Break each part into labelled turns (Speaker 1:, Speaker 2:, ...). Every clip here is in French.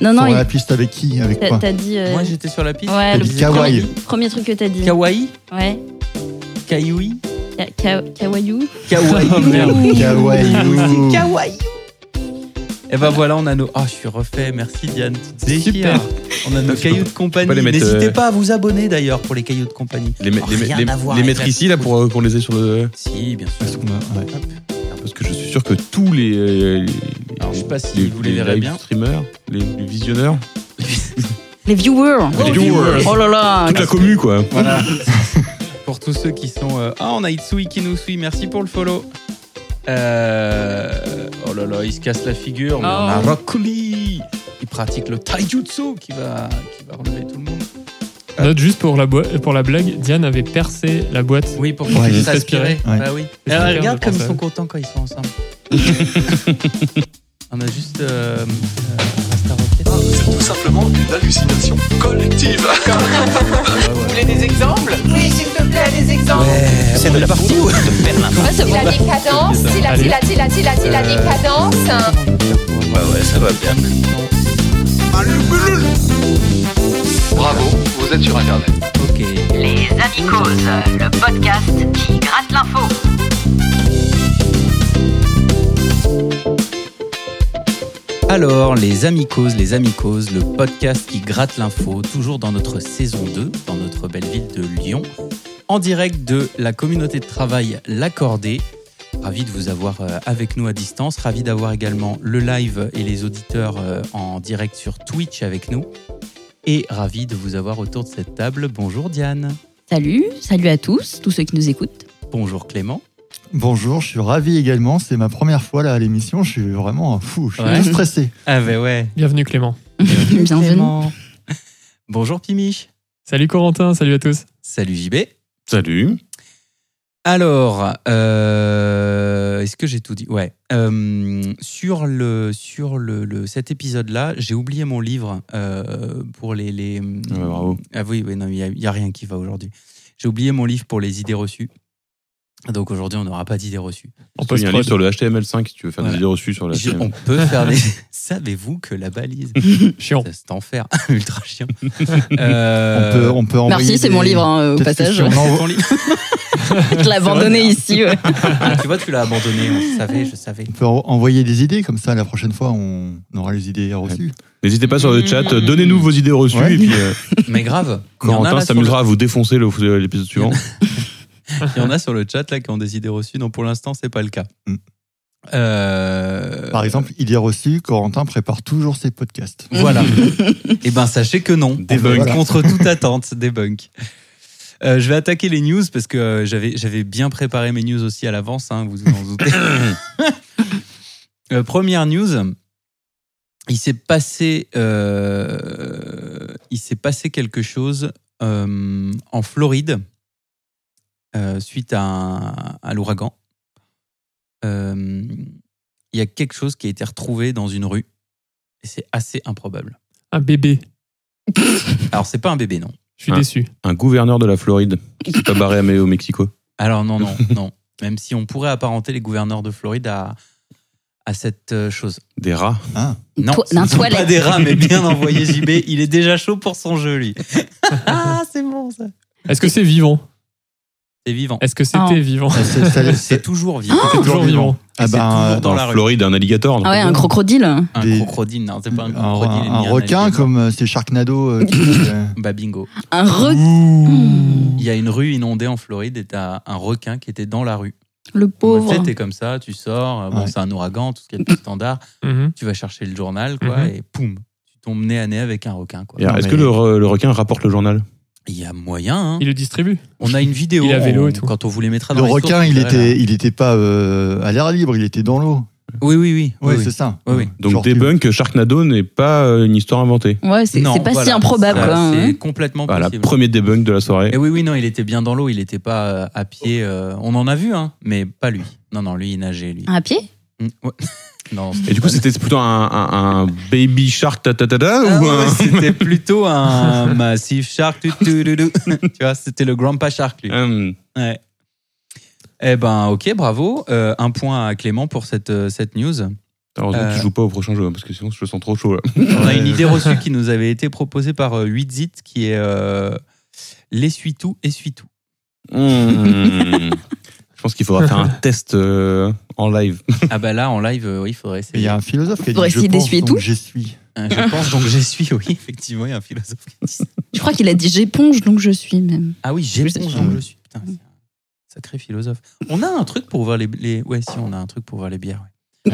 Speaker 1: Non, non,
Speaker 2: Sur
Speaker 1: il-
Speaker 2: la piste avec qui Avec
Speaker 1: t'as
Speaker 2: quoi
Speaker 1: t'as dit. euh,
Speaker 3: Moi, j'étais sur la piste.
Speaker 1: ouais,
Speaker 2: T'as
Speaker 1: le
Speaker 2: dit kawaii.
Speaker 1: premier- Premier truc que t'as dit.
Speaker 3: Kawaii
Speaker 1: Ouais.
Speaker 3: Kaioui
Speaker 1: Ka- ka- Kawaii.
Speaker 3: Kawaii
Speaker 4: Oh, merde.
Speaker 2: Kawaii.
Speaker 3: Kawaii Et ben voilà, on a nos. Ah, je suis refait, merci Diane. Tu te déchires.
Speaker 4: Super.
Speaker 3: On a nos
Speaker 4: Parce que
Speaker 3: cailloux de
Speaker 4: pas
Speaker 3: compagnie.
Speaker 4: les mettre,
Speaker 3: N'hésitez
Speaker 4: euh,
Speaker 3: pas à vous abonner d'ailleurs pour les cailloux de compagnie.
Speaker 4: Les, met-
Speaker 3: Oh,
Speaker 4: les, met-
Speaker 3: rien
Speaker 4: les-
Speaker 3: à voir
Speaker 4: les
Speaker 3: avec
Speaker 4: mettre
Speaker 3: la-
Speaker 4: ici là pour euh, qu'on les ait sur le.
Speaker 3: Si, bien sûr.
Speaker 2: Parce qu'on a- ouais.
Speaker 4: Parce que je suis sûr que tous les. euh,
Speaker 3: Alors, je sais pas si
Speaker 4: les-
Speaker 3: vous les verrez
Speaker 4: live
Speaker 3: bien.
Speaker 4: streamers, les, les visionneurs,
Speaker 1: Les viewers.
Speaker 4: les viewers,
Speaker 1: Oh là là.
Speaker 4: toute la commu quoi.
Speaker 2: Voilà.
Speaker 3: Pour tous ceux qui sont. euh, Ah, on a Itsui qui nous suit, merci pour le follow. Euh, Oh là là, il se casse la figure. mais
Speaker 1: Oh.
Speaker 3: On a Rockuli Il pratique le taijutsu qui va, qui va relever tout le monde.
Speaker 5: Note juste pour la, boi- pour la blague, Diane avait percé la boîte.
Speaker 3: Oui, pour
Speaker 2: qu'ils
Speaker 3: qu'ils
Speaker 2: puissent
Speaker 3: puissent respirer.
Speaker 2: respirer. Ouais.
Speaker 3: Bah oui.
Speaker 5: C'est
Speaker 3: Alors,
Speaker 5: super
Speaker 3: regarde
Speaker 5: de
Speaker 3: comme ils
Speaker 5: penser à
Speaker 3: sont
Speaker 5: eux.
Speaker 3: contents quand ils sont ensemble. On a juste euh, euh, Rasta Rocket.
Speaker 6: C'est tout simplement une hallucination collective.
Speaker 7: Vous voulez des exemples Oui, s'il te plaît, des
Speaker 3: Ah,
Speaker 7: exemples.
Speaker 3: C'est de la partie ou de Berlin
Speaker 8: C'est la décadence, c'est la, c'est la, c'est la, c'est la, c'est la
Speaker 4: Euh.
Speaker 8: décadence.
Speaker 3: Bah ouais, ça va bien.
Speaker 6: Bravo, vous êtes sur Internet.
Speaker 3: Ok.
Speaker 9: Les Amicos, le podcast qui gratte l'info.
Speaker 3: Alors, les Amicos, les Amicos, le podcast qui gratte l'info, toujours dans notre saison 2, dans notre belle ville de Lyon, en direct de la communauté de travail L'Accordé. Ravi de vous avoir euh, avec nous à distance, ravi d'avoir également le live et les auditeurs euh, en direct sur Twitch avec nous. Et ravi de vous avoir autour de cette table. Bonjour Diane.
Speaker 1: Salut, salut à tous, tous ceux qui nous écoutent.
Speaker 3: Bonjour Clément.
Speaker 2: Bonjour, je suis ravi également. C'est ma première fois là à l'émission. Je suis vraiment euh, fou. Je suis
Speaker 3: Ouais.
Speaker 2: tout stressé.
Speaker 3: Ah ben ouais.
Speaker 5: Bienvenue Clément.
Speaker 1: Bienvenue.
Speaker 3: Clément. Bonjour Pimiche.
Speaker 5: Salut Corentin, salut à tous.
Speaker 3: Salut JB.
Speaker 4: Salut.
Speaker 3: Alors, euh, est-ce que j'ai tout dit Ouais. Euh, sur le, sur le, le- cet épisode-là, j'ai oublié mon livre euh, pour les. les
Speaker 4: Ouais, bravo.
Speaker 3: Ah oui, oui, non, il n'y a, rien qui va aujourd'hui. J'ai oublié mon livre pour les idées reçues. Donc aujourd'hui, on n'aura pas d'idées reçues.
Speaker 4: Il y a
Speaker 5: En
Speaker 4: un
Speaker 5: post-prod.
Speaker 4: livre sur le HTML5 si tu veux faire
Speaker 3: Voilà.
Speaker 4: des idées reçues sur le
Speaker 3: Je-
Speaker 4: HTML.
Speaker 3: on peut faire des. Savez-vous que la balise,
Speaker 5: Chiant.
Speaker 3: ça, c'est enfer, ultra chiant. Euh,
Speaker 2: On peut, on peut envoyer.
Speaker 1: Merci, c'est
Speaker 2: des-
Speaker 1: mon livre hein, au
Speaker 2: peut-être
Speaker 1: passage.
Speaker 2: que si on envoie-
Speaker 3: ton livre-
Speaker 1: Je l'ai abandonné ici. ouais.
Speaker 3: Ah, tu vois, tu l'as abandonné. Je savais, je savais.
Speaker 2: on peut en- envoyer des idées comme ça. La prochaine fois, on aura les idées reçues.
Speaker 4: N'hésitez pas sur le chat, euh, donnez-nous vos idées reçues
Speaker 2: Ouais.
Speaker 4: et puis euh,
Speaker 3: Mais grave. il y en a
Speaker 4: Corentin
Speaker 3: là sur le-
Speaker 4: s'amusera à vous défoncer le- l'épisode suivant.
Speaker 3: Il y en a sur le chat là qui ont des idées reçues. Non, pour l'instant, c'est pas le cas.
Speaker 2: Mm.
Speaker 3: Euh,
Speaker 2: Par exemple, idées reçues. Corentin prépare toujours ses podcasts.
Speaker 1: Mhm.
Speaker 3: Voilà. Eh ben, sachez que non.
Speaker 2: Debunk. Voilà.
Speaker 3: Contre toute attente, debunk. Euh, je vais attaquer les news parce que euh, j'avais, j'avais bien préparé mes news aussi à l'avance, hein, vous vous en doutez. Euh, première news, il s'est passé, euh, il s'est passé quelque chose euh, en Floride euh, suite à, un- à l'ouragan. Euh, Il y a quelque chose qui a été retrouvé dans une rue et c'est assez improbable.
Speaker 5: Un bébé.
Speaker 3: Alors c'est pas un bébé non.
Speaker 5: Je suis
Speaker 4: Ah.
Speaker 5: déçu.
Speaker 4: Un gouverneur de la Floride qui s'est pas barré à Mayo, au Mexico.
Speaker 3: Alors non, non, non. Même si on pourrait apparenter les gouverneurs de Floride à, à cette euh, chose.
Speaker 4: Des rats.
Speaker 2: Ah,
Speaker 3: Non,
Speaker 1: Toi-
Speaker 3: ce
Speaker 1: non,
Speaker 3: ne sont
Speaker 1: toilette.
Speaker 3: pas des rats, mais bien envoyé JB. Il est déjà chaud pour son jeu, lui. ah, c'est bon, ça.
Speaker 5: Est-ce que c'est vivant
Speaker 3: C'est vivant.
Speaker 2: Euh,
Speaker 5: Est-ce que
Speaker 1: Ah.
Speaker 5: c'était vivant
Speaker 2: c'est- c'est-
Speaker 3: C'est
Speaker 2: c'est-
Speaker 3: toujours vivant.
Speaker 2: c'est toujours vivant. Ah
Speaker 3: c'est
Speaker 2: ben,
Speaker 3: toujours dans
Speaker 4: Dans
Speaker 3: la rue.
Speaker 4: Floride, un alligator. donc.
Speaker 1: Ah ouais, un crocodile.
Speaker 3: Un
Speaker 2: Des-
Speaker 3: crocodile, non, c'est pas un
Speaker 2: un,
Speaker 3: crocodile.
Speaker 2: un
Speaker 3: ni
Speaker 2: requin
Speaker 3: alligator.
Speaker 2: comme euh, c'est Sharknado. euh, qui, euh,
Speaker 3: Bah bingo.
Speaker 1: Un re...
Speaker 2: Mm.
Speaker 3: Il y a une rue inondée en Floride et t'as un requin qui était dans la rue.
Speaker 1: Le
Speaker 3: Tu
Speaker 1: pauvre.
Speaker 3: sais, t'es comme ça, tu sors, euh, bon,
Speaker 2: Ouais.
Speaker 3: c'est un ouragan, tout ce qui est plus standard.
Speaker 5: Mhm.
Speaker 3: Tu vas chercher le journal, quoi,
Speaker 5: Mhm.
Speaker 3: et poum, tu tombes nez à nez avec un requin, quoi.
Speaker 4: Et alors, Est-ce
Speaker 2: Non,
Speaker 4: que
Speaker 2: mais-
Speaker 4: le, re- le requin rapporte le journal
Speaker 3: Il y a moyen, hein.
Speaker 5: Il le distribue.
Speaker 3: On a une vidéo.
Speaker 5: Il a vélo
Speaker 3: on-
Speaker 5: et tout.
Speaker 3: Quand on vous les mettra
Speaker 2: le
Speaker 3: dans les sources,
Speaker 2: requin,
Speaker 3: vous
Speaker 2: il
Speaker 3: verrez,
Speaker 2: était,
Speaker 3: là.
Speaker 2: il était pas euh, à l'air libre. Il était dans l'eau.
Speaker 3: Oui, oui, oui.
Speaker 2: Ouais,
Speaker 3: oui, oui.
Speaker 2: c'est ça.
Speaker 3: Oui, oui.
Speaker 4: Donc
Speaker 2: Genre, tu-
Speaker 4: debunk, Sharknado n'est pas euh, une histoire inventée.
Speaker 1: Ouais, c'est
Speaker 3: Non,
Speaker 1: c'est pas
Speaker 3: voilà.
Speaker 1: si improbable.
Speaker 3: Ça,
Speaker 1: quoi, hein.
Speaker 3: C'est complètement
Speaker 4: Voilà,
Speaker 3: possible.
Speaker 4: premier debunk de la soirée.
Speaker 3: Et oui, oui, non, il était bien dans l'eau. Il était pas euh, à pied. euh, on en a vu, hein, mais pas lui. Non, non, lui, il nageait, lui.
Speaker 1: Un pied
Speaker 3: Mm, ouais. non.
Speaker 4: Et du coup, c'était plutôt un, un- un baby shark ta ta ta ta,
Speaker 3: Ah
Speaker 4: ou
Speaker 3: ouais,
Speaker 4: un...
Speaker 3: c'était plutôt un massif shark. tu, tu, tu, tu. tu vois, c'était le grandpa shark, lui.
Speaker 4: Hum,
Speaker 3: Ouais. Eh ben, ok, bravo. Euh, un point à Clément pour cette, euh, cette news.
Speaker 4: Heureusement que
Speaker 3: Euh.
Speaker 4: tu joues pas au prochain jeu, hein, parce que sinon je le sens trop chaud. là.
Speaker 3: On a une idée reçue qui nous avait été proposée par euh, 8zit qui est euh, l'essuie-tout, essuie-tout. Hum.
Speaker 4: Hmm. je pense qu'il faudra faire un test euh, en live.
Speaker 3: Ah bah là, en live, euh, oui, il faudrait
Speaker 2: Mais Il y
Speaker 3: essayer.
Speaker 2: a un philosophe qui a dit
Speaker 1: Pour essayer
Speaker 2: Je pense
Speaker 1: d'essuyer
Speaker 2: donc
Speaker 1: tout
Speaker 2: j'essuie.
Speaker 3: Euh, Je pense donc j'essuie, oui, effectivement, il y a un philosophe qui dit ça.
Speaker 1: Je crois qu'il a dit j'éponge, donc je suis même.
Speaker 3: Ah oui, j'éponge
Speaker 1: Juste-
Speaker 3: donc je suis. Putain, c'est un sacré philosophe. On a un truc pour voir les, les... Ouais, si, on a un truc pour voir les bières. ouais.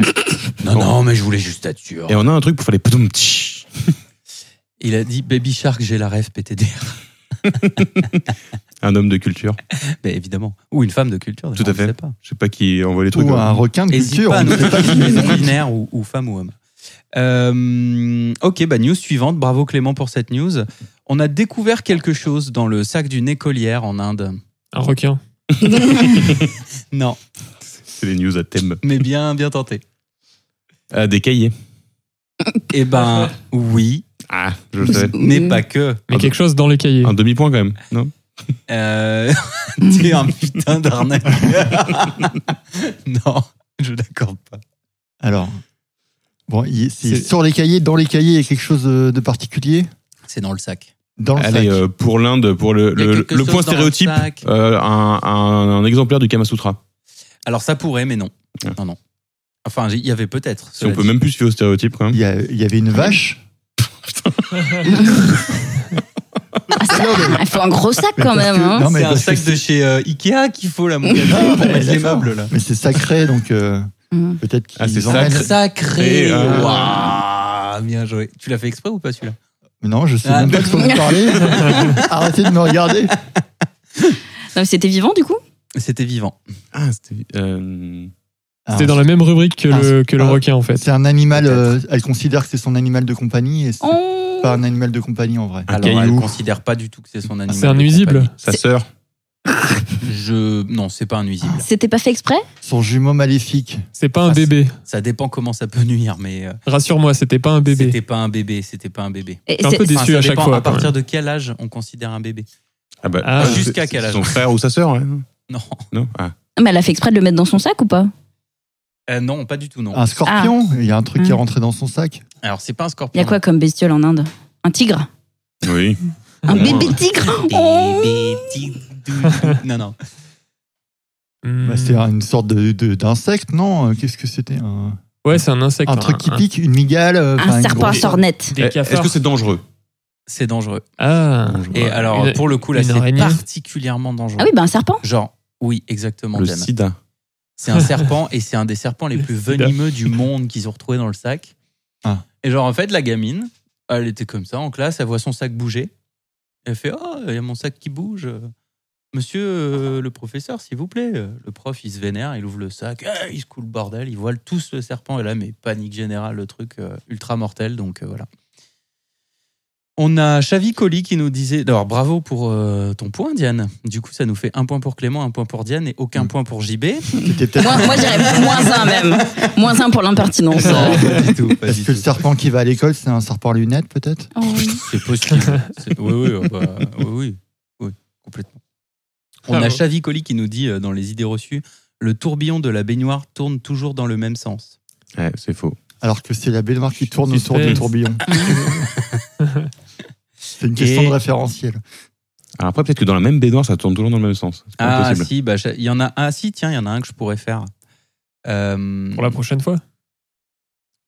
Speaker 3: non, non, mais je voulais juste être sûr.
Speaker 4: Et on a un truc pour faire les poudoum tch.
Speaker 3: Il a dit Baby Shark, j'ai la rêve PTDR.
Speaker 4: Un homme de culture.
Speaker 3: Mais évidemment. Ou une femme de culture.
Speaker 4: Tout
Speaker 3: d'ailleurs,
Speaker 4: à
Speaker 3: on ne
Speaker 4: fait.
Speaker 3: sait pas.
Speaker 4: Je sais pas qui envoie les trucs.
Speaker 2: Ou
Speaker 4: hein.
Speaker 2: un requin de
Speaker 3: N'hésite
Speaker 2: culture.
Speaker 3: pas à
Speaker 2: on
Speaker 3: nous
Speaker 2: ne sait pas
Speaker 3: dire
Speaker 2: qui
Speaker 3: si c'est
Speaker 2: est.
Speaker 3: binaire ou, ou femme ou homme. Euh, ok, bah news suivante. Bravo Clément pour cette news. On a découvert quelque chose dans le sac d'une écolière en Inde.
Speaker 5: Un requin.
Speaker 3: Non,
Speaker 4: C'est les news à thème.
Speaker 3: mais bien, bien tenté.
Speaker 4: Ah, des cahiers.
Speaker 3: Eh ben oui,
Speaker 4: Ah, je le savais.
Speaker 3: mais pas que.
Speaker 5: Mais quelque chose dans les cahiers.
Speaker 4: Un demi-point quand même, non
Speaker 3: Euh, T'es un putain d'arnaque. non, je l'accorde pas.
Speaker 2: Alors. Bon, il- c'est
Speaker 5: C'est-
Speaker 2: sur les cahiers, dans les cahiers, il y a quelque chose euh, de particulier
Speaker 3: C'est dans le sac.
Speaker 2: Dans le
Speaker 4: Allez,
Speaker 2: sac.
Speaker 4: euh, pour l'Inde, pour le,
Speaker 3: Il y a
Speaker 4: le,
Speaker 3: quelque chose
Speaker 4: le point
Speaker 3: dans le
Speaker 4: stéréotype,
Speaker 3: sac.
Speaker 4: euh, un, un- un exemplaire du Kama Sutra.
Speaker 3: Alors ça pourrait, mais non.
Speaker 4: Ah.
Speaker 3: Non, non. Enfin, il y avait peut-être.
Speaker 4: Si on
Speaker 3: cela
Speaker 4: peut
Speaker 3: dit.
Speaker 4: même plus se fier au stéréotype quand même.
Speaker 2: Il y, a- il y avait une vache.
Speaker 1: Ah, ça, il faut un gros sac quand
Speaker 2: Mais
Speaker 1: même.
Speaker 2: parce que-
Speaker 1: hein.
Speaker 2: non, mais
Speaker 3: C'est un
Speaker 2: parce que
Speaker 3: sac de chez euh, Ikea qu'il faut là, mon gars,
Speaker 2: Ah,
Speaker 3: pour
Speaker 2: mais
Speaker 3: mettre les
Speaker 2: d'accord.
Speaker 3: meubles là.
Speaker 2: Mais c'est sacré, donc euh,
Speaker 1: Hum.
Speaker 2: peut-être qu'ils
Speaker 4: Ah, c'est
Speaker 2: emmènent-
Speaker 4: sacré.
Speaker 3: Sacré
Speaker 4: Et, euh,
Speaker 3: Waouh, Bien joué. Tu l'as fait exprès ou pas celui-là
Speaker 2: Mais Non, je sais
Speaker 3: Ah,
Speaker 2: même pas de quoi vous parlez. Arrêtez de me regarder.
Speaker 1: Non, mais C'était vivant du coup
Speaker 3: C'était vivant.
Speaker 4: Ah, c'était. euh,
Speaker 5: C'était
Speaker 2: Ah,
Speaker 5: dans la même rubrique que
Speaker 2: Ah,
Speaker 5: le, que le
Speaker 2: ah.
Speaker 5: requin en fait.
Speaker 2: C'est un animal, euh, elle considère que c'est son animal de compagnie et c'est
Speaker 1: Oh.
Speaker 2: pas un animal de compagnie en vrai.
Speaker 4: Un
Speaker 3: Alors elle
Speaker 4: caillou.
Speaker 3: considère pas du tout que Ah, c'est son animal.
Speaker 5: C'est un
Speaker 3: de
Speaker 5: nuisible.
Speaker 4: Sa sœur.
Speaker 3: compagnie. Je non, c'est pas un nuisible.
Speaker 1: C'était pas fait exprès
Speaker 2: Son jumeau maléfique.
Speaker 5: C'est pas un
Speaker 3: Ah, c'est-
Speaker 5: bébé.
Speaker 3: Ça dépend comment ça peut nuire, mais euh,
Speaker 5: Rassure-moi, c'était pas un bébé.
Speaker 3: c'était pas un bébé, c'était pas un bébé.
Speaker 1: Et
Speaker 5: un
Speaker 1: c'est-
Speaker 5: peu déçu.
Speaker 3: Enfin,
Speaker 5: Déçu
Speaker 3: ça
Speaker 5: à chaque
Speaker 3: dépend
Speaker 5: fois,
Speaker 3: à
Speaker 5: quand
Speaker 3: partir de quel âge on considère un bébé.
Speaker 4: Ah bah,
Speaker 5: Ah,
Speaker 4: c'est-
Speaker 3: jusqu'à
Speaker 4: c'est
Speaker 3: quel âge
Speaker 4: Son frère ou sa sœur, hein
Speaker 3: Non,
Speaker 4: non Ah.
Speaker 1: Mais elle a fait exprès de le mettre dans son sac ou pas
Speaker 3: Euh, non, pas du tout non.
Speaker 5: Ah.
Speaker 2: Un scorpion.
Speaker 1: Ah.
Speaker 2: Il y a un truc
Speaker 1: Mm.
Speaker 2: qui est rentré dans son sac.
Speaker 3: Alors c'est pas un
Speaker 1: Il
Speaker 3: scorpion.
Speaker 1: y a quoi comme bestiole en Inde Un tigre
Speaker 4: Oui.
Speaker 1: Un
Speaker 4: Au moins.
Speaker 1: bébé tigre Oh.
Speaker 3: Ah. Bébé, tic, dou, dou. Non non.
Speaker 5: Hmm.
Speaker 2: Bah, c'est une sorte de- de- d'insecte, non Euh, Qu'est-ce que c'était un,
Speaker 5: Ouais, c'est un insecte.
Speaker 2: un truc qui pique, une migale. euh, enfin,
Speaker 1: Un
Speaker 2: une
Speaker 1: serpent à
Speaker 2: grosse-
Speaker 1: sornette.
Speaker 5: Des
Speaker 4: Eh, Est-ce
Speaker 5: cafards.
Speaker 4: que c'est dangereux
Speaker 3: C'est dangereux.
Speaker 5: Ah.
Speaker 3: Et alors
Speaker 5: Une-
Speaker 3: pour le coup là,
Speaker 5: une
Speaker 3: c'est
Speaker 5: araignée.
Speaker 3: particulièrement dangereux.
Speaker 1: Ah oui, bah un serpent.
Speaker 3: Genre oui, exactement.
Speaker 4: Le
Speaker 3: Dan.
Speaker 4: sida.
Speaker 3: C'est un serpent et c'est un des serpents les plus venimeux du monde qu'ils ont retrouvé dans le sac.
Speaker 2: Ah.
Speaker 3: Et genre, en fait, la gamine, elle était comme ça en classe, elle voit son sac bouger. Elle fait Oh, il y a mon sac qui bouge. Monsieur euh, le professeur, s'il vous plaît. Le prof, il se vénère, il ouvre le sac, Ah, il se coule le bordel, il voile tous le serpent. Et là, mais panique générale, le truc euh, ultra mortel. Donc euh, voilà. On a Chavi Colli qui nous disait. Alors bravo pour euh, ton point, Diane. Du coup, ça nous fait un point pour Clément, un point pour Diane et aucun
Speaker 2: Mm.
Speaker 3: point pour JB.
Speaker 2: C'était peut-être
Speaker 1: Moi, moi j'irais moins un même. Moins un pour l'impertinence.
Speaker 3: Non, pas du tout. pas
Speaker 2: Est-ce
Speaker 3: du
Speaker 2: que le
Speaker 3: tout.
Speaker 2: serpent qui va à l'école, c'est un serpent à lunettes, peut-être
Speaker 1: Oh.
Speaker 3: C'est possible. C'est- Oui, oui, oh, bah, oui, oui, oui, complètement. On
Speaker 5: Ah
Speaker 3: a
Speaker 5: bon.
Speaker 3: Chavi Colli qui nous dit euh, dans les idées reçues le tourbillon de la baignoire tourne toujours dans le même sens.
Speaker 4: Ouais, Eh, c'est faux.
Speaker 2: Alors que c'est la baignoire qui tourne autour
Speaker 5: Suspense.
Speaker 2: du tourbillon. c'est une question
Speaker 3: Et-
Speaker 2: de référentiel.
Speaker 4: Alors après, peut-être que dans la même baignoire, ça tourne toujours dans le même sens. C'est pas
Speaker 3: Ah,
Speaker 4: impossible.
Speaker 3: si, bah, Cha- il y en a un. Si, tiens, il y en a un que je pourrais faire. Euh,
Speaker 5: Pour la prochaine fois.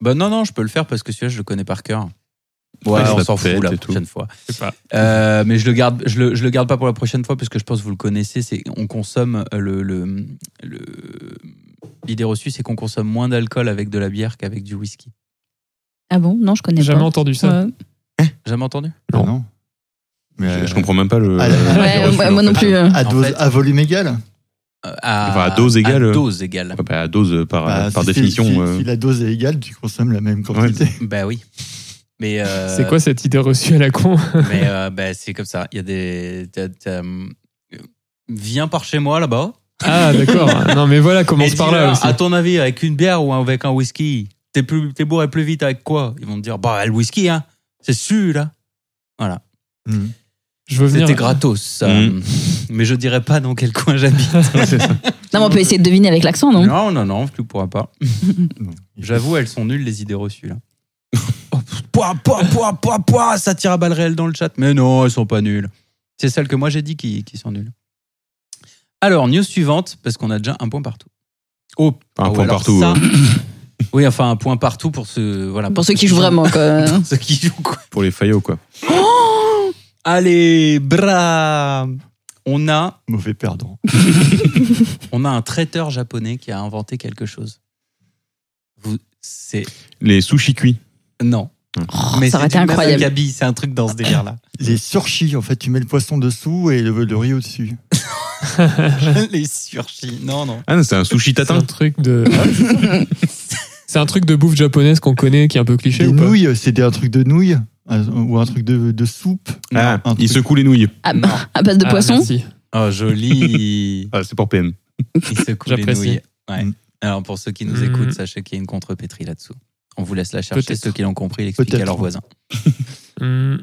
Speaker 3: bah, non, non, je peux le faire parce que celui-là, je le connais par cœur. Ouais,
Speaker 4: Ouais, ça
Speaker 3: on s'en
Speaker 4: pète
Speaker 3: fout la
Speaker 4: et tout.
Speaker 3: prochaine fois.
Speaker 5: Je sais pas.
Speaker 3: Euh, mais je le garde, je le, je le garde pas pour la prochaine fois parce que je pense que vous le connaissez. C'est on consomme euh, le le le- l'idée reçue, c'est qu'on consomme moins d'alcool avec de la bière qu'avec du whisky.
Speaker 1: Ah bon Non, je connais
Speaker 5: Jamais
Speaker 1: pas.
Speaker 5: entendu ça.
Speaker 1: Ouais.
Speaker 3: Jamais entendu
Speaker 5: Non.
Speaker 2: Ah Mais
Speaker 4: Je,
Speaker 2: euh,
Speaker 4: je comprends même pas le.
Speaker 2: Ah, là, là,
Speaker 1: Ouais,
Speaker 2: j'ai reçu,
Speaker 1: bah,
Speaker 2: en
Speaker 1: moi non
Speaker 2: fait.
Speaker 1: plus. euh.
Speaker 2: à,
Speaker 3: En
Speaker 2: dose-
Speaker 3: fait-
Speaker 2: à volume égal
Speaker 3: Euh, à,
Speaker 4: Enfin, à dose égale,
Speaker 3: à
Speaker 4: euh.
Speaker 3: dose égale.
Speaker 4: Ah bah, à dose par,
Speaker 2: Bah,
Speaker 4: par
Speaker 2: si-
Speaker 4: définition.
Speaker 2: Si,
Speaker 4: euh,
Speaker 2: si la dose est égale, tu consommes la même quantité.
Speaker 3: Bah oui. Mais euh,
Speaker 5: C'est quoi cette idée reçue à la con
Speaker 3: Mais euh, bah, c'est comme ça. Il y a des. t'as- t'as, hum, Viens par chez moi là-bas.
Speaker 5: Ah, d'accord. Non, mais voilà, commence
Speaker 3: Et
Speaker 5: par
Speaker 3: dis-leur,
Speaker 5: là aussi.
Speaker 3: À ton avis, avec une bière ou avec un whisky, t'es plus t'es bourré plus vite avec quoi Ils vont te dire bah le whisky hein, c'est sûr là. Voilà.
Speaker 2: Mm.
Speaker 5: Je veux venir.
Speaker 3: C'était gratos. ça.
Speaker 4: Mhm.
Speaker 3: Mais je dirais pas dans quel coin j'habite.
Speaker 4: c'est ça.
Speaker 1: Non, mais on peut essayer de deviner avec l'accent, non
Speaker 3: Non, non, non, tu pourras pas. J'avoue, elles sont nulles, les idées reçues, là. Oh, pouah, pouah, pouah, pouah, pouah, ça tire à balles réelles dans le chat. Mais non, elles sont pas nulles. C'est celles que moi j'ai dit qui, qui sont nulles. Alors, news suivante, parce qu'on a déjà un point partout. Oh,
Speaker 4: Un
Speaker 3: ah ouais,
Speaker 4: point
Speaker 3: alors
Speaker 4: partout.
Speaker 3: ça-
Speaker 4: hein.
Speaker 3: oui, enfin, un point partout pour ceux, voilà,
Speaker 1: Pour ceux qui jouent vraiment, quoi.
Speaker 3: Pour ceux qui jouent, quoi.
Speaker 4: Pour les faillots, quoi.
Speaker 3: Allez, bra On a
Speaker 2: Mauvais perdant.
Speaker 3: On a un traiteur japonais qui a inventé quelque chose. Vous, c'est
Speaker 4: Les sushis cuits.
Speaker 3: non.
Speaker 1: Oh, ça aurait
Speaker 3: c'est
Speaker 1: été
Speaker 3: du
Speaker 1: incroyable.
Speaker 3: wasabi, c'est un truc dans ce délire-là.
Speaker 2: Les surchis, en fait, tu mets le poisson dessous et le, le riz au-dessus.
Speaker 3: Les surchis. Non, non.
Speaker 4: Ah non, c'est un sushi
Speaker 5: C'est un
Speaker 4: tatin.
Speaker 5: truc de. Ah, C'est un truc de bouffe japonaise qu'on connaît, qui est un peu cliché
Speaker 2: Les
Speaker 5: ou pas
Speaker 2: nouilles, c'est des- un truc de nouilles un- ou un truc de, de soupe.
Speaker 4: Ah,
Speaker 2: Un truc-
Speaker 4: il secoue les nouilles.
Speaker 1: À,
Speaker 3: Non.
Speaker 1: à base de
Speaker 5: Ah,
Speaker 1: poisson
Speaker 5: merci.
Speaker 3: Oh, joli.
Speaker 4: Ah, c'est pour PM.
Speaker 3: Il secoue les
Speaker 5: J'apprécie.
Speaker 3: nouilles. Ouais.
Speaker 2: Mm.
Speaker 3: Alors, pour ceux qui nous
Speaker 5: Mm.
Speaker 3: écoutent, sachez qu'il y a une contrepétrie là-dessous. On vous laisse la chercher,
Speaker 5: Peut-être.
Speaker 3: ceux qui l'ont compris, l'expliquer à
Speaker 2: Peut-être.
Speaker 3: leurs voisins.
Speaker 5: Hmm.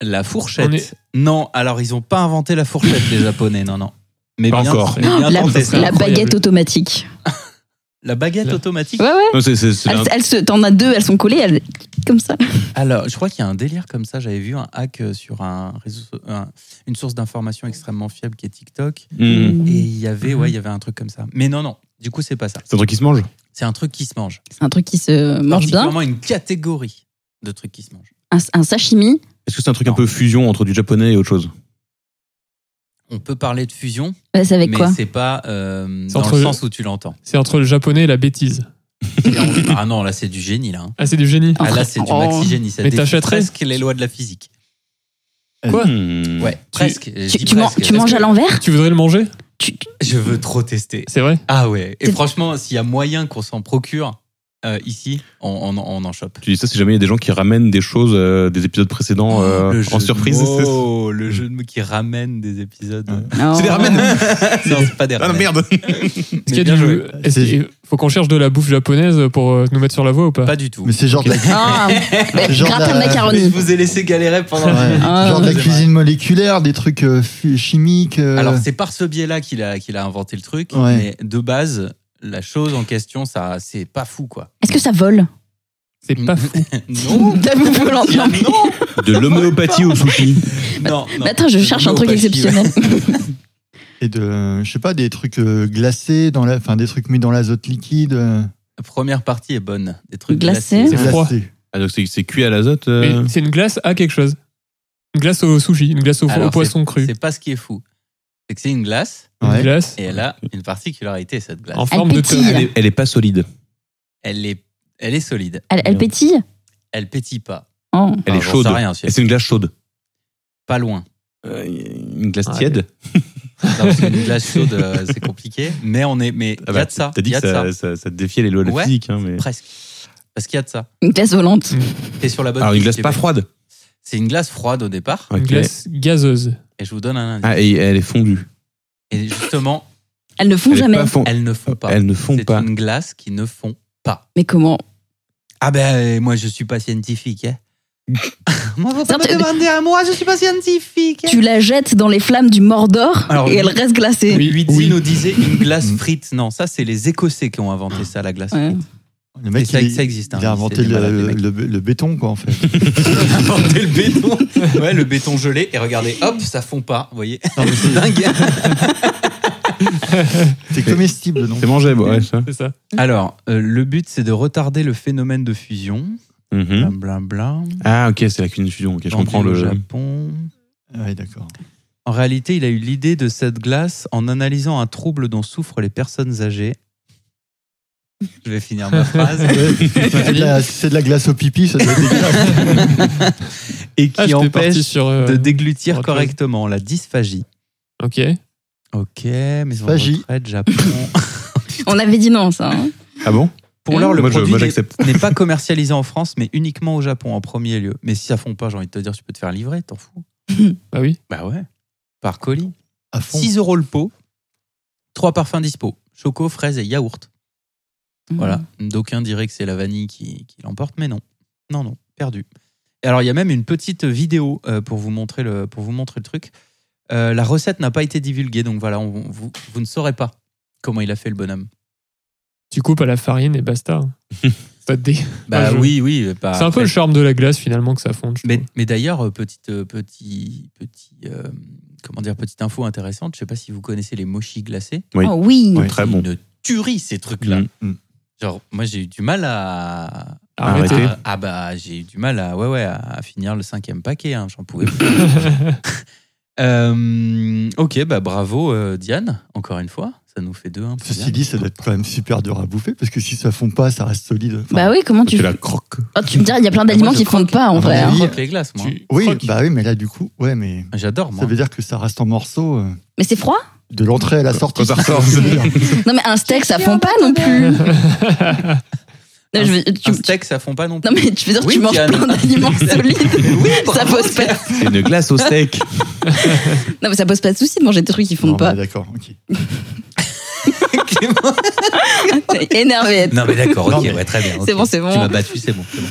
Speaker 3: La fourchette.
Speaker 5: On est-
Speaker 3: Non, alors ils n'ont pas inventé la fourchette, les Japonais, non, non. Mais
Speaker 4: Pas
Speaker 3: bien,
Speaker 4: encore.
Speaker 3: mais bien
Speaker 1: la,
Speaker 3: tenté, ça.
Speaker 1: la baguette
Speaker 5: incroyable.
Speaker 1: automatique.
Speaker 3: La baguette
Speaker 5: La-
Speaker 3: automatique.
Speaker 1: Ouais, ouais.
Speaker 4: Non, c'est- c'est- c'est
Speaker 1: Elles,
Speaker 4: un-
Speaker 1: elles se, t'en as deux, elles sont collées, elles, comme ça.
Speaker 3: Alors, je crois qu'il y a un délire comme ça. J'avais vu un hack euh, sur un réseau, so- un- une source d'information extrêmement fiable qui est TikTok.
Speaker 4: Hmm.
Speaker 3: Et il y avait,
Speaker 5: Mhm.
Speaker 3: ouais, il y avait un truc comme ça. Mais non, non. Du coup, c'est pas ça.
Speaker 4: C'est un truc qui se mange.
Speaker 3: C'est un truc qui se mange.
Speaker 1: C'est un truc qui se mange bien.
Speaker 3: Particulièrement une catégorie de trucs qui se mangent.
Speaker 1: Un, un sashimi.
Speaker 4: Est-ce que c'est un truc
Speaker 3: Non.
Speaker 4: un peu fusion entre du japonais et autre chose
Speaker 3: On peut parler de fusion,
Speaker 1: Ouais, bah, c'est avec
Speaker 3: mais
Speaker 1: quoi
Speaker 3: c'est pas euh,
Speaker 5: C'est
Speaker 3: dans
Speaker 5: entre
Speaker 3: le
Speaker 5: le-
Speaker 3: sens où tu l'entends.
Speaker 5: C'est entre le japonais et la bêtise.
Speaker 3: Et on- ah non, là, c'est du génie, là. hein.
Speaker 5: Ah, c'est du génie.
Speaker 3: Ah, là, c'est du
Speaker 1: Oh.
Speaker 3: maxi génie. Ça
Speaker 5: Mais
Speaker 3: défie
Speaker 5: t'achèterais
Speaker 3: presque les lois de la physique.
Speaker 5: Quoi
Speaker 4: Hmm.
Speaker 3: Ouais, Mm. presque. Je
Speaker 1: Tu,
Speaker 3: dis
Speaker 1: tu man-
Speaker 3: presque.
Speaker 1: tu manges à l'envers
Speaker 5: Tu voudrais le manger
Speaker 1: Tu-
Speaker 3: Je veux trop tester.
Speaker 5: C'est vrai
Speaker 3: Ah ouais. Et
Speaker 1: C'est-
Speaker 3: franchement, s'il y a moyen qu'on s'en procure euh, ici, on, on- on en chope.
Speaker 4: Tu dis ça si jamais il y a des gens qui ramènent des choses euh, des épisodes précédents euh,
Speaker 3: Oh, Le jeu
Speaker 4: en
Speaker 3: de
Speaker 4: surprise. C'est-
Speaker 3: mots, le jeu de mots qui ramène des épisodes.
Speaker 2: Ouais.
Speaker 1: Ah.
Speaker 4: C'est des ramen.
Speaker 3: non, c'est pas des
Speaker 4: Ah
Speaker 3: ramen.
Speaker 4: merde
Speaker 5: Est-ce qu'il y
Speaker 3: bien
Speaker 5: a du-
Speaker 3: joué.
Speaker 5: est-ce qu'il faut qu'on cherche de la bouffe japonaise pour euh, nous mettre sur la voie ou pas
Speaker 3: Pas du tout.
Speaker 2: Mais c'est genre de la,
Speaker 1: Ah, mais
Speaker 2: Genre
Speaker 1: gratin de
Speaker 2: la-
Speaker 3: Je
Speaker 1: macaroni.
Speaker 3: vous ai laissé galérer pendant
Speaker 2: ouais,
Speaker 3: la minute.
Speaker 1: Ah.
Speaker 2: genre de la
Speaker 3: C'est
Speaker 2: cuisine moléculaire, des trucs euh, fu- chimiques. euh,
Speaker 3: Alors, c'est par ce biais-là qu'il a, qu'il a inventé le truc.
Speaker 2: Ouais.
Speaker 3: Mais de base, la chose en question, ça, c'est pas fou, quoi.
Speaker 1: Est-ce que ça vole
Speaker 5: C'est pas fou.
Speaker 3: non
Speaker 1: T'as vu, vous l'entendez
Speaker 3: non,
Speaker 4: De l'homéopathie au sushi.
Speaker 3: non, non.
Speaker 1: Bah, Attends, je cherche un truc
Speaker 3: Homéopathie,
Speaker 1: exceptionnel.
Speaker 2: et de, je sais pas, des trucs euh, glacés, dans la, enfin des trucs mis dans l'azote liquide. euh,
Speaker 3: La première partie est bonne. Des trucs
Speaker 1: Glacé.
Speaker 3: glacés.
Speaker 5: C'est froid.
Speaker 2: glacés.
Speaker 4: Ah, donc c'est c'est cuit à l'azote
Speaker 5: Mais
Speaker 4: euh,
Speaker 5: c'est une glace à quelque chose. Une glace au sushi, une glace au, au
Speaker 3: Alors,
Speaker 5: poisson
Speaker 3: c'est-
Speaker 5: cru.
Speaker 3: C'est pas ce qui est fou. C'est que c'est une glace
Speaker 5: Une
Speaker 2: Ouais.
Speaker 5: glace
Speaker 3: et bah, elle a une particularité, cette glace.
Speaker 5: en
Speaker 1: Elle
Speaker 5: forme de
Speaker 1: pétille.
Speaker 5: tonne.
Speaker 4: elle, est, elle est pas solide.
Speaker 3: Elle est, elle est solide.
Speaker 1: Elle, elle pétille
Speaker 3: Elle pétille pas.
Speaker 1: Oh.
Speaker 4: Elle
Speaker 3: Enfin,
Speaker 4: est
Speaker 3: j'en
Speaker 4: chaude.
Speaker 3: sais rien, si
Speaker 4: Et
Speaker 3: elle-
Speaker 4: c'est une glace chaude.
Speaker 3: Pas loin.
Speaker 4: Euh, une glace
Speaker 5: Ah,
Speaker 4: tiède.
Speaker 3: Non, parce qu'une glace chaude, euh, c'est compliqué. Mais on est, mais il
Speaker 4: Ah
Speaker 3: y
Speaker 4: bah,
Speaker 3: a de ça.
Speaker 4: T'as dit
Speaker 3: y a
Speaker 4: que
Speaker 3: de ça.
Speaker 4: ça, ça, ça défiait les lois de la
Speaker 3: Ouais.
Speaker 4: physique. hein, mais...
Speaker 3: Presque. Parce qu'il y a de ça.
Speaker 1: Une glace volante.
Speaker 3: T'es sur la bonne.
Speaker 4: Alors Ah, une
Speaker 3: piste,
Speaker 4: glace
Speaker 3: les
Speaker 4: pas
Speaker 3: mecs.
Speaker 4: froide.
Speaker 3: C'est une glace froide au départ.
Speaker 5: Une
Speaker 4: Ok.
Speaker 5: glace gazeuse.
Speaker 3: Et je vous donne un indice.
Speaker 4: Ah, et elle est fondue.
Speaker 3: Et justement,
Speaker 1: Elles ne font
Speaker 4: Elle est
Speaker 1: jamais.
Speaker 4: pas fond-
Speaker 3: elles ne font pas.
Speaker 4: Elles ne font
Speaker 3: C'est
Speaker 4: pas.
Speaker 3: une glace qui ne fond pas.
Speaker 1: Mais comment
Speaker 3: Ah ben, moi, je suis pas scientifique. Hein. moi, faut
Speaker 1: Ça,
Speaker 3: pas me
Speaker 1: tu-
Speaker 3: demander à moi, je suis pas scientifique. hein.
Speaker 1: Tu la jettes dans les flammes du Mordor
Speaker 3: Alors,
Speaker 1: et
Speaker 3: oui.
Speaker 1: elle reste glacée.
Speaker 3: Oui, lui
Speaker 5: Oui.
Speaker 3: nous disait une glace frite. Non, ça, c'est les Écossais qui ont inventé ça, la glace
Speaker 1: Ouais.
Speaker 3: frite.
Speaker 2: Le
Speaker 3: Et
Speaker 2: mec,
Speaker 3: ça,
Speaker 2: il,
Speaker 3: ça existe. hein.
Speaker 2: il a inventé
Speaker 3: C'est des
Speaker 2: le,
Speaker 3: malades, les mecs.
Speaker 2: le- le béton, quoi, en fait.
Speaker 3: Ils ont inventé le béton. Ouais, le béton gelé. Et regardez, hop, ça fond pas. Vous voyez C'est dingue.
Speaker 2: C'est comestible, donc.
Speaker 4: C'est mangeable, ouais, ça.
Speaker 5: C'est ça.
Speaker 3: Alors, euh, le but, c'est de retarder le phénomène de fusion.
Speaker 4: Mhm.
Speaker 3: Blablabla. Bla,
Speaker 4: Ah, ok, c'est la cuisine fusion. ok, je comprends le.
Speaker 3: Japon.
Speaker 2: Ah Ouais, d'accord.
Speaker 3: En réalité, il a eu l'idée de cette glace en analysant un trouble dont souffrent les personnes âgées. Je vais finir ma phrase.
Speaker 2: C'est de, la- c'est de la glace au pipi, ça doit être dégueulasse.
Speaker 3: Et
Speaker 5: Ah,
Speaker 3: qui
Speaker 5: j'étais parti
Speaker 3: empêche
Speaker 5: sur. euh,
Speaker 3: de déglutir
Speaker 5: autre chose.
Speaker 3: correctement la dysphagie.
Speaker 5: Ok.
Speaker 3: Ok, maison
Speaker 2: Phagie.
Speaker 3: de retraite, Japon.
Speaker 1: On avait dit non, ça. hein.
Speaker 4: Ah bon
Speaker 3: Pour l'heure, le
Speaker 4: Moi, je-
Speaker 3: produit
Speaker 4: moi,
Speaker 3: n'est-
Speaker 4: j'accepte.
Speaker 3: n'est pas commercialisé en France, mais uniquement au Japon en premier lieu. Mais si ça fond pas, j'ai envie de te dire, tu peux te faire livrer, t'en fous.
Speaker 5: Bah oui.
Speaker 3: Bah ouais, par colis.
Speaker 2: À fond.
Speaker 3: 6 euros le pot, 3 parfums dispo, choco, fraise et yaourt.
Speaker 5: Mmh.
Speaker 3: Voilà, d'aucuns diraient que c'est la vanille qui, qui l'emporte, mais non. Non, non, perdu. Et alors, il y a même une petite vidéo euh, pour, vous montrer le, pour vous montrer le truc. Euh, la recette n'a pas été divulguée, donc voilà, on- vous, vous ne saurez pas Comment il a fait le bonhomme
Speaker 5: Tu coupes à la farine et basta. Pas de dé.
Speaker 3: Bah
Speaker 5: Ah, je-
Speaker 3: oui, oui. bah,
Speaker 5: C'est un peu
Speaker 3: mais-
Speaker 5: le charme de la glace finalement que ça fonde. je
Speaker 3: Mais,
Speaker 5: trouve.
Speaker 3: mais d'ailleurs, euh, petite, euh, petit, petit, euh, comment dire, petite info intéressante. Je sais pas si vous connaissez les mochis glacés.
Speaker 4: Oui.
Speaker 1: Oh oui.
Speaker 4: Ouais. Très
Speaker 3: C'est
Speaker 4: bon.
Speaker 3: Une tuerie ces trucs-là.
Speaker 4: Mm,
Speaker 2: mm.
Speaker 3: Genre, moi j'ai eu du mal à.
Speaker 5: Arrêtez.
Speaker 3: Ah, ah bah j'ai eu du mal à ouais ouais à finir le cinquième paquet. hein, J'en pouvais. plus. Euh, ok, bah bravo euh, Diane. Encore une fois, ça nous fait deux. Hein, pour
Speaker 2: Ceci
Speaker 3: Diane.
Speaker 2: dit, ça doit être quand même super dur à bouffer parce que si ça fond pas, ça reste solide. Enfin,
Speaker 1: Bah oui, comment tu.
Speaker 4: Tu la croques.
Speaker 1: Oh, tu me diras, il y a plein d'aliments
Speaker 3: Moi, je
Speaker 1: qui fondent
Speaker 3: croque.
Speaker 1: pas en
Speaker 2: Ah,
Speaker 1: vrai.
Speaker 2: bah
Speaker 1: hein.
Speaker 3: Je
Speaker 2: oui.
Speaker 3: croque les glaces, moi.
Speaker 5: Tu
Speaker 2: Oui,
Speaker 5: croques.
Speaker 2: bah oui, mais là du coup, ouais, mais
Speaker 3: J'adore moi.
Speaker 2: ça veut dire que ça reste en morceaux euh,
Speaker 1: Mais c'est froid
Speaker 2: de l'entrée à la sortie.
Speaker 4: Quand ça ressort,
Speaker 2: C'est
Speaker 4: c'est-
Speaker 2: dur.
Speaker 1: Non, mais un steak, ça fond pas non plus. Non, je veux- tu-
Speaker 3: Un steak, ça fond pas non plus.
Speaker 1: Non, mais tu veux dire,
Speaker 3: Oui,
Speaker 1: tu manges
Speaker 3: Diane.
Speaker 1: plein d'aliments solides.
Speaker 3: Oui,
Speaker 1: ça
Speaker 3: bravo,
Speaker 1: pose pas.
Speaker 4: C'est une glace au steak.
Speaker 1: Non, mais ça pose pas de souci de manger des trucs qui fondent
Speaker 2: Non,
Speaker 1: pas.
Speaker 2: bah, D'accord. ok.
Speaker 3: Clément.
Speaker 1: T'es énervé.
Speaker 3: Non, mais d'accord, ok,
Speaker 2: Non, mais-
Speaker 3: ouais, très bien. ok.
Speaker 1: C'est bon, c'est bon.
Speaker 3: Tu m'as battu, c'est bon, c'est bon.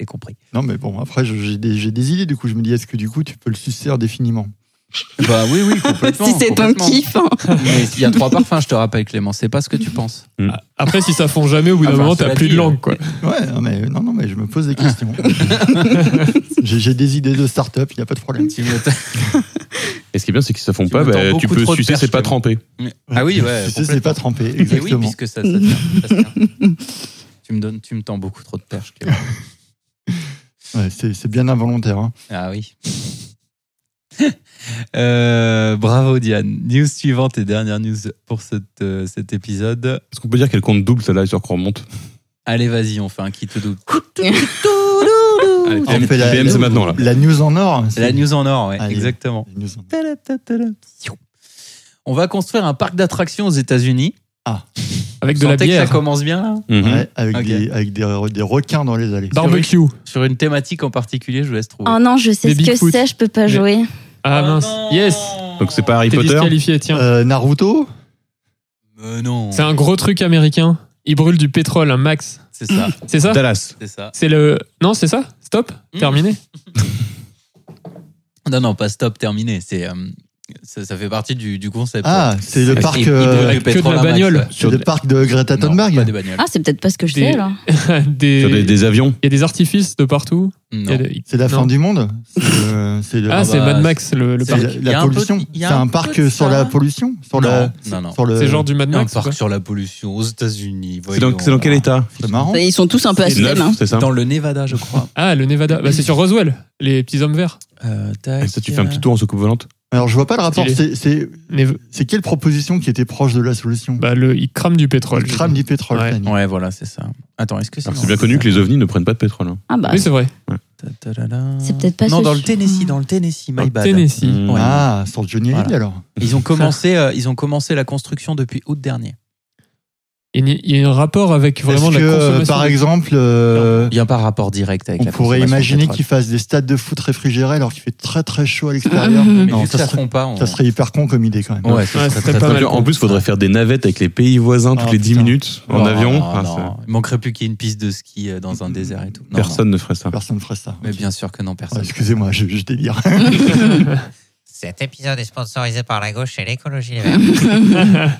Speaker 3: J'ai compris.
Speaker 2: Non, mais bon, après je- j'ai des, j'ai des idées. Du coup, je me dis, est-ce que du coup, tu peux le sucer indéfiniment
Speaker 3: Bah oui, oui, complètement.
Speaker 1: Si c'est ton
Speaker 3: complètement.
Speaker 1: kiff. hein.
Speaker 3: Mais il y a trois parfums, je te rappelle, Clément. C'est pas ce que tu penses.
Speaker 5: Ah, Après, si ça fond jamais, au bout d'un
Speaker 3: Ah, bah,
Speaker 5: moment,
Speaker 3: cela
Speaker 5: t'as plus
Speaker 3: dit,
Speaker 5: de langue, quoi.
Speaker 2: Ouais, non mais, non, non, mais je me pose des questions. j'ai j'ai des idées de start-up, il n'y a pas de problème.
Speaker 3: Tu me-
Speaker 4: Et ce qui est bien, c'est qu'ils se font
Speaker 3: Tu
Speaker 4: pas.
Speaker 3: m'attends
Speaker 4: bah, tu
Speaker 3: beaucoup
Speaker 4: peux
Speaker 3: trop de
Speaker 4: sucer, c'est
Speaker 3: perches, Clément.
Speaker 4: pas trempé.
Speaker 3: Ah oui, ouais.
Speaker 2: Tu sais, c'est pas trempé,
Speaker 3: Mais Eh oui,
Speaker 2: exactement.
Speaker 3: puisque ça, ça, tient, ça tient. Tu me donnes, tu me tends beaucoup trop de perches, Clément.
Speaker 2: Ouais, c'est c'est bien involontaire. hein.
Speaker 3: Ah oui. Euh, bravo Diane. News suivante et dernière news pour cette, euh, cet épisode.
Speaker 4: Est-ce qu'on peut dire qu'elle compte double, celle-là, sur qu'on remonte
Speaker 3: Allez, vas-y, on fait un kit double. Allez,
Speaker 2: On fait la-
Speaker 4: PM, c'est maintenant, là.
Speaker 2: La news en or. hein,
Speaker 3: La
Speaker 2: c'est-
Speaker 3: news en or, ouais,
Speaker 2: Allez.
Speaker 3: exactement.
Speaker 2: la news en or.
Speaker 3: On va construire un parc d'attractions aux États-Unis.
Speaker 5: Avec
Speaker 3: Vous
Speaker 5: de la
Speaker 3: sentez que ça
Speaker 5: bière.
Speaker 3: commence bien là
Speaker 4: Mhm.
Speaker 2: Ouais, avec,
Speaker 3: Ok.
Speaker 2: des, avec des, des requins dans les allées.
Speaker 5: Barbecue.
Speaker 3: Sur une thématique en particulier, je vous laisse trouver.
Speaker 1: Oh non, je sais
Speaker 5: Les
Speaker 1: ce que
Speaker 5: Bigfoot.
Speaker 1: c'est, je peux pas
Speaker 5: Mais-
Speaker 1: jouer.
Speaker 5: Ah mince. Yes.
Speaker 4: Donc c'est pas Harry
Speaker 5: T'es
Speaker 4: Potter.
Speaker 5: disqualifié, tiens.
Speaker 2: Euh, Naruto
Speaker 3: Euh, non.
Speaker 5: C'est un gros truc américain. Il brûle du pétrole, un max.
Speaker 3: C'est ça.
Speaker 5: C'est ça
Speaker 4: Dallas.
Speaker 3: C'est ça.
Speaker 5: C'est le. Non, c'est ça Stop
Speaker 3: Mm.
Speaker 5: Terminé
Speaker 3: Non, non, pas stop, terminé. C'est euh, ça, ça fait partie du, du concept.
Speaker 2: Ah, c'est le
Speaker 3: Il-
Speaker 2: parc,
Speaker 3: il brûle
Speaker 2: euh,
Speaker 3: du
Speaker 5: que de
Speaker 3: pétrole
Speaker 5: la
Speaker 3: à max,
Speaker 5: bagnole.
Speaker 3: ouais.
Speaker 2: C'est le parc de Greta
Speaker 3: Non, pas
Speaker 2: Thunberg
Speaker 3: des bagnoles.
Speaker 1: Ah, c'est peut-être pas ce que je
Speaker 5: Des-
Speaker 1: sais alors.
Speaker 5: Des-
Speaker 4: Sur des, des avions.
Speaker 5: Il y a des artifices de partout. Il y a
Speaker 3: Non.
Speaker 5: des-
Speaker 2: C'est la
Speaker 5: Non.
Speaker 2: fin du monde C'est le- C'est le-
Speaker 5: Ah,
Speaker 3: Ah
Speaker 5: c'est
Speaker 3: bah,
Speaker 5: Mad Max, le, le
Speaker 2: c'est
Speaker 5: parc.
Speaker 2: la,
Speaker 3: il y
Speaker 2: la
Speaker 3: a un peu de-
Speaker 2: pollution
Speaker 3: il y
Speaker 2: C'est
Speaker 3: a un
Speaker 2: un
Speaker 3: peu
Speaker 2: parc
Speaker 3: de
Speaker 2: sur
Speaker 3: ça.
Speaker 2: la pollution sur la,
Speaker 3: non, non, non.
Speaker 2: sur le,
Speaker 5: C'est genre du Mad
Speaker 3: Il y a un
Speaker 5: Max.
Speaker 3: parc
Speaker 5: quoi.
Speaker 3: sur la pollution aux États-Unis.
Speaker 4: C'est dans,
Speaker 3: voyons.
Speaker 4: c'est dans quel état hein
Speaker 2: C'est marrant.
Speaker 1: Ils sont tous un peu hein.
Speaker 5: C'est
Speaker 1: asthmés.
Speaker 4: Neuf, c'est ça
Speaker 3: Dans le Nevada, je crois.
Speaker 5: Ah, le Nevada. Bah, c'est sur Roswell, les petits hommes verts.
Speaker 3: Euh, tac,
Speaker 4: Et Ah, Ça, tu fais un petit tour en soucoupe volante.
Speaker 2: Alors, je vois pas le rapport. C'est-
Speaker 5: Stylé.
Speaker 2: C'est
Speaker 5: Nev-
Speaker 2: c'est quelle proposition qui était proche de la solution
Speaker 5: Bah, le... Ils crament du pétrole.
Speaker 2: Le crame du pétrole.
Speaker 5: Ouais.
Speaker 2: Fanny.
Speaker 3: Ouais, voilà, c'est ça. Attends, est-ce que c'est.
Speaker 4: Alors, Ah, c'est bien connu que les ovnis ne prennent pas de pétrole. hein.
Speaker 1: Ah bah.
Speaker 5: Oui, c'est vrai.
Speaker 3: Ta-ta-da-da.
Speaker 1: C'est peut-être pas
Speaker 3: Non,
Speaker 1: ce
Speaker 3: dans le
Speaker 1: sujet.
Speaker 3: Tennessee, dans le Tennessee, my
Speaker 5: Au
Speaker 3: bad.
Speaker 5: Tennessee.
Speaker 4: Mm.
Speaker 3: Ouais.
Speaker 2: Ah, sur Johnny Hallyday
Speaker 3: Voilà.
Speaker 2: alors.
Speaker 3: Ils ont commencé, euh, ils ont commencé la construction depuis août dernier.
Speaker 5: Il y a- il y a un rapport avec vraiment
Speaker 2: Est-ce
Speaker 5: la
Speaker 2: que, euh,
Speaker 5: consommation.
Speaker 2: par
Speaker 5: de-
Speaker 2: exemple, euh,
Speaker 3: Il n'y a pas rapport direct avec
Speaker 2: on
Speaker 3: la
Speaker 2: pourrait
Speaker 3: consommation
Speaker 2: imaginer
Speaker 3: de pétrole.
Speaker 2: qu'ils fassent des stades de foot réfrigérés alors qu'il fait très très chaud à l'extérieur.
Speaker 1: Mhm.
Speaker 3: Mais
Speaker 2: Non,
Speaker 3: vu que
Speaker 2: ça
Speaker 3: ça
Speaker 2: serait,
Speaker 3: font pas, on...
Speaker 2: ça serait hyper con comme idée quand même.
Speaker 3: Ouais, ça
Speaker 5: Ouais,
Speaker 3: serait
Speaker 5: ça serait
Speaker 3: très,
Speaker 5: pas
Speaker 3: très
Speaker 5: mal.
Speaker 3: con.
Speaker 4: En plus, faudrait faire des navettes avec les pays voisins toutes
Speaker 2: Ah,
Speaker 4: les 10
Speaker 2: putain.
Speaker 4: minutes en
Speaker 3: Non,
Speaker 4: avion.
Speaker 3: non,
Speaker 4: Ah,
Speaker 3: non.
Speaker 4: ça-
Speaker 3: Il manquerait plus qu'il y ait une piste de ski euh, dans un désert et tout. Non,
Speaker 4: Personne ne ferait ça.
Speaker 2: Ah, Personne ne ferait ça.
Speaker 3: non. Mais bien sûr que non,
Speaker 2: Ouais,
Speaker 3: personne.
Speaker 2: Excusez-moi, je, je délire.
Speaker 7: Cet épisode est sponsorisé par la gauche et l'écologie. les verts.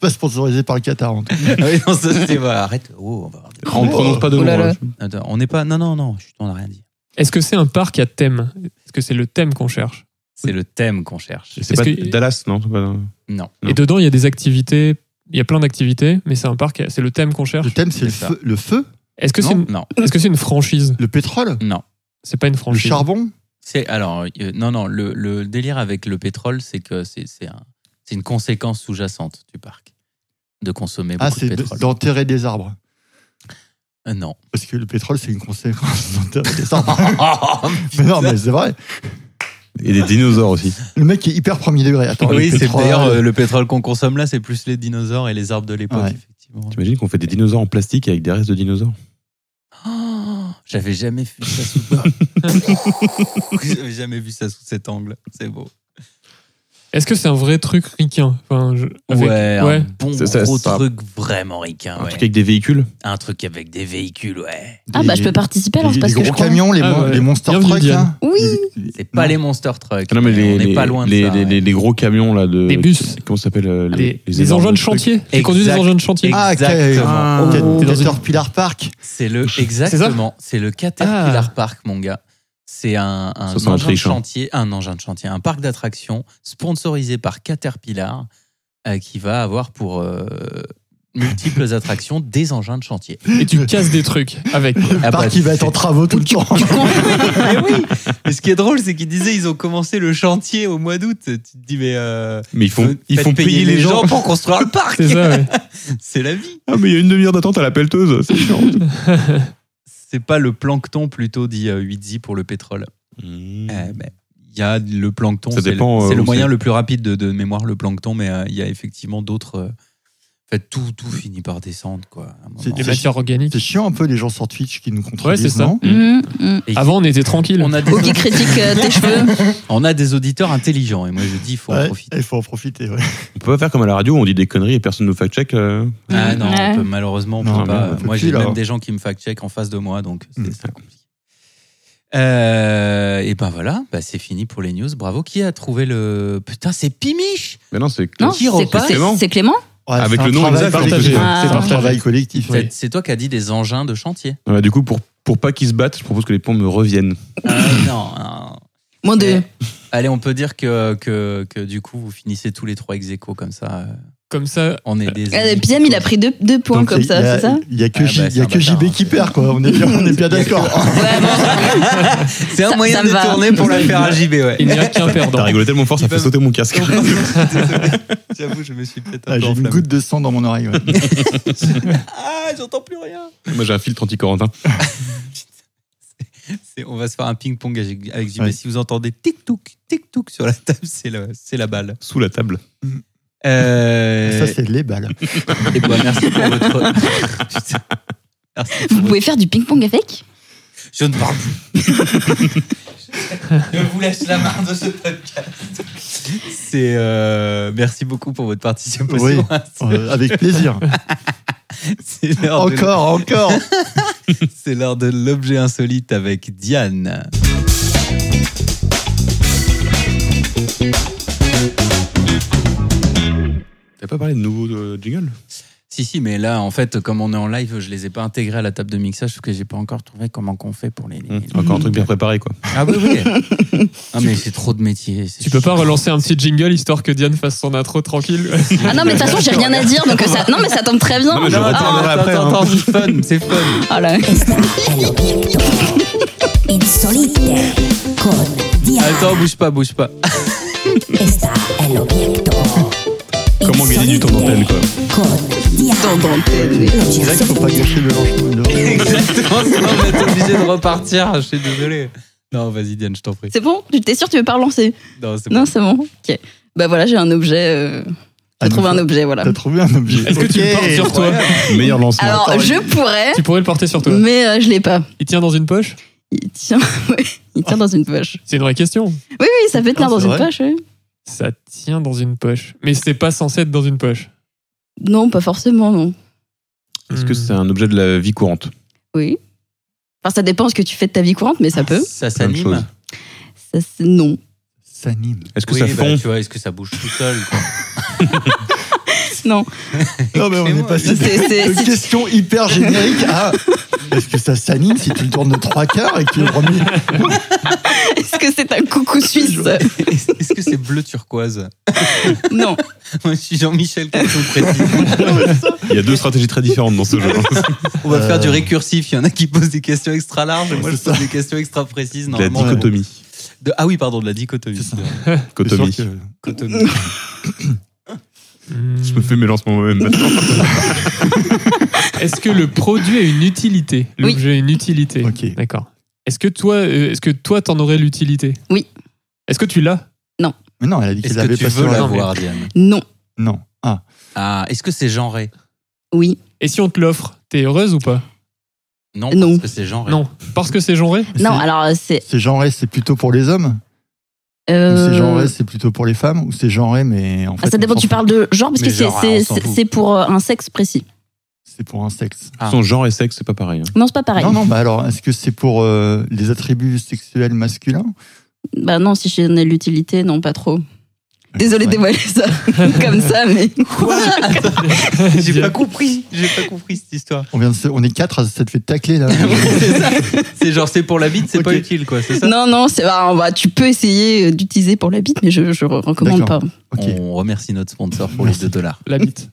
Speaker 2: pas sponsorisé par le Qatar en tout cas.
Speaker 3: Ah oui, non, ça c'est voilà, Arrête. Oh, on va avoir des-
Speaker 4: On ne prononce pas de
Speaker 1: Oh
Speaker 4: mots.
Speaker 1: là là.
Speaker 4: hein.
Speaker 3: Attends, on n'est pas. Non, non, non. chut, on n'a rien dit.
Speaker 5: Est-ce que c'est un parc à thème Est-ce que c'est le thème qu'on cherche
Speaker 3: C'est le thème qu'on cherche.
Speaker 4: Et C'est
Speaker 5: Est-ce
Speaker 4: pas
Speaker 5: que-
Speaker 4: Dallas, non c'est pas-
Speaker 3: Non.
Speaker 4: Non.
Speaker 5: Et dedans, il y a des activités. Il y a plein d'activités, mais c'est un parc. à- C'est le thème qu'on
Speaker 2: Le
Speaker 5: cherche.
Speaker 2: thème, c'est le
Speaker 3: ça.
Speaker 2: feu, le feu,
Speaker 5: Est-ce que c'est une...
Speaker 3: Non.
Speaker 5: est-ce que c'est une franchise
Speaker 2: le pétrole,
Speaker 3: Non.
Speaker 5: C'est pas une
Speaker 2: le
Speaker 5: franchise.
Speaker 2: charbon.
Speaker 3: C'est alors euh, non, non. Le, le délire avec le pétrole, c'est que c'est c'est un- c'est une conséquence sous-jacente du parc de consommer beaucoup
Speaker 2: Ah,
Speaker 3: de
Speaker 2: c'est de-
Speaker 3: pétrole.
Speaker 2: d'enterrer des arbres.
Speaker 3: Euh, Non.
Speaker 2: Parce que le pétrole, c'est une conséquence d'enterrer des arbres.
Speaker 3: Oh,
Speaker 2: mais non, mais Ah, c'est vrai.
Speaker 4: Et des dinosaures aussi.
Speaker 2: Le mec est hyper premier degré. Attends,
Speaker 3: oui,
Speaker 2: le
Speaker 3: c'est
Speaker 2: pétrole,
Speaker 3: d'ailleurs euh, le pétrole qu'on consomme là, c'est plus les dinosaures et les arbres de l'époque,
Speaker 2: Ouais.
Speaker 3: effectivement.
Speaker 4: T'imagines qu'on fait des dinosaures en plastique avec des restes de dinosaures
Speaker 3: Oh, J'avais jamais vu ça sous J'avais jamais vu ça sous cet angle. C'est beau.
Speaker 5: Est-ce que c'est un vrai truc ricain enfin, je- avec-
Speaker 3: Ouais, un
Speaker 5: Ah, ouais.
Speaker 3: bon
Speaker 4: C'est- c'est-
Speaker 3: gros
Speaker 4: c'est un-
Speaker 3: truc vraiment ricain.
Speaker 4: Un
Speaker 3: ouais.
Speaker 4: truc avec des véhicules.
Speaker 3: Un truc avec des véhicules, ouais.
Speaker 1: Ah bah je peux participer alors
Speaker 2: les,
Speaker 1: parce
Speaker 2: les
Speaker 1: que je
Speaker 2: gros
Speaker 1: crois.
Speaker 2: camions, les,
Speaker 5: Ah
Speaker 2: mon-
Speaker 5: ouais.
Speaker 2: les monster
Speaker 5: Bienvenue,
Speaker 2: trucks,
Speaker 5: Diane.
Speaker 2: là.
Speaker 1: Oui.
Speaker 3: C'est pas les monster trucks.
Speaker 4: Non, mais les,
Speaker 3: on
Speaker 4: les,
Speaker 3: n'est pas loin de
Speaker 4: les,
Speaker 3: ça.
Speaker 4: les,
Speaker 3: ouais.
Speaker 4: les- les gros camions là de.
Speaker 5: Des bus.
Speaker 4: Comment ça s'appelle euh,
Speaker 5: Les, les
Speaker 4: énormes
Speaker 5: engins de
Speaker 4: trucs.
Speaker 5: chantier. Ils conduisent des
Speaker 3: Exact.
Speaker 5: engins de chantier.
Speaker 3: Exact.
Speaker 2: Ah,
Speaker 3: Exactement.
Speaker 4: Ah,
Speaker 5: T'es dans une-
Speaker 2: Caterpillar Pilar Park.
Speaker 3: C'est le exactement. C'est le Caterpillar Park, mon gars. C'est un, un
Speaker 4: Ah. Ça, c'est un
Speaker 3: engin de
Speaker 4: trichant.
Speaker 3: chantier, un engin de chantier, un parc d'attractions sponsorisé par Caterpillar euh, qui va avoir pour euh, multiples attractions des engins de chantier.
Speaker 5: Et tu casses des trucs avec.
Speaker 3: Ah bah,
Speaker 2: Parc qui va être en travaux tout le temps.
Speaker 3: Mais oui. Mais ce qui est drôle, c'est qu'ils disaient ils ont commencé le chantier au mois d'août. Tu te dis mais euh,
Speaker 4: Mais ils font,
Speaker 3: faites
Speaker 4: ils font payer, les gens.
Speaker 3: pour construire le parc.
Speaker 5: C'est ça, ouais.
Speaker 3: C'est la vie.
Speaker 4: Ah, mais il y a une demi-heure d'attente à la pelleteuse. C'est chiant.
Speaker 3: C'est pas le plancton plutôt dit euh, 8Z pour le pétrole. Euh, ben, Il y a le plancton.
Speaker 4: Ça
Speaker 3: c'est le-
Speaker 4: dépend, euh,
Speaker 3: C'est le
Speaker 4: où
Speaker 3: moyen
Speaker 4: c'est.
Speaker 3: le plus rapide de, de mémoire le plancton, mais euh, il y a effectivement d'autres. euh, en fait, tout, tout finit par descendre quoi. à un moment.
Speaker 5: Les
Speaker 2: C'est-
Speaker 5: matières organiques.
Speaker 2: C'est chiant un peu les gens sur Twitch qui nous contredisent.
Speaker 5: Ouais, c'est ça.
Speaker 2: non
Speaker 1: Mhm, mhm.
Speaker 3: Et
Speaker 5: Avant, on était tranquille.
Speaker 3: on a,
Speaker 1: Ou qui
Speaker 3: des,
Speaker 1: critique euh, tes cheveux.
Speaker 3: on a des auditeurs intelligents et moi je dis il faut en
Speaker 2: Ouais,
Speaker 3: profiter.
Speaker 2: Il faut en profiter. ouais.
Speaker 4: On peut pas faire comme à la radio, on dit des conneries et personne nous fact-check. euh.
Speaker 3: Ah non,
Speaker 1: Ouais.
Speaker 3: on peut- malheureusement, on peut
Speaker 2: Non, mais
Speaker 3: pas.
Speaker 2: on peut
Speaker 3: moi,
Speaker 2: plus,
Speaker 3: j'ai
Speaker 2: là.
Speaker 3: même des gens qui me fact-check en face de moi, donc c'est
Speaker 4: Mm.
Speaker 3: c'est compliqué. Euh, et ben voilà, bah c'est fini pour les news. Bravo. Qui a trouvé le. Putain, c'est Pimiche
Speaker 4: Mais non, c'est.
Speaker 1: Non,
Speaker 3: Qui
Speaker 1: c'est-
Speaker 3: repasse
Speaker 1: c'est c'est Clément.
Speaker 2: Ouais,
Speaker 4: Avec
Speaker 2: c'est
Speaker 4: le
Speaker 2: un
Speaker 4: nom
Speaker 2: travail
Speaker 4: exact,
Speaker 2: collectif.
Speaker 5: partagé.
Speaker 2: C'est
Speaker 1: Ah.
Speaker 2: un
Speaker 5: Partagé.
Speaker 2: travail collectif.
Speaker 5: Oui.
Speaker 3: C'est- C'est toi qui as dit des engins de chantier.
Speaker 4: Ouais, bah, du coup, pour, pour pas qu'ils se battent, je propose que les ponts me reviennent.
Speaker 3: Euh, non, non.
Speaker 1: Moins de.
Speaker 3: Eh, Allez, on peut dire que, que, que du coup, vous finissez tous les trois ex aequo comme ça. euh,
Speaker 5: Comme ça,
Speaker 3: On est des.
Speaker 1: Euh, Piam, il a pris deux, deux points
Speaker 2: Donc,
Speaker 1: comme
Speaker 2: il y
Speaker 1: ça,
Speaker 2: a-
Speaker 1: c'est ça
Speaker 2: Il y a
Speaker 3: Ah
Speaker 2: que
Speaker 3: bah,
Speaker 2: J- il y
Speaker 3: c'est un
Speaker 2: a que
Speaker 3: bâtard,
Speaker 2: JB qui
Speaker 3: hein.
Speaker 2: perd, quoi. On est bien, on est bien d'accord.
Speaker 1: Ouais, bon.
Speaker 3: C'est un
Speaker 1: Ça-
Speaker 3: moyen
Speaker 1: ça me
Speaker 3: de
Speaker 1: va.
Speaker 3: tourner pour la faire à JB, ouais.
Speaker 5: il n'y a qu'un
Speaker 4: T'as
Speaker 5: perdant.
Speaker 4: rigolé tellement fort, ça fait sauter mon casque.
Speaker 3: J'avoue, je me suis peut-être un
Speaker 2: Ah,
Speaker 3: peu
Speaker 2: J'ai une
Speaker 3: enflammé.
Speaker 2: goutte de sang dans mon oreille. ouais.
Speaker 3: Ah, j'entends plus rien.
Speaker 4: Moi, j'ai un filtre anti-corentin.
Speaker 3: C'est- On va se faire un ping-pong avec, avec JB.
Speaker 2: Ouais.
Speaker 3: Si vous entendez tic-touc, tic-touc sur la table, c'est la, c'est la balle.
Speaker 4: Sous la table.
Speaker 3: Euh,
Speaker 2: Ça, c'est les balles.
Speaker 3: et bah, merci pour votre. Putain. Merci pour
Speaker 1: Vous
Speaker 3: votre-
Speaker 1: pouvez faire du ping-pong avec
Speaker 3: Je ne parle plus. Je vous laisse la main de ce podcast. C'est euh, merci beaucoup pour votre participation.
Speaker 2: Oui. Euh, Avec plaisir.
Speaker 3: C'est l'heure de-
Speaker 2: Encore, encore.
Speaker 3: c'est l'heure de l'objet insolite avec Diane.
Speaker 4: T'as pas parlé de nouveau euh, jingle
Speaker 3: Si, si, mais là, en fait, comme on est en live, je les ai pas intégrés à la table de mixage parce que j'ai pas encore trouvé comment qu'on fait pour les. les-
Speaker 4: Mmh, Encore un truc bien préparé, quoi.
Speaker 3: Ah oui, oui. ah, mais c'est trop de métier.
Speaker 5: Tu peux pas relancer un petit jingle histoire que Diane fasse son intro tranquille
Speaker 1: Ah non, mais de toute façon, j'ai rien à dire, donc euh, ça. Non, mais ça tombe très bien.
Speaker 4: Non, mais je
Speaker 1: Ah,
Speaker 4: retarderai après, hein.
Speaker 3: c'est fun, c'est fun.
Speaker 1: ah là.
Speaker 10: Insolite con Diana.
Speaker 3: Attends, bouge pas, bouge pas.
Speaker 10: Esta è l'obietto.
Speaker 4: Comment gagner du temps d'antenne, quoi.
Speaker 10: Con Diana. L'objet
Speaker 2: Exact, faut pas
Speaker 10: insolite
Speaker 2: gâcher le lance
Speaker 3: Exactement, sinon on va être obligé de repartir. Je suis désolé. Non, vas-y, Diane, je t'en prie.
Speaker 1: C'est bon Tu t'es sûr tu veux pas relancer
Speaker 3: Non, c'est bon.
Speaker 1: Non, c'est bon. Ok. Bah voilà, j'ai un objet. euh, J'ai
Speaker 2: Ah,
Speaker 1: trouvé
Speaker 2: donc,
Speaker 1: un objet, voilà.
Speaker 2: T'as trouvé un objet.
Speaker 5: Est-ce que tu le portes sur toi
Speaker 4: Meilleur lancement.
Speaker 1: Alors, je pourrais,
Speaker 5: Tu pourrais le porter sur toi.
Speaker 1: mais euh, je l'ai pas.
Speaker 5: Il tient dans une poche
Speaker 1: Il tient, ouais, il tient dans une poche.
Speaker 5: C'est une vraie question.
Speaker 1: Oui, oui, ça peut tenir
Speaker 2: Ah,
Speaker 1: dans
Speaker 2: c'est
Speaker 1: une
Speaker 2: vrai
Speaker 1: poche. oui.
Speaker 5: Ça tient dans une poche. Mais c'est pas censé être dans une poche.
Speaker 1: Non, pas forcément, non.
Speaker 4: Est-ce que
Speaker 5: Hmm.
Speaker 4: c'est un objet de la vie courante
Speaker 1: Oui. Enfin, ça dépend ce que tu fais de ta vie courante, mais
Speaker 2: Ah,
Speaker 1: ça peut.
Speaker 3: Ça
Speaker 4: Plein de choses.
Speaker 3: s'anime.
Speaker 1: Ça, c'est- non.
Speaker 2: S'anime.
Speaker 4: Est-ce que
Speaker 3: Oui,
Speaker 4: ça
Speaker 3: bah,
Speaker 4: fond
Speaker 3: tu vois, est-ce que ça bouge tout seul quoi
Speaker 1: Non.
Speaker 2: Non, mais on
Speaker 3: Clément,
Speaker 2: est passé
Speaker 1: C'est- c'est-
Speaker 2: de
Speaker 1: si-
Speaker 2: question hyper générique à est-ce que ça s'anime si tu le tournes de trois quarts et que tu le remets
Speaker 1: Est-ce que c'est un coucou suisse
Speaker 3: Est-ce est-ce que c'est bleu turquoise
Speaker 1: Non.
Speaker 3: Moi, je suis Jean-Michel, comme je vous précise.
Speaker 4: Il y a deux stratégies très différentes dans ce jeu.
Speaker 3: On va
Speaker 2: Euh.
Speaker 3: faire du récursif. Il y en a qui posent des questions extra larges. Moi, je
Speaker 2: C'est
Speaker 3: pose des questions extra précises.
Speaker 4: La
Speaker 3: Normalement,
Speaker 4: dichotomie.
Speaker 3: De- Ah oui, pardon, de la dichotomie.
Speaker 2: C'est ça.
Speaker 3: De-
Speaker 4: Cotomie.
Speaker 2: C'est sûr
Speaker 3: dichotomie.
Speaker 5: Hmm.
Speaker 4: Je me fais mes lancements moi-même.
Speaker 5: Est-ce que le produit a une utilité
Speaker 1: Oui.
Speaker 5: L'objet a une utilité.
Speaker 2: que- Ok.
Speaker 5: D'accord. Est-ce que toi, euh, est-ce que toi, t'en aurais l'utilité
Speaker 1: Oui.
Speaker 5: Est-ce que tu l'as
Speaker 2: Mais non, elle a dit
Speaker 3: Est-ce
Speaker 2: qu'elle
Speaker 3: que
Speaker 2: avait
Speaker 3: tu
Speaker 2: pas
Speaker 3: veux
Speaker 2: sur la voie.
Speaker 3: l'avoir, Diane
Speaker 1: Non.
Speaker 2: Non. Ah,
Speaker 3: Ah, est-ce que c'est genré
Speaker 1: Oui.
Speaker 5: Et si on te l'offre, t'es heureuse ou pas
Speaker 3: Non,
Speaker 1: Non.
Speaker 3: parce que c'est genré.
Speaker 5: Non. Parce que c'est genré
Speaker 1: Non,
Speaker 2: C'est-
Speaker 1: alors euh, c'est.
Speaker 2: c'est genré, c'est plutôt pour les hommes Ou
Speaker 1: Euh,
Speaker 2: C'est genré, c'est plutôt pour les femmes ou c'est genré, mais en fait.
Speaker 1: ah, ça
Speaker 2: on
Speaker 1: dépend,
Speaker 2: s'en
Speaker 1: tu
Speaker 2: fout.
Speaker 1: parles de genre, parce
Speaker 2: Mais
Speaker 1: que c'est-
Speaker 2: genre,
Speaker 1: c'est
Speaker 2: on s'en
Speaker 1: c'est-
Speaker 2: fout.
Speaker 1: c'est pour euh, un sexe précis.
Speaker 2: C'est pour un sexe.
Speaker 3: Ah.
Speaker 4: Son genre et sexe, c'est pas pareil. hein.
Speaker 1: Non, c'est pas pareil.
Speaker 2: Non, non, bah alors, est-ce que c'est pour euh, les attributs sexuels masculins
Speaker 1: Bah non, si j'en ai l'utilité, non, pas trop. Désolé de
Speaker 2: Ouais.
Speaker 1: dévoiler ça comme ça, mais.
Speaker 3: J'ai pas compris. J'ai pas compris cette histoire.
Speaker 2: on, vient de se- on est quatre, ça te fait tacler là.
Speaker 3: c'est ça. C'est genre, c'est pour la bite, c'est
Speaker 2: Ok.
Speaker 3: pas utile, quoi. C'est ça.
Speaker 1: Non, non, c'est bah, bah, tu peux essayer euh, d'utiliser pour la bite, mais je, je re- recommande pas.
Speaker 2: D'accord. ok,
Speaker 3: On remercie notre sponsor pour les 2 dollars.
Speaker 5: La bite.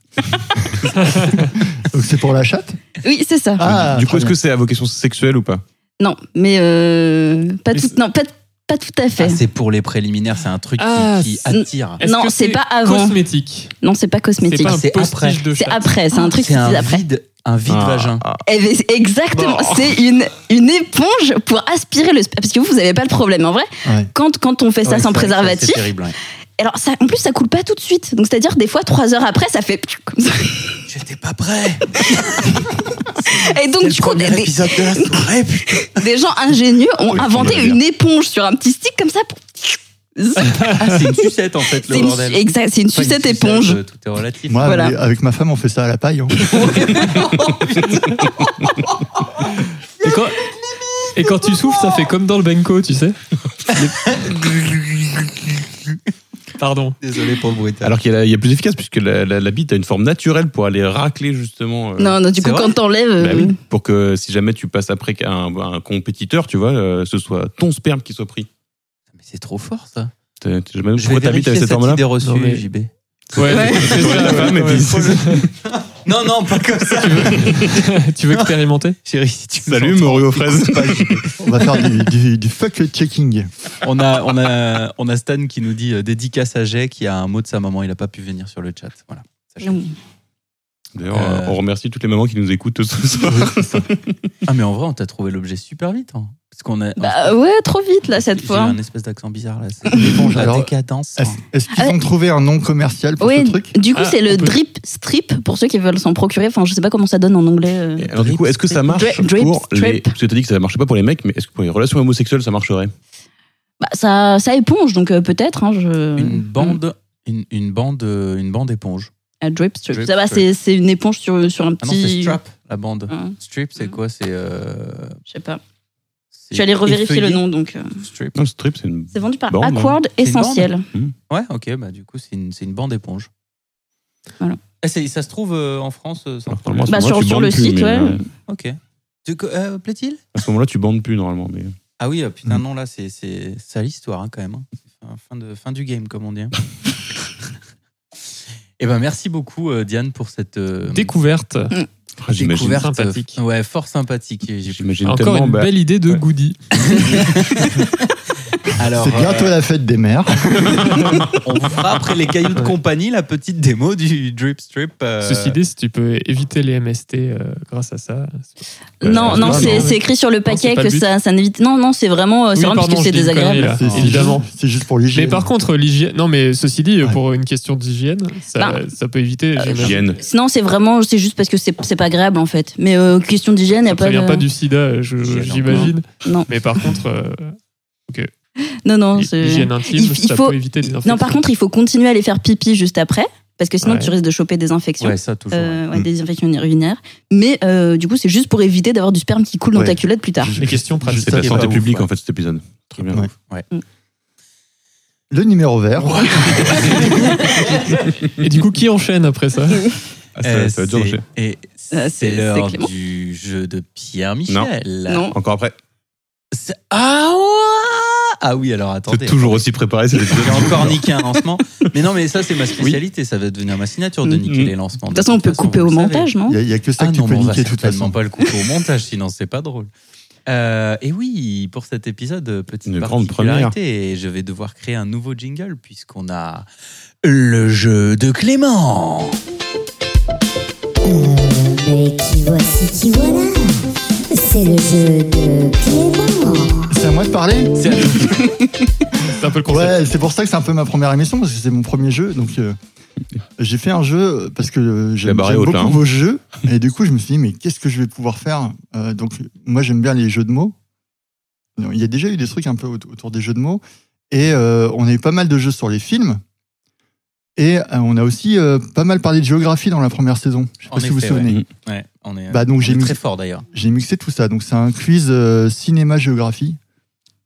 Speaker 2: donc c'est pour la chatte
Speaker 1: Oui, c'est ça.
Speaker 2: Ah,
Speaker 4: du coup,
Speaker 2: très
Speaker 4: est-ce
Speaker 2: bien.
Speaker 4: que c'est à vocation sexuelle ou pas
Speaker 1: Non, mais euh, pas
Speaker 5: Mais
Speaker 1: tout.
Speaker 5: c'est-
Speaker 1: Non, pas, pas tout à fait.
Speaker 3: Ah, c'est pour les préliminaires, c'est un truc qui-
Speaker 5: Ah,
Speaker 3: qui,
Speaker 5: c'est-
Speaker 3: attire.
Speaker 5: Est-ce
Speaker 1: Non,
Speaker 5: que
Speaker 1: c'est pas avant.
Speaker 5: Cosmétique.
Speaker 1: non, c'est pas
Speaker 5: C'est
Speaker 1: cosmétique.
Speaker 5: pas un
Speaker 3: C'est après.
Speaker 5: prestige de
Speaker 1: C'est
Speaker 5: chat.
Speaker 1: après. C'est un truc qui
Speaker 3: C'est
Speaker 1: se
Speaker 3: un
Speaker 1: dit après.
Speaker 3: vide, un vide
Speaker 4: Ah,
Speaker 3: vagin.
Speaker 4: ah,
Speaker 1: Eh ben, c'est exactement. C'est une, une éponge pour aspirer le sperme. Parce que vous, vous n'avez pas le problème. En vrai,
Speaker 2: Ouais.
Speaker 1: quand, quand on fait ça
Speaker 3: Ouais,
Speaker 1: sans
Speaker 3: c'est vrai que ça,
Speaker 1: préservatif,
Speaker 3: C'est terrible. ouais.
Speaker 1: alors ça, en plus, ça coule pas tout de suite. Donc, c'est-à-dire, des fois, trois heures après, ça fait. pfiou, comme ça.
Speaker 3: J'étais pas prêt.
Speaker 1: Et donc, du coup, des, des-
Speaker 3: de la soirée, putain.
Speaker 1: des gens ingénieux ont inventé
Speaker 4: bien.
Speaker 1: une éponge sur un petit stick comme ça pour. C'est
Speaker 3: Ah, c'est une sucette en fait, le
Speaker 1: une,
Speaker 3: bordel.
Speaker 1: exact, c'est une
Speaker 3: Pas une
Speaker 1: sucette éponge.
Speaker 3: euh, Tout est relatif.
Speaker 2: Moi,
Speaker 1: Voilà.
Speaker 2: avec- avec ma femme, on fait ça à la paille. hein.
Speaker 5: Et quand, et quand tu souffles, ça fait comme dans le Benko, tu sais. Pardon.
Speaker 3: Désolé pour le bruitage.
Speaker 4: ah. Alors qu'il y, a- il y a plus efficace, puisque la, la- la bite a une forme naturelle pour aller racler justement. euh,
Speaker 1: Non, non, du
Speaker 3: C'est
Speaker 1: coup,
Speaker 3: vrai
Speaker 1: quand t'enlèves.
Speaker 4: bah
Speaker 1: euh,
Speaker 4: oui, pour que si jamais tu passes après un, un compétiteur, tu vois, euh, ce soit ton sperme qui soit pris.
Speaker 3: Mais c'est trop fort ça.
Speaker 4: T'as- t'as jamais-
Speaker 3: Je vais
Speaker 4: Pourquoi ta bite
Speaker 3: vérifier
Speaker 4: avec cette
Speaker 3: cette
Speaker 4: forme-là
Speaker 3: idée reçue,
Speaker 5: Non, mais-
Speaker 3: JB.
Speaker 5: Ouais,
Speaker 1: Ouais.
Speaker 5: c'est ça,
Speaker 4: La femme,
Speaker 5: ouais,
Speaker 4: elle
Speaker 5: ouais.
Speaker 4: dit-
Speaker 3: Non, non, pas comme ça.
Speaker 5: Tu veux expérimenter
Speaker 3: Chérie, si tu me
Speaker 4: Salut,
Speaker 3: sens-
Speaker 4: Moru aux fraises.
Speaker 2: On va faire du, du- du fuck checking.
Speaker 3: On a, on, a, on a Stan qui nous dit euh, dédicace à Jay qui a un mot de sa maman. Il a pas pu venir sur le chat. Voilà.
Speaker 1: euh,
Speaker 4: D'ailleurs,
Speaker 3: Euh.
Speaker 4: on remercie toutes les mamans qui nous écoutent ce soir.
Speaker 3: Ah, mais en vrai, on t'a trouvé l'objet super vite. hein. Parce qu'on a.
Speaker 1: Bah ouais, trop vite là cette
Speaker 3: J'ai
Speaker 1: fois.
Speaker 3: un espèce d'accent bizarre là. C'est l'éponge, la
Speaker 2: Alors,
Speaker 3: décadence. hein.
Speaker 2: Est-ce est-ce qu'ils
Speaker 1: Ah.
Speaker 2: ont trouvé un nom commercial pour
Speaker 1: Oui,
Speaker 2: ce truc
Speaker 1: du coup
Speaker 5: Ah,
Speaker 1: c'est le
Speaker 5: on peut-
Speaker 1: drip strip pour ceux qui veulent s'en procurer. Enfin, je sais pas comment ça donne en anglais. euh.
Speaker 4: Et Alors du coup, est-ce que ça marche
Speaker 1: Drip, drip,
Speaker 4: pour les
Speaker 1: strip.
Speaker 4: Parce que t'as dit que ça marchait pas pour les mecs, mais est-ce que pour les relations homosexuelles ça marcherait
Speaker 1: Bah, ça, ça éponge donc euh, peut-être. hein, je...
Speaker 3: Une bande, une, une bande, euh, une bande éponge.
Speaker 1: Un drip strip.
Speaker 3: Drip
Speaker 1: ça va,
Speaker 3: strip.
Speaker 1: c'est c'est une éponge sur sur un
Speaker 3: Ah non, c'est
Speaker 1: petit.
Speaker 3: strap, la bande.
Speaker 1: Hein,
Speaker 3: Strip, c'est quoi C'est. euh,
Speaker 1: je sais pas.
Speaker 3: c'est
Speaker 1: Je suis allée revérifier le
Speaker 3: effeuillé.
Speaker 1: nom donc. euh.
Speaker 3: Strip.
Speaker 4: Non, strip, c'est une...
Speaker 1: C'est vendu par
Speaker 4: Bande, hein.
Speaker 1: Accord
Speaker 3: une
Speaker 1: Essentiel.
Speaker 3: Ouais, ok, bah du coup, c'est une, c'est une bande éponge.
Speaker 1: Voilà.
Speaker 3: Ah, c'est- ça se trouve euh, en France euh, sans
Speaker 4: Alors,
Speaker 3: problème.
Speaker 4: normalement, à ce
Speaker 1: Bah, sur-
Speaker 4: moment-là, tu
Speaker 1: sur
Speaker 4: bandes
Speaker 1: le
Speaker 4: plus,
Speaker 1: site,
Speaker 4: mais,
Speaker 1: ouais.
Speaker 4: euh,
Speaker 3: Ok. Tu co- euh, plaît-il
Speaker 4: À ce moment-là, tu bandes plus normalement. Mais...
Speaker 3: Ah oui, euh, putain, non, là, c'est c'est sale histoire hein, quand même. hein. C'est fin- Fin, de, fin du game, comme on dit. hein. Eh ben, merci beaucoup, euh, Diane, pour cette euh,
Speaker 5: Découverte.
Speaker 4: Ah, j'imagine-
Speaker 3: découverte.
Speaker 5: sympathique.
Speaker 3: euh, ouais, fort sympathique. J'ai-
Speaker 4: J'imagine
Speaker 5: Encore
Speaker 4: tellement.
Speaker 5: une
Speaker 4: bah,
Speaker 5: belle idée de
Speaker 4: ouais.
Speaker 5: goodie.
Speaker 3: Alors,
Speaker 2: C'est bientôt
Speaker 3: euh,
Speaker 2: la fête des mères.
Speaker 3: on vous fera après les cailloux de compagnie la petite démo du drip strip. euh,
Speaker 5: Ceci dit, si tu peux éviter les MST euh, grâce à ça. Euh,
Speaker 4: Ouais,
Speaker 1: non,
Speaker 4: c'est
Speaker 1: non,
Speaker 4: pas
Speaker 1: c'est
Speaker 4: mal.
Speaker 1: c'est écrit sur le paquet
Speaker 5: c'est pas
Speaker 1: que
Speaker 5: le but.
Speaker 1: ça, ça n'évite. Non, non, c'est vraiment, euh, c'est
Speaker 5: Oui,
Speaker 1: vraiment parce
Speaker 5: pardon,
Speaker 1: que c'est
Speaker 5: je dis une connerie,
Speaker 1: désagréable.
Speaker 5: là.
Speaker 2: C'est- c'est
Speaker 5: Évidemment.
Speaker 2: juste- C'est juste pour l'hygiène.
Speaker 5: Mais par contre, l'hygiène. Non, mais ceci dit,
Speaker 2: Ouais.
Speaker 5: pour une question d'hygiène, ça,
Speaker 1: Ben,
Speaker 5: ça peut éviter. j'imagine.
Speaker 4: Hygiène.
Speaker 1: Sinon, c'est vraiment, c'est juste parce que c'est c'est pas agréable en fait. Mais euh, question d'hygiène, euh, y
Speaker 5: Ça
Speaker 1: a pas.
Speaker 5: prévient
Speaker 1: de-
Speaker 5: pas du sida, euh, je-
Speaker 3: Hygiène,
Speaker 5: j'imagine.
Speaker 1: Non.
Speaker 5: Mais par contre, euh,
Speaker 1: Non, non. c'est-
Speaker 5: l'hygiène intime,
Speaker 1: il- il
Speaker 5: ça
Speaker 1: faut-
Speaker 5: peut éviter des infections.
Speaker 1: Non, par contre, il faut continuer à aller faire pipi juste après, parce que sinon
Speaker 5: Ouais.
Speaker 1: tu risques de choper des infections.
Speaker 3: Ouais, ça, toujours. ouais.
Speaker 1: Euh,
Speaker 5: Mm.
Speaker 1: ouais, des infections urinaires. Mais euh, du coup, c'est juste pour éviter d'avoir du sperme qui coule dans
Speaker 2: Ouais.
Speaker 1: ta culotte plus tard.
Speaker 5: Les questions pratiques.
Speaker 4: C'est la
Speaker 2: qui est
Speaker 4: santé
Speaker 2: pas
Speaker 4: publique
Speaker 3: ouf,
Speaker 4: en fait, cet épisode. Très bien.
Speaker 2: Ouais. Le numéro vert.
Speaker 5: Et du coup, qui enchaîne après ça
Speaker 4: Ah, ça, ça va
Speaker 3: Euh,
Speaker 4: être dur,
Speaker 3: c'est-
Speaker 4: Roger.
Speaker 3: Et
Speaker 1: Euh, c'est-
Speaker 3: c'est
Speaker 1: c'est
Speaker 3: l'heure
Speaker 1: Clément.
Speaker 3: du jeu de Pierre Michel.
Speaker 1: Non.
Speaker 4: Encore après.
Speaker 3: C'est- Ah ouais Ah oui, alors attendez.
Speaker 4: C'est toujours aussi préparé cet épisode.
Speaker 3: J'ai encore niqué un lancement. Mais non, mais ça, c'est ma spécialité. Ça va devenir ma signature de
Speaker 4: Mm,
Speaker 3: niquer
Speaker 4: mm.
Speaker 3: les lancements.
Speaker 1: De toute façon, on peut couper
Speaker 3: vous
Speaker 1: au
Speaker 3: le savez.
Speaker 1: montage, non
Speaker 2: Il n'y a, que ça
Speaker 3: Ah
Speaker 2: que tu
Speaker 3: non,
Speaker 2: peux
Speaker 3: mais on va
Speaker 2: niquer de toute
Speaker 3: certainement
Speaker 2: façon.
Speaker 3: pas le couper au montage, sinon c'est pas drôle. Euh, et oui, pour cet épisode, petite
Speaker 4: Une grande
Speaker 3: particularité, et je vais devoir créer un nouveau jingle puisqu'on a le jeu de Clément.
Speaker 10: Mais qui voici, qui voilà. C'est le jeu de Clément.
Speaker 2: C'est à moi de parler
Speaker 3: C'est à nous.
Speaker 5: C'est un peu le concept.
Speaker 2: Ouais, c'est pour ça que c'est un peu ma première émission, parce que c'est mon premier jeu. Donc, euh, j'ai fait un jeu parce que euh,
Speaker 4: La
Speaker 2: j'aime
Speaker 4: barre est
Speaker 2: j'aime
Speaker 4: haute,
Speaker 2: beaucoup
Speaker 4: là, hein.
Speaker 2: vos jeux. Et du coup, je me suis dit, mais qu'est-ce que je vais pouvoir faire Euh, Donc, moi, j'aime bien les jeux de mots. Non, Il y a déjà eu des trucs un peu aut- autour des jeux de mots. Et euh, on a eu pas mal de jeux sur les films. Et euh, on a aussi euh, pas mal parlé de géographie dans la première saison. Je sais pas
Speaker 3: En
Speaker 2: si vous vous
Speaker 3: effet,
Speaker 2: souvenez.
Speaker 4: ouais.
Speaker 3: Ouais, on est,
Speaker 2: Bah, donc,
Speaker 3: on
Speaker 2: j'ai
Speaker 3: est
Speaker 2: mis-
Speaker 3: très fort d'ailleurs.
Speaker 2: J'ai mixé tout ça. Donc c'est un quiz euh, cinéma-géographie.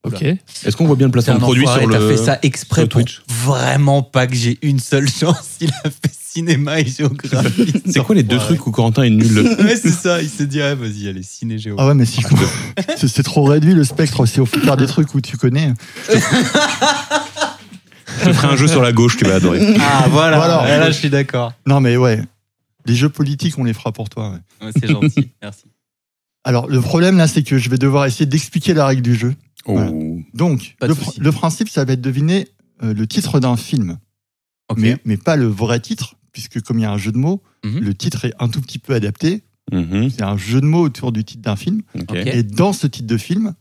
Speaker 5: Ok.
Speaker 4: Est-ce qu'on voit bien le
Speaker 3: C'est
Speaker 4: placement
Speaker 3: un
Speaker 4: de produit
Speaker 3: enfoiré,
Speaker 4: sur
Speaker 3: t'as
Speaker 4: le.
Speaker 3: fait ça exprès
Speaker 4: sur
Speaker 3: pour
Speaker 4: Twitch.
Speaker 3: vraiment pas que j'ai une seule chance. Il a fait cinéma et géographie.
Speaker 4: C'est quoi les deux
Speaker 3: Enfoiré.
Speaker 4: trucs où Corentin est nul
Speaker 3: Ouais, c'est ça. Il s'est dit, ah, vas-y, allez, ciné géo.
Speaker 2: Ah ouais, mais si je C'est- C'est trop réduit le spectre. Si on peut faire des trucs où tu connais.
Speaker 4: Je ferai un jeu sur la gauche, tu vas adorer.
Speaker 3: Ah, voilà.
Speaker 2: Voilà.
Speaker 3: Ouais, là, je suis d'accord.
Speaker 2: Non, mais ouais. Les jeux politiques, on les fera pour toi. ouais.
Speaker 3: Ouais, c'est gentil. Merci.
Speaker 2: Alors, le problème là, c'est que je vais devoir essayer d'expliquer la règle du jeu.
Speaker 4: Oh.
Speaker 2: Donc,
Speaker 3: Pas de
Speaker 2: le,
Speaker 3: souci.
Speaker 2: pr- le principe, ça va être deviner euh, le titre d'un film,
Speaker 3: Ok.
Speaker 2: mais, mais pas le vrai titre, puisque comme il y a un jeu de mots,
Speaker 3: Mhm.
Speaker 2: le titre est un tout petit peu adapté.
Speaker 4: Mhm,
Speaker 2: C'est un jeu de mots autour du titre d'un film.
Speaker 4: ok.
Speaker 3: Ok.
Speaker 2: Et dans ce titre de film,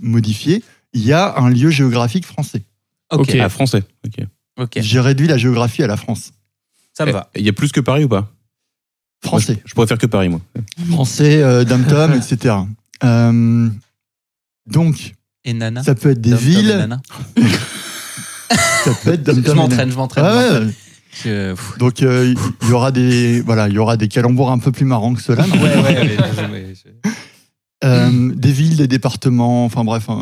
Speaker 2: modifié, il y a un lieu géographique français.
Speaker 3: Ok.
Speaker 4: Ah, français. ok.
Speaker 3: Ok.
Speaker 2: J'ai réduit la géographie à la France.
Speaker 3: Ça me va.
Speaker 4: Il Eh, y a plus que Paris ou pas
Speaker 2: Français.
Speaker 4: Moi, je, je préfère que Paris, moi.
Speaker 2: Français, euh, dom-tom, etc. Euh, donc,
Speaker 3: Et Nana
Speaker 2: ça peut être des
Speaker 3: Dom, Tom et
Speaker 2: villes,
Speaker 3: Nana
Speaker 2: ça peut être dom-tom.
Speaker 3: Je
Speaker 2: et
Speaker 3: m'entraîne, je
Speaker 2: Ouais,
Speaker 3: m'entraîne. je
Speaker 2: ouais,
Speaker 3: m'entraîne.
Speaker 2: ouais.
Speaker 3: Je- pff,
Speaker 2: donc euh, il y aura des voilà, il y aura des calembours un peu plus marrants que cela. Euh,
Speaker 3: Ouais, ouais, ouais, ouais, je-
Speaker 2: des villes, des départements, enfin bref. euh,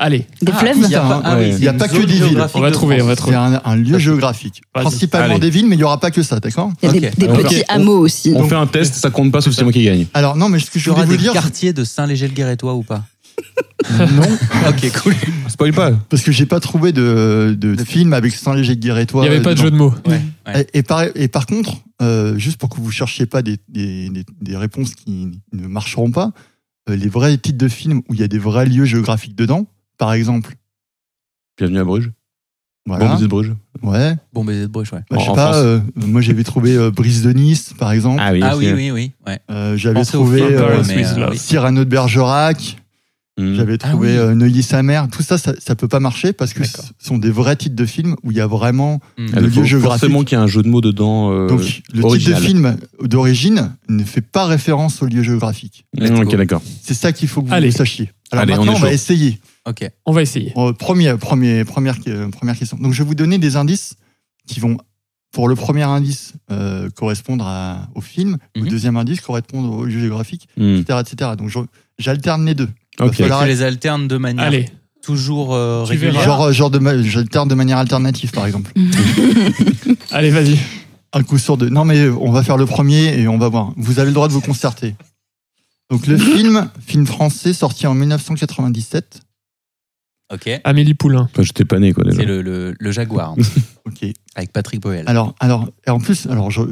Speaker 5: Allez,
Speaker 1: Des
Speaker 3: Ah,
Speaker 1: fleuves
Speaker 3: il y a pas, ah oui,
Speaker 2: Ouais.
Speaker 3: c'est
Speaker 2: Il y a
Speaker 3: une
Speaker 2: pas que
Speaker 3: zone
Speaker 2: des villes.
Speaker 3: géographique
Speaker 5: on va
Speaker 3: de
Speaker 5: trouver, on
Speaker 3: France.
Speaker 5: va
Speaker 2: c'est
Speaker 5: trouver.
Speaker 2: un, un lieu géographique.
Speaker 5: Vas-y.
Speaker 2: Principalement
Speaker 4: Allez.
Speaker 2: des villes, mais il n'y aura pas que ça, d'accord
Speaker 5: Ah,
Speaker 1: Il y a
Speaker 3: Ok.
Speaker 1: des, des
Speaker 4: On
Speaker 1: petits
Speaker 4: fait-
Speaker 1: hameaux aussi.
Speaker 4: On fait un test, ça compte pas sauf si c'est moi qui gagne.
Speaker 2: Alors non, mais ce que
Speaker 3: Il
Speaker 2: je
Speaker 3: y
Speaker 2: voulais
Speaker 3: aura
Speaker 2: vous
Speaker 3: des
Speaker 2: dire,
Speaker 3: quartiers de Saint-Léger-le-Guérétois ou pas
Speaker 2: non,
Speaker 3: Ok, cool.
Speaker 4: Spoil pas.
Speaker 2: parce que j'ai Ah, pas trouvé de, de, film avec Saint-Léger de
Speaker 5: il
Speaker 2: Guérétois. euh,
Speaker 5: n'y avait pas de jeu de mots.
Speaker 3: Ouais. ouais.
Speaker 2: Et, et par, et par contre, euh, juste pour que vous cherchiez pas des, des, des- des réponses qui ne marcheront pas, euh, les vrais titres de films où il y a des vrais lieux géographiques dedans, par exemple.
Speaker 4: Bienvenue à Bruges.
Speaker 2: Voilà.
Speaker 4: Bon, vous êtes Bruges.
Speaker 2: ouais.
Speaker 3: Bon baiser de bruche, ouais.
Speaker 2: Bah, je sais
Speaker 4: En
Speaker 2: pas.
Speaker 4: France.
Speaker 2: euh, moi, j'avais trouvé euh, Brise de Nice, par exemple.
Speaker 4: oui,
Speaker 3: Ah oui,
Speaker 4: c'est-
Speaker 3: oui, oui. Ouais.
Speaker 2: Euh, j'avais
Speaker 3: Pensez aux
Speaker 2: trouvé
Speaker 3: flammes,
Speaker 2: euh,
Speaker 5: Paris
Speaker 3: mais,
Speaker 5: with
Speaker 3: euh,
Speaker 5: love.
Speaker 3: oui.
Speaker 2: Cyrano de Bergerac.
Speaker 4: Mhm.
Speaker 2: J'avais trouvé
Speaker 3: Ah
Speaker 2: euh, Neuilly-sa-Mère. Tout ça, ça, ça peut pas marcher parce que ce
Speaker 3: D'accord.
Speaker 2: sont des vrais titres de films où il y a vraiment.
Speaker 3: Hmm.
Speaker 4: Ah, donc,
Speaker 2: lieu
Speaker 4: faut
Speaker 2: géographique.
Speaker 4: Forcément qu'il y a un jeu de mots dedans. euh,
Speaker 2: Donc, le titre
Speaker 4: original.
Speaker 2: de film d'origine ne fait pas référence au lieu géographique.
Speaker 4: Mmh, ok, d'accord.
Speaker 2: C'est ça qu'il faut que vous
Speaker 5: Allez.
Speaker 2: sachiez. Alors
Speaker 4: Allez, on
Speaker 2: maintenant,
Speaker 4: est
Speaker 2: on, va
Speaker 4: chaud.
Speaker 2: essayer.
Speaker 3: Ok.
Speaker 5: On va essayer.
Speaker 2: Euh, premier, premier, première, euh, première question. Donc, je vais vous donner des indices qui vont, pour le premier indice, euh, correspondre à- au film, au
Speaker 3: Mhm.
Speaker 2: deuxième indice, correspondre au lieu géographique,
Speaker 4: Mmh.
Speaker 2: etc. etc. Donc, je- j'alterne les deux.
Speaker 4: Ok.
Speaker 2: falloir-
Speaker 3: Tu les alternes de manière
Speaker 5: Allez,
Speaker 3: toujours euh,
Speaker 5: Tu verras.
Speaker 3: régulière.
Speaker 2: Genre, euh, genre de, ma- j'alterne de manière alternative, par exemple.
Speaker 5: allez, vas-y.
Speaker 2: Un coup sur deux. Non, mais on va faire le premier et on va voir. Vous avez le droit de vous concerter. Donc, le film, film français sorti en 1997.
Speaker 3: Ok. C'est
Speaker 5: Amélie Poulain.
Speaker 4: Enfin, J'étais pas né, quoi, déjà.
Speaker 3: le, le, le Jaguar, hein,
Speaker 2: Ok.
Speaker 3: avec Patrick Boel.
Speaker 2: Alors, alors, et en plus, alors, je-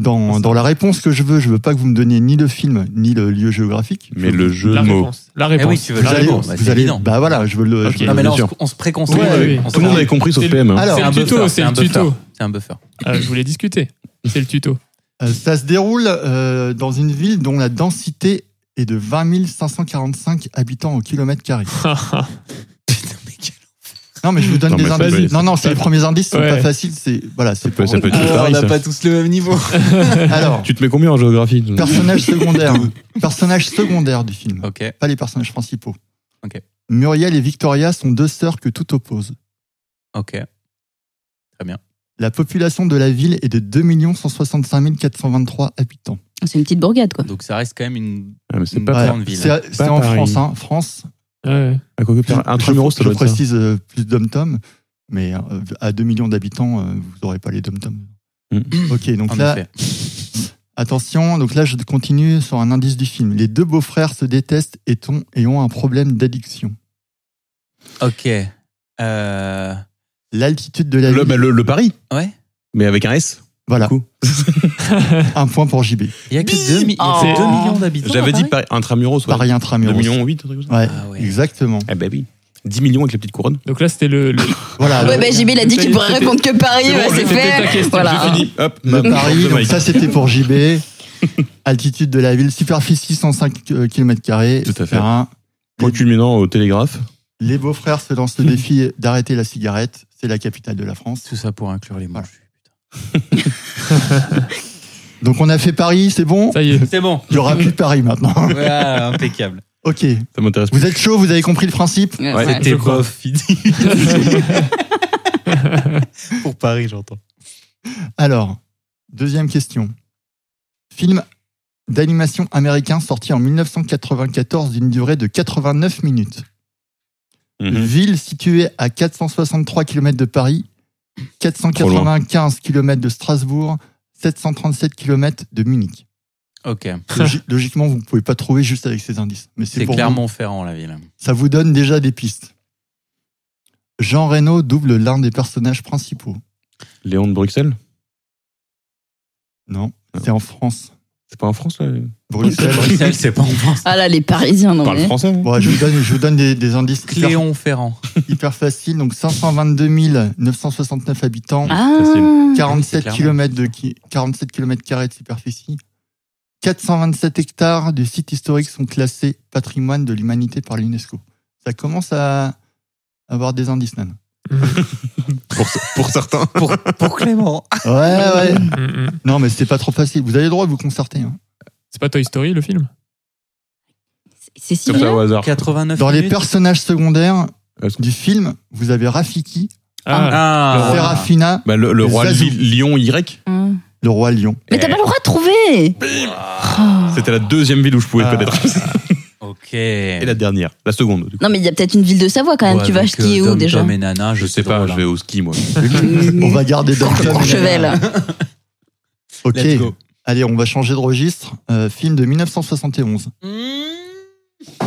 Speaker 2: dans, dans la réponse que je veux, je veux pas que vous me donniez ni le film, ni le lieu géographique.
Speaker 4: Mais le jeu de
Speaker 5: La
Speaker 4: mots.
Speaker 5: réponse. La
Speaker 3: Eh
Speaker 5: réponse.
Speaker 3: oui, tu veux la
Speaker 2: vous allez,
Speaker 3: réponse, bah,
Speaker 2: vous
Speaker 3: c'est
Speaker 2: allez-
Speaker 3: évident.
Speaker 2: bah voilà, je veux le.
Speaker 5: Ok.
Speaker 2: je veux
Speaker 3: non,
Speaker 2: le-
Speaker 3: mais là, on,
Speaker 4: bien
Speaker 3: se- on se préconstruit.
Speaker 5: Ouais,
Speaker 3: on se-
Speaker 5: oui.
Speaker 3: on se
Speaker 4: Tout le monde
Speaker 3: pré-
Speaker 4: avait compris sauf
Speaker 5: C'est-
Speaker 4: PM. hein.
Speaker 2: Alors,
Speaker 3: C'est un
Speaker 5: tuto,
Speaker 3: buffer,
Speaker 5: c'est
Speaker 3: c'est
Speaker 5: le
Speaker 3: un buffer.
Speaker 5: tuto.
Speaker 3: C'est un buffer.
Speaker 5: Ah, je voulais discuter. C'est le tuto.
Speaker 2: euh, ça se déroule euh, dans une ville dont la densité est de 20 545 habitants au kilomètre carré.
Speaker 5: Ah,
Speaker 3: Putain, mais quel-
Speaker 2: Non, mais je vous donne
Speaker 4: Non,
Speaker 2: des
Speaker 4: mais ça
Speaker 2: indices.
Speaker 4: peut être-
Speaker 2: non, non, c'est les premiers indices, c'est
Speaker 5: Ouais.
Speaker 2: pas facile. C'est voilà, c'est
Speaker 4: Ça peut,
Speaker 2: pour- Euh,
Speaker 4: ça peut être tout
Speaker 3: on
Speaker 4: Paris,
Speaker 3: n'a
Speaker 4: ça.
Speaker 3: pas tous le même niveau.
Speaker 2: Alors,
Speaker 4: Tu te mets combien en géographie
Speaker 2: personnage secondaire, personnage secondaire du film,
Speaker 3: ok.
Speaker 2: pas les personnages principaux.
Speaker 3: Ok.
Speaker 2: Muriel et Victoria sont deux sœurs que tout oppose.
Speaker 3: Ok.
Speaker 2: La population de la ville est de 2 165 423 habitants.
Speaker 1: C'est une petite bourgade, quoi.
Speaker 3: Donc ça reste quand même une.
Speaker 4: Ah, mais c'est
Speaker 3: Une
Speaker 4: pas
Speaker 3: vraie-
Speaker 4: Paris.
Speaker 3: grande ville.
Speaker 2: C'est c'est en
Speaker 4: Paris.
Speaker 2: France, hein. France.
Speaker 5: Ouais.
Speaker 4: Ah, quoi que Paris- Un truc numéro, ça
Speaker 2: je
Speaker 4: doit être ça.
Speaker 2: précise euh, plus dom-tom, mais euh, à 2 millions d'habitants, euh, vous n'aurez pas les dom-tom.
Speaker 4: Mm.
Speaker 2: Ok, donc
Speaker 3: En
Speaker 2: là,
Speaker 3: effet.
Speaker 2: attention, donc là je continue sur un indice du film. Les deux beaux-frères se détestent et, ont- et ont un problème d'addiction.
Speaker 3: Ok. Euh,
Speaker 2: L'altitude de la
Speaker 4: Le,
Speaker 2: ville.
Speaker 4: bah, le- le Paris,
Speaker 3: Ouais.
Speaker 4: mais avec un S.
Speaker 2: voilà,
Speaker 4: coup.
Speaker 2: un point pour JB.
Speaker 3: Il y a que 2
Speaker 1: Oh.
Speaker 3: millions d'habitants.
Speaker 4: J'avais
Speaker 3: à
Speaker 4: dit
Speaker 3: Paris
Speaker 4: Paris, intramuros, ouais.
Speaker 2: Paris
Speaker 4: 2
Speaker 2: intramuros.
Speaker 4: millions 8, un truc comme ça.
Speaker 2: Ouais,
Speaker 3: Ah ouais.
Speaker 2: exactement.
Speaker 4: Eh ben oui. 10 millions avec la petite couronne.
Speaker 5: Donc là, c'était le, le-
Speaker 2: Voilà,
Speaker 1: ouais,
Speaker 2: le-
Speaker 1: bah, JB, il a dit qu'il pourrait
Speaker 5: C'était-
Speaker 1: répondre que Paris,
Speaker 5: c'est
Speaker 1: ouais,
Speaker 5: bon,
Speaker 1: c'est
Speaker 5: c'était
Speaker 1: fait.
Speaker 5: ta question,
Speaker 1: Voilà.
Speaker 4: C'est fini. Hop.
Speaker 2: Le Paris,
Speaker 4: Drop the
Speaker 2: donc
Speaker 4: mic.
Speaker 2: ça c'était pour JB. Altitude de la ville, superficie euh, 105 km.
Speaker 4: Tout à fait. Point culminant au télégraphe.
Speaker 2: Les beaux-frères se lancent le défi d'arrêter la cigarette. C'est la capitale de la France.
Speaker 3: Tout ça pour inclure les manches.
Speaker 2: Donc on a fait Paris, c'est bon
Speaker 5: Ça y est.
Speaker 3: C'est bon.
Speaker 2: Il n'y aura plus de Paris maintenant.
Speaker 3: Ouais, impeccable.
Speaker 2: Ok.
Speaker 4: Ça m'intéresse plus.
Speaker 2: Vous êtes chaud, vous avez compris le principe
Speaker 1: Ouais,
Speaker 4: Ouais.
Speaker 1: ouais.
Speaker 3: C'était
Speaker 5: je crois.
Speaker 3: bof, il dit. Pour Paris, j'entends.
Speaker 2: Alors, deuxième question. Film d'animation américain sorti en 1994 d'une durée de 89 minutes.
Speaker 4: Mhm.
Speaker 2: Ville située à 463 km de Paris, 495 km de Strasbourg, 737 km de Munich.
Speaker 3: Ok,
Speaker 2: Logi- logiquement, vous ne pouvez pas trouver juste avec ces indices. Mais c'est
Speaker 3: c'est
Speaker 2: pour
Speaker 3: Clermont-Ferrand, la ville.
Speaker 2: vous. Ça vous donne déjà des pistes. Jean Reno double l'un des personnages principaux.
Speaker 4: Léon de Bruxelles
Speaker 2: Non, c'est en France.
Speaker 4: C'est pas en France, là
Speaker 2: Bruxelles.
Speaker 3: Bruxelles, c'est pas en France.
Speaker 1: Ah là, les Parisiens, non
Speaker 4: Parle
Speaker 1: mais.
Speaker 4: français, hein
Speaker 2: Bon, je vous donne, je vous donne des, des indices hyper,
Speaker 3: Cléon-Ferrand.
Speaker 2: hyper faciles. Donc 522 969 habitants,
Speaker 1: Ah,
Speaker 4: Facile.
Speaker 2: 47
Speaker 3: clairement.
Speaker 2: km de qui- 47 km carrés de superficie. 427 hectares de sites historiques sont classés patrimoine de l'humanité par l'UNESCO. Ça commence à avoir des indices, Nan.
Speaker 4: pour, pour certains.
Speaker 3: Pour, pour Clément.
Speaker 2: Ouais, ouais.
Speaker 5: Mm, mm.
Speaker 2: Non, mais c'est pas trop facile. Vous avez le droit de vous concerter. hein.
Speaker 5: C'est pas Toy Story le film
Speaker 1: c'est
Speaker 4: Comme ça,
Speaker 1: Sylvia
Speaker 4: au hasard.
Speaker 3: 89
Speaker 2: Dans les
Speaker 3: minutes.
Speaker 2: personnages secondaires
Speaker 4: Est-ce que-
Speaker 2: du film, vous avez Rafiki,
Speaker 5: Ah,
Speaker 3: Ah,
Speaker 2: Serafina,
Speaker 4: Bah, le, le roi
Speaker 2: Zazou.
Speaker 4: Li- Lion Y,
Speaker 1: Hein.
Speaker 2: le roi lion.
Speaker 1: Mais t'as pas le droit de trouver Oh.
Speaker 4: c'était la deuxième ville où je pouvais
Speaker 2: Ah.
Speaker 4: connaître.
Speaker 3: ok.
Speaker 4: Et la dernière, la seconde. du coup.
Speaker 1: Non, mais il y a peut-être une ville de Savoie quand même. tu vas
Speaker 2: euh,
Speaker 1: skier où déjà
Speaker 3: euh, et Nana,
Speaker 4: Je sais pas, je vais au ski, moi.
Speaker 2: On
Speaker 3: Mm.
Speaker 2: va garder Dom Tom.
Speaker 1: Courchevel.
Speaker 2: Ok.
Speaker 3: Let's go.
Speaker 2: Allez, on va changer de registre. Euh, film de 1971.
Speaker 3: Hmm.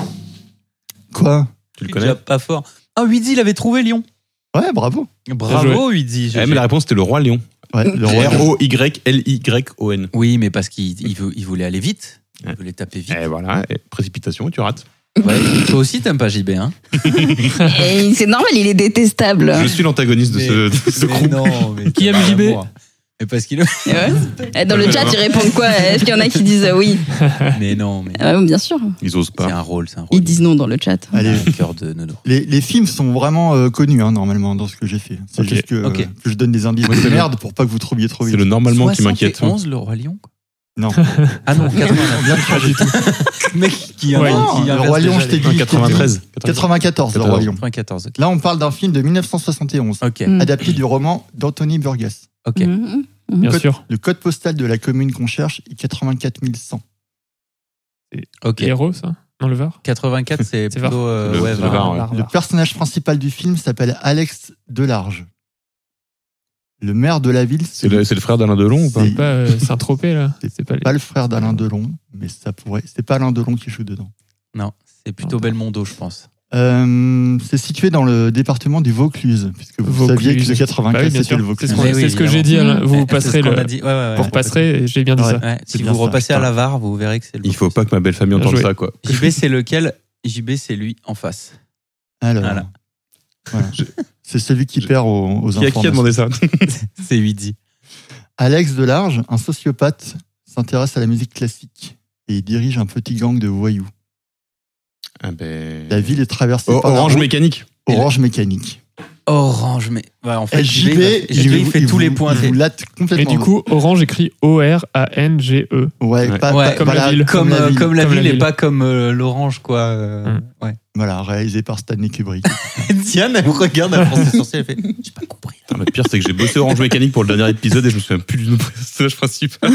Speaker 2: Quoi
Speaker 4: Tu le
Speaker 3: Tu
Speaker 4: connais
Speaker 3: connais pas fort. Ah, Uidi, il avait trouvé Lyon.
Speaker 2: Ouais, bravo.
Speaker 3: Bravo, Uidi.
Speaker 4: Eh, mais la réponse, c'était le roi Lion.
Speaker 2: Ouais, le roi lion.
Speaker 4: R-O-Y-L-Y-O-N.
Speaker 3: Oui, mais parce qu'il il veut- il voulait aller vite. Il
Speaker 4: Ouais.
Speaker 3: voulait taper vite.
Speaker 4: Et voilà, et précipitation, tu rates.
Speaker 3: Ouais, Toi aussi, t'aimes pas JB, hein
Speaker 1: Et C'est normal, il est détestable.
Speaker 4: Je suis l'antagoniste de ce, de ce
Speaker 3: Mais
Speaker 4: groupe.
Speaker 3: non, mais
Speaker 5: Qui
Speaker 3: ça
Speaker 5: aime
Speaker 3: va
Speaker 5: JB?
Speaker 3: l'amour. Mais parce qu'il
Speaker 1: Ouais. Eh, Dans le chat, ils répondent quoi Est-ce qu'il y en a qui disent euh, oui
Speaker 3: Mais non, mais
Speaker 1: Ah ouais, Bien sûr.
Speaker 4: Ils osent
Speaker 3: c'est
Speaker 4: pas.
Speaker 3: un rôle, c'est un rôle.
Speaker 1: Ils disent non dans le chat.
Speaker 3: On a
Speaker 2: Allez.
Speaker 3: le cœur de Nono.
Speaker 2: Les, les films sont vraiment euh, connus, hein, normalement, dans ce que j'ai fait. C'est
Speaker 4: Ok,
Speaker 2: juste que, euh,
Speaker 3: ok.
Speaker 2: que je donne des indices
Speaker 4: Moi,
Speaker 2: de
Speaker 4: c'est le-
Speaker 2: merde pour pas que vous trouviez trop
Speaker 4: C'est
Speaker 2: vite.
Speaker 4: le normalement qui m'inquiète. hein.
Speaker 3: 71, le roi lion. quoi.
Speaker 2: Non.
Speaker 3: Ah non, 89.
Speaker 2: On vient de changer tout.
Speaker 3: mec qui
Speaker 5: Ouais,
Speaker 3: invente-
Speaker 2: non,
Speaker 3: qui
Speaker 2: le
Speaker 3: inverse
Speaker 2: Roi
Speaker 3: déjà
Speaker 2: Lion,
Speaker 3: les-
Speaker 2: je t'ai dit.
Speaker 4: 93.
Speaker 2: 94, le roi lion.
Speaker 3: 94, ok.
Speaker 2: Là, on parle d'un film de 1971,
Speaker 3: Ok,
Speaker 1: Mm.
Speaker 2: adapté du roman d'Anthony Burgess.
Speaker 3: ok.
Speaker 1: Mhm.
Speaker 5: bien
Speaker 2: Code-
Speaker 5: sûr.
Speaker 2: Le code postal de la commune qu'on cherche est 84 100.
Speaker 3: ok.
Speaker 5: L'héros, ça Dans le Var
Speaker 3: 84, c'est
Speaker 5: C'est Var.
Speaker 3: plutôt. euh,
Speaker 4: Le-
Speaker 3: ouais,
Speaker 4: c'est
Speaker 3: Var.
Speaker 4: Var, ouais.
Speaker 2: Le personnage principal du film s'appelle Alex Delarge. Le maire de la ville,
Speaker 4: C'est le, c'est le frère d'Alain Delon ou pas
Speaker 2: C'est-
Speaker 5: Pas euh, Saint-Tropez, là C'est pas les-
Speaker 2: pas le frère d'Alain Delon, mais ça pourrait. C'est pas Alain Delon qui joue dedans.
Speaker 3: Non, c'est plutôt Belmondo, je pense.
Speaker 2: Euh, c'est situé dans le département du Vaucluse, puisque vous
Speaker 5: Vaucluse.
Speaker 2: saviez que le
Speaker 5: Bah
Speaker 2: 95
Speaker 5: oui,
Speaker 2: c'était
Speaker 5: bien sûr.
Speaker 2: le
Speaker 5: C'est ce
Speaker 2: Vaucluse.
Speaker 5: qu'on-
Speaker 3: Mais oui,
Speaker 5: c'est ce que
Speaker 3: évidemment.
Speaker 5: j'ai dit, Alain.
Speaker 3: Eh,
Speaker 5: Vous
Speaker 3: c'est ce
Speaker 5: passerez
Speaker 3: qu'on a
Speaker 5: le.
Speaker 3: dit. Ouais, ouais, ouais.
Speaker 5: Vous repasserez, j'ai bien dit
Speaker 2: Ouais.
Speaker 5: ça.
Speaker 3: Ouais,
Speaker 2: C'est
Speaker 3: si
Speaker 2: bien
Speaker 3: vous
Speaker 2: ça.
Speaker 3: repassez à la VAR, vous verrez que c'est le.
Speaker 4: Il faut pas que ma belle famille entende
Speaker 5: Bien joué.
Speaker 4: ça, quoi.
Speaker 3: JB, c'est lequel JB, c'est lui en face.
Speaker 2: Alors,
Speaker 3: Voilà.
Speaker 2: voilà.
Speaker 4: Je-
Speaker 2: c'est celui qui
Speaker 4: Je-
Speaker 2: perd aux, aux
Speaker 4: Qui a, qui a
Speaker 2: informations.
Speaker 4: demandé ça
Speaker 3: C'est Uidi.
Speaker 2: Alex Delarge, un sociopathe, s'intéresse à la musique classique et il dirige un petit gang de voyous.
Speaker 4: Ah ben...
Speaker 5: Euh,
Speaker 2: La ville est traversée
Speaker 4: O-
Speaker 2: par la
Speaker 4: Orange
Speaker 2: route
Speaker 4: Mécanique.
Speaker 2: orange mécanique.
Speaker 3: Orange, mais. Ouais, en fait, JB,
Speaker 2: JB,
Speaker 3: il va- JB, il fait
Speaker 2: vous-
Speaker 3: tous les points.
Speaker 2: Eh, Il vous latte
Speaker 5: Mais
Speaker 2: complètement.
Speaker 5: du coup, Orange écrit O-R-A-N-G-E.
Speaker 2: ouais,
Speaker 4: Ouais.
Speaker 2: pas-
Speaker 3: Ouais,
Speaker 2: pas-
Speaker 5: comme
Speaker 2: voilà,
Speaker 5: la ville.
Speaker 3: Comme, euh,
Speaker 2: ville.
Speaker 3: comme la
Speaker 5: Comme la
Speaker 3: ville et
Speaker 5: ville.
Speaker 3: pas comme euh, l'orange, quoi. euh, Ouais.
Speaker 2: Voilà, réalisé par Stanley Kubrick.
Speaker 3: Diane, elle me regarde, elle prend ses sourcils, elle fait J'ai pas compris.
Speaker 4: Putain, le pire, c'est que j'ai bossé Orange Mécanique pour le dernier épisode et je me souviens plus du nom du personnage principal.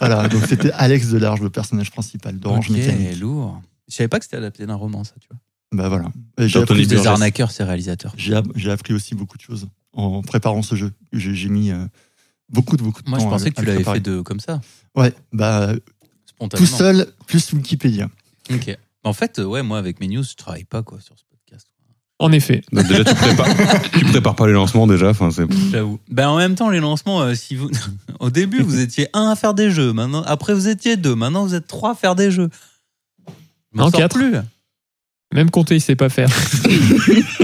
Speaker 2: voilà, donc c'était Alex Delarge, le personnage principal d'Orange
Speaker 3: Ok,
Speaker 2: Mécanique.
Speaker 3: lourd. Je savais pas que c'était adapté d'un roman, ça, tu vois.
Speaker 2: Bah voilà. Et J'ai
Speaker 4: Anthony
Speaker 2: appris,
Speaker 3: Plus des
Speaker 4: Burgess.
Speaker 3: arnaqueurs, ces réalisateurs.
Speaker 2: j'ai app- j'ai appris aussi beaucoup de choses en préparant ce jeu. J'ai j'ai mis euh, beaucoup de beaucoup de
Speaker 3: Moi,
Speaker 2: temps.
Speaker 3: je
Speaker 2: à
Speaker 3: pensais
Speaker 2: le-
Speaker 3: que tu
Speaker 2: à le
Speaker 3: l'avais
Speaker 2: préparer.
Speaker 3: fait de, comme ça,
Speaker 2: Ouais, bah tout
Speaker 3: spontanément.
Speaker 2: seul plus Wikipédia.
Speaker 3: Ok. En fait, euh, ouais, moi, avec mes news, je travaille pas, quoi, sur ce podcast.
Speaker 5: En effet.
Speaker 4: Donc déjà, tu prépares, tu prépares pas les lancements, déjà. Enfin, c'est...
Speaker 3: J'avoue. Ben, en même temps, les lancements, euh, si vous. Au début, vous étiez un à faire des jeux. Maintenant, après, vous étiez deux. Maintenant, vous êtes trois à faire des jeux. Je m'en
Speaker 5: Non,
Speaker 3: sors
Speaker 5: quatre.
Speaker 3: plus.
Speaker 5: Même compter, il sait pas faire.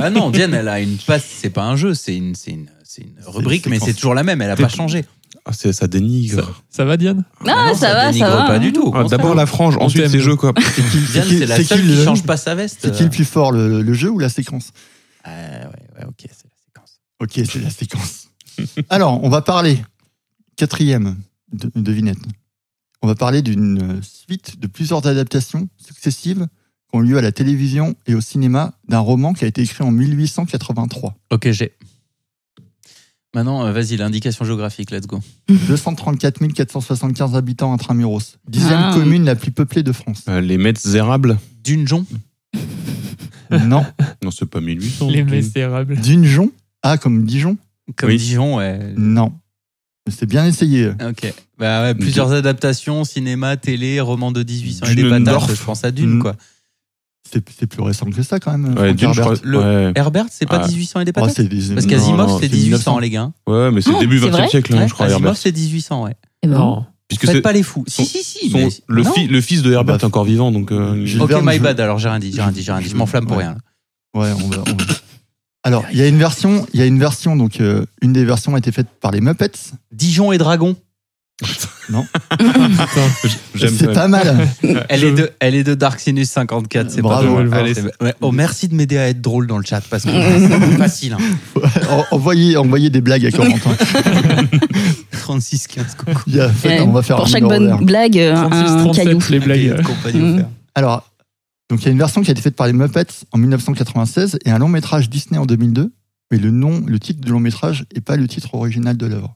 Speaker 3: Ah non, Diane, elle a une passe. C'est pas un jeu, c'est une, c'est une, c'est une rubrique,
Speaker 2: une
Speaker 3: mais
Speaker 2: séquence.
Speaker 3: c'est toujours la même. Elle a pas changé.
Speaker 4: Ah, c'est- ça dénigre.
Speaker 5: Ça va, Diane
Speaker 1: Ah,
Speaker 3: non,
Speaker 1: ça va, ça
Speaker 3: dénigre
Speaker 1: va.
Speaker 3: Pas du tout. au
Speaker 4: Ah, D'abord
Speaker 3: contraire.
Speaker 4: la frange,
Speaker 5: On
Speaker 4: ensuite
Speaker 5: t'aime.
Speaker 4: ces jeux, quoi.
Speaker 3: Diane, c'est la
Speaker 2: c'est
Speaker 3: seule
Speaker 2: qui
Speaker 3: qui
Speaker 2: le-
Speaker 3: change pas sa veste.
Speaker 2: C'est qui le plus fort, le, le jeu ou la séquence
Speaker 3: Ah, ouais, ouais, ok, c'est la séquence.
Speaker 2: Ok, c'est la séquence. Alors, on va parler, quatrième de- euh, devinette, on va parler d'une suite de plusieurs adaptations successives qui ont lieu à la télévision et au cinéma d'un roman qui a été écrit en 1883.
Speaker 3: Ok, j'ai. Maintenant, euh, vas-y, l'indication géographique, let's go.
Speaker 2: 234 475 habitants intramuros. Dixième
Speaker 1: Ah.
Speaker 2: commune la plus peuplée de France.
Speaker 4: Euh, les Mésérables
Speaker 3: Dungeon
Speaker 2: Non.
Speaker 4: Non, c'est pas 1800.
Speaker 5: Les
Speaker 4: ok.
Speaker 5: misérables.
Speaker 2: Dungeon Ah, comme Dijon
Speaker 3: Comme
Speaker 4: Oui.
Speaker 3: Dijon, ouais.
Speaker 2: Non. C'est bien essayé.
Speaker 3: Ok. Bah ouais, plusieurs adaptations, cinéma, télé, roman de 1800 et des
Speaker 4: Dunendorf.
Speaker 3: patates, je pense à Dune,
Speaker 2: Mm.
Speaker 3: quoi.
Speaker 2: C'est c'est plus récent que ça, quand même.
Speaker 4: Ouais,
Speaker 2: Frank
Speaker 4: Dune, je
Speaker 2: Herbert.
Speaker 4: crois.
Speaker 3: Le-
Speaker 4: Ouais.
Speaker 3: Herbert, c'est pas
Speaker 4: Ah.
Speaker 3: 1800 et
Speaker 2: Ah,
Speaker 3: des patates
Speaker 2: c'est des-
Speaker 3: Parce
Speaker 2: non,
Speaker 3: qu'Asimov,
Speaker 2: non,
Speaker 3: c'est 1800, les gars.
Speaker 4: Ouais, mais c'est
Speaker 1: Oh,
Speaker 4: début
Speaker 1: c'est
Speaker 4: 20 e
Speaker 1: vrai
Speaker 4: siècle, hein, je crois, Herbert.
Speaker 3: Asimov, c'est 1800, ouais.
Speaker 1: Eh ben,
Speaker 5: Non.
Speaker 4: Puisque
Speaker 3: Faites
Speaker 4: c'est
Speaker 3: pas les fous.
Speaker 4: son-
Speaker 3: Si, si, si.
Speaker 4: son-
Speaker 3: mais-
Speaker 4: le,
Speaker 3: Non.
Speaker 4: fi- le fils de Herbert
Speaker 2: Bah,
Speaker 4: est encore vivant, donc. euh,
Speaker 2: Gilles
Speaker 3: Ok,
Speaker 2: Verne,
Speaker 3: my
Speaker 2: je-
Speaker 3: bad, alors j'ai rien dit, j'ai rien dit, j'ai rien dit. Je m'enflamme pour rien. là.
Speaker 2: Ouais, on va- on va- Alors, il y a une version, il y a une version, donc euh, une des versions a été faite par les Muppets.
Speaker 3: Dijon et Dragon.
Speaker 4: J'aime
Speaker 2: C'est
Speaker 4: pas.
Speaker 2: pas mal.
Speaker 3: Elle,
Speaker 5: Je-
Speaker 3: est de, elle est de Dark Sinus 54, c'est pas
Speaker 2: Bravo.
Speaker 3: drôle.
Speaker 5: Bravo.
Speaker 3: Allez, c'est- ouais. Oh, merci de m'aider à être drôle dans le chat parce que c'est facile. hein.
Speaker 2: En- envoyez, envoyez des blagues à Corentin.
Speaker 3: 36, 15 coucou.
Speaker 2: Il y a-
Speaker 1: eh,
Speaker 2: on va faire
Speaker 1: pour
Speaker 2: un
Speaker 1: chaque
Speaker 2: numéro
Speaker 1: bonne
Speaker 2: vert.
Speaker 1: blague, euh, un caillou.
Speaker 5: 36-37, les
Speaker 3: Ah,
Speaker 5: blagues.
Speaker 3: Compagnie
Speaker 1: Mm.
Speaker 3: offerte.
Speaker 2: Alors, donc il y a une version qui a été faite par les Muppets en 1996 et un long métrage Disney en 2002, mais le nom, le titre du long métrage n'est pas le titre original de l'œuvre.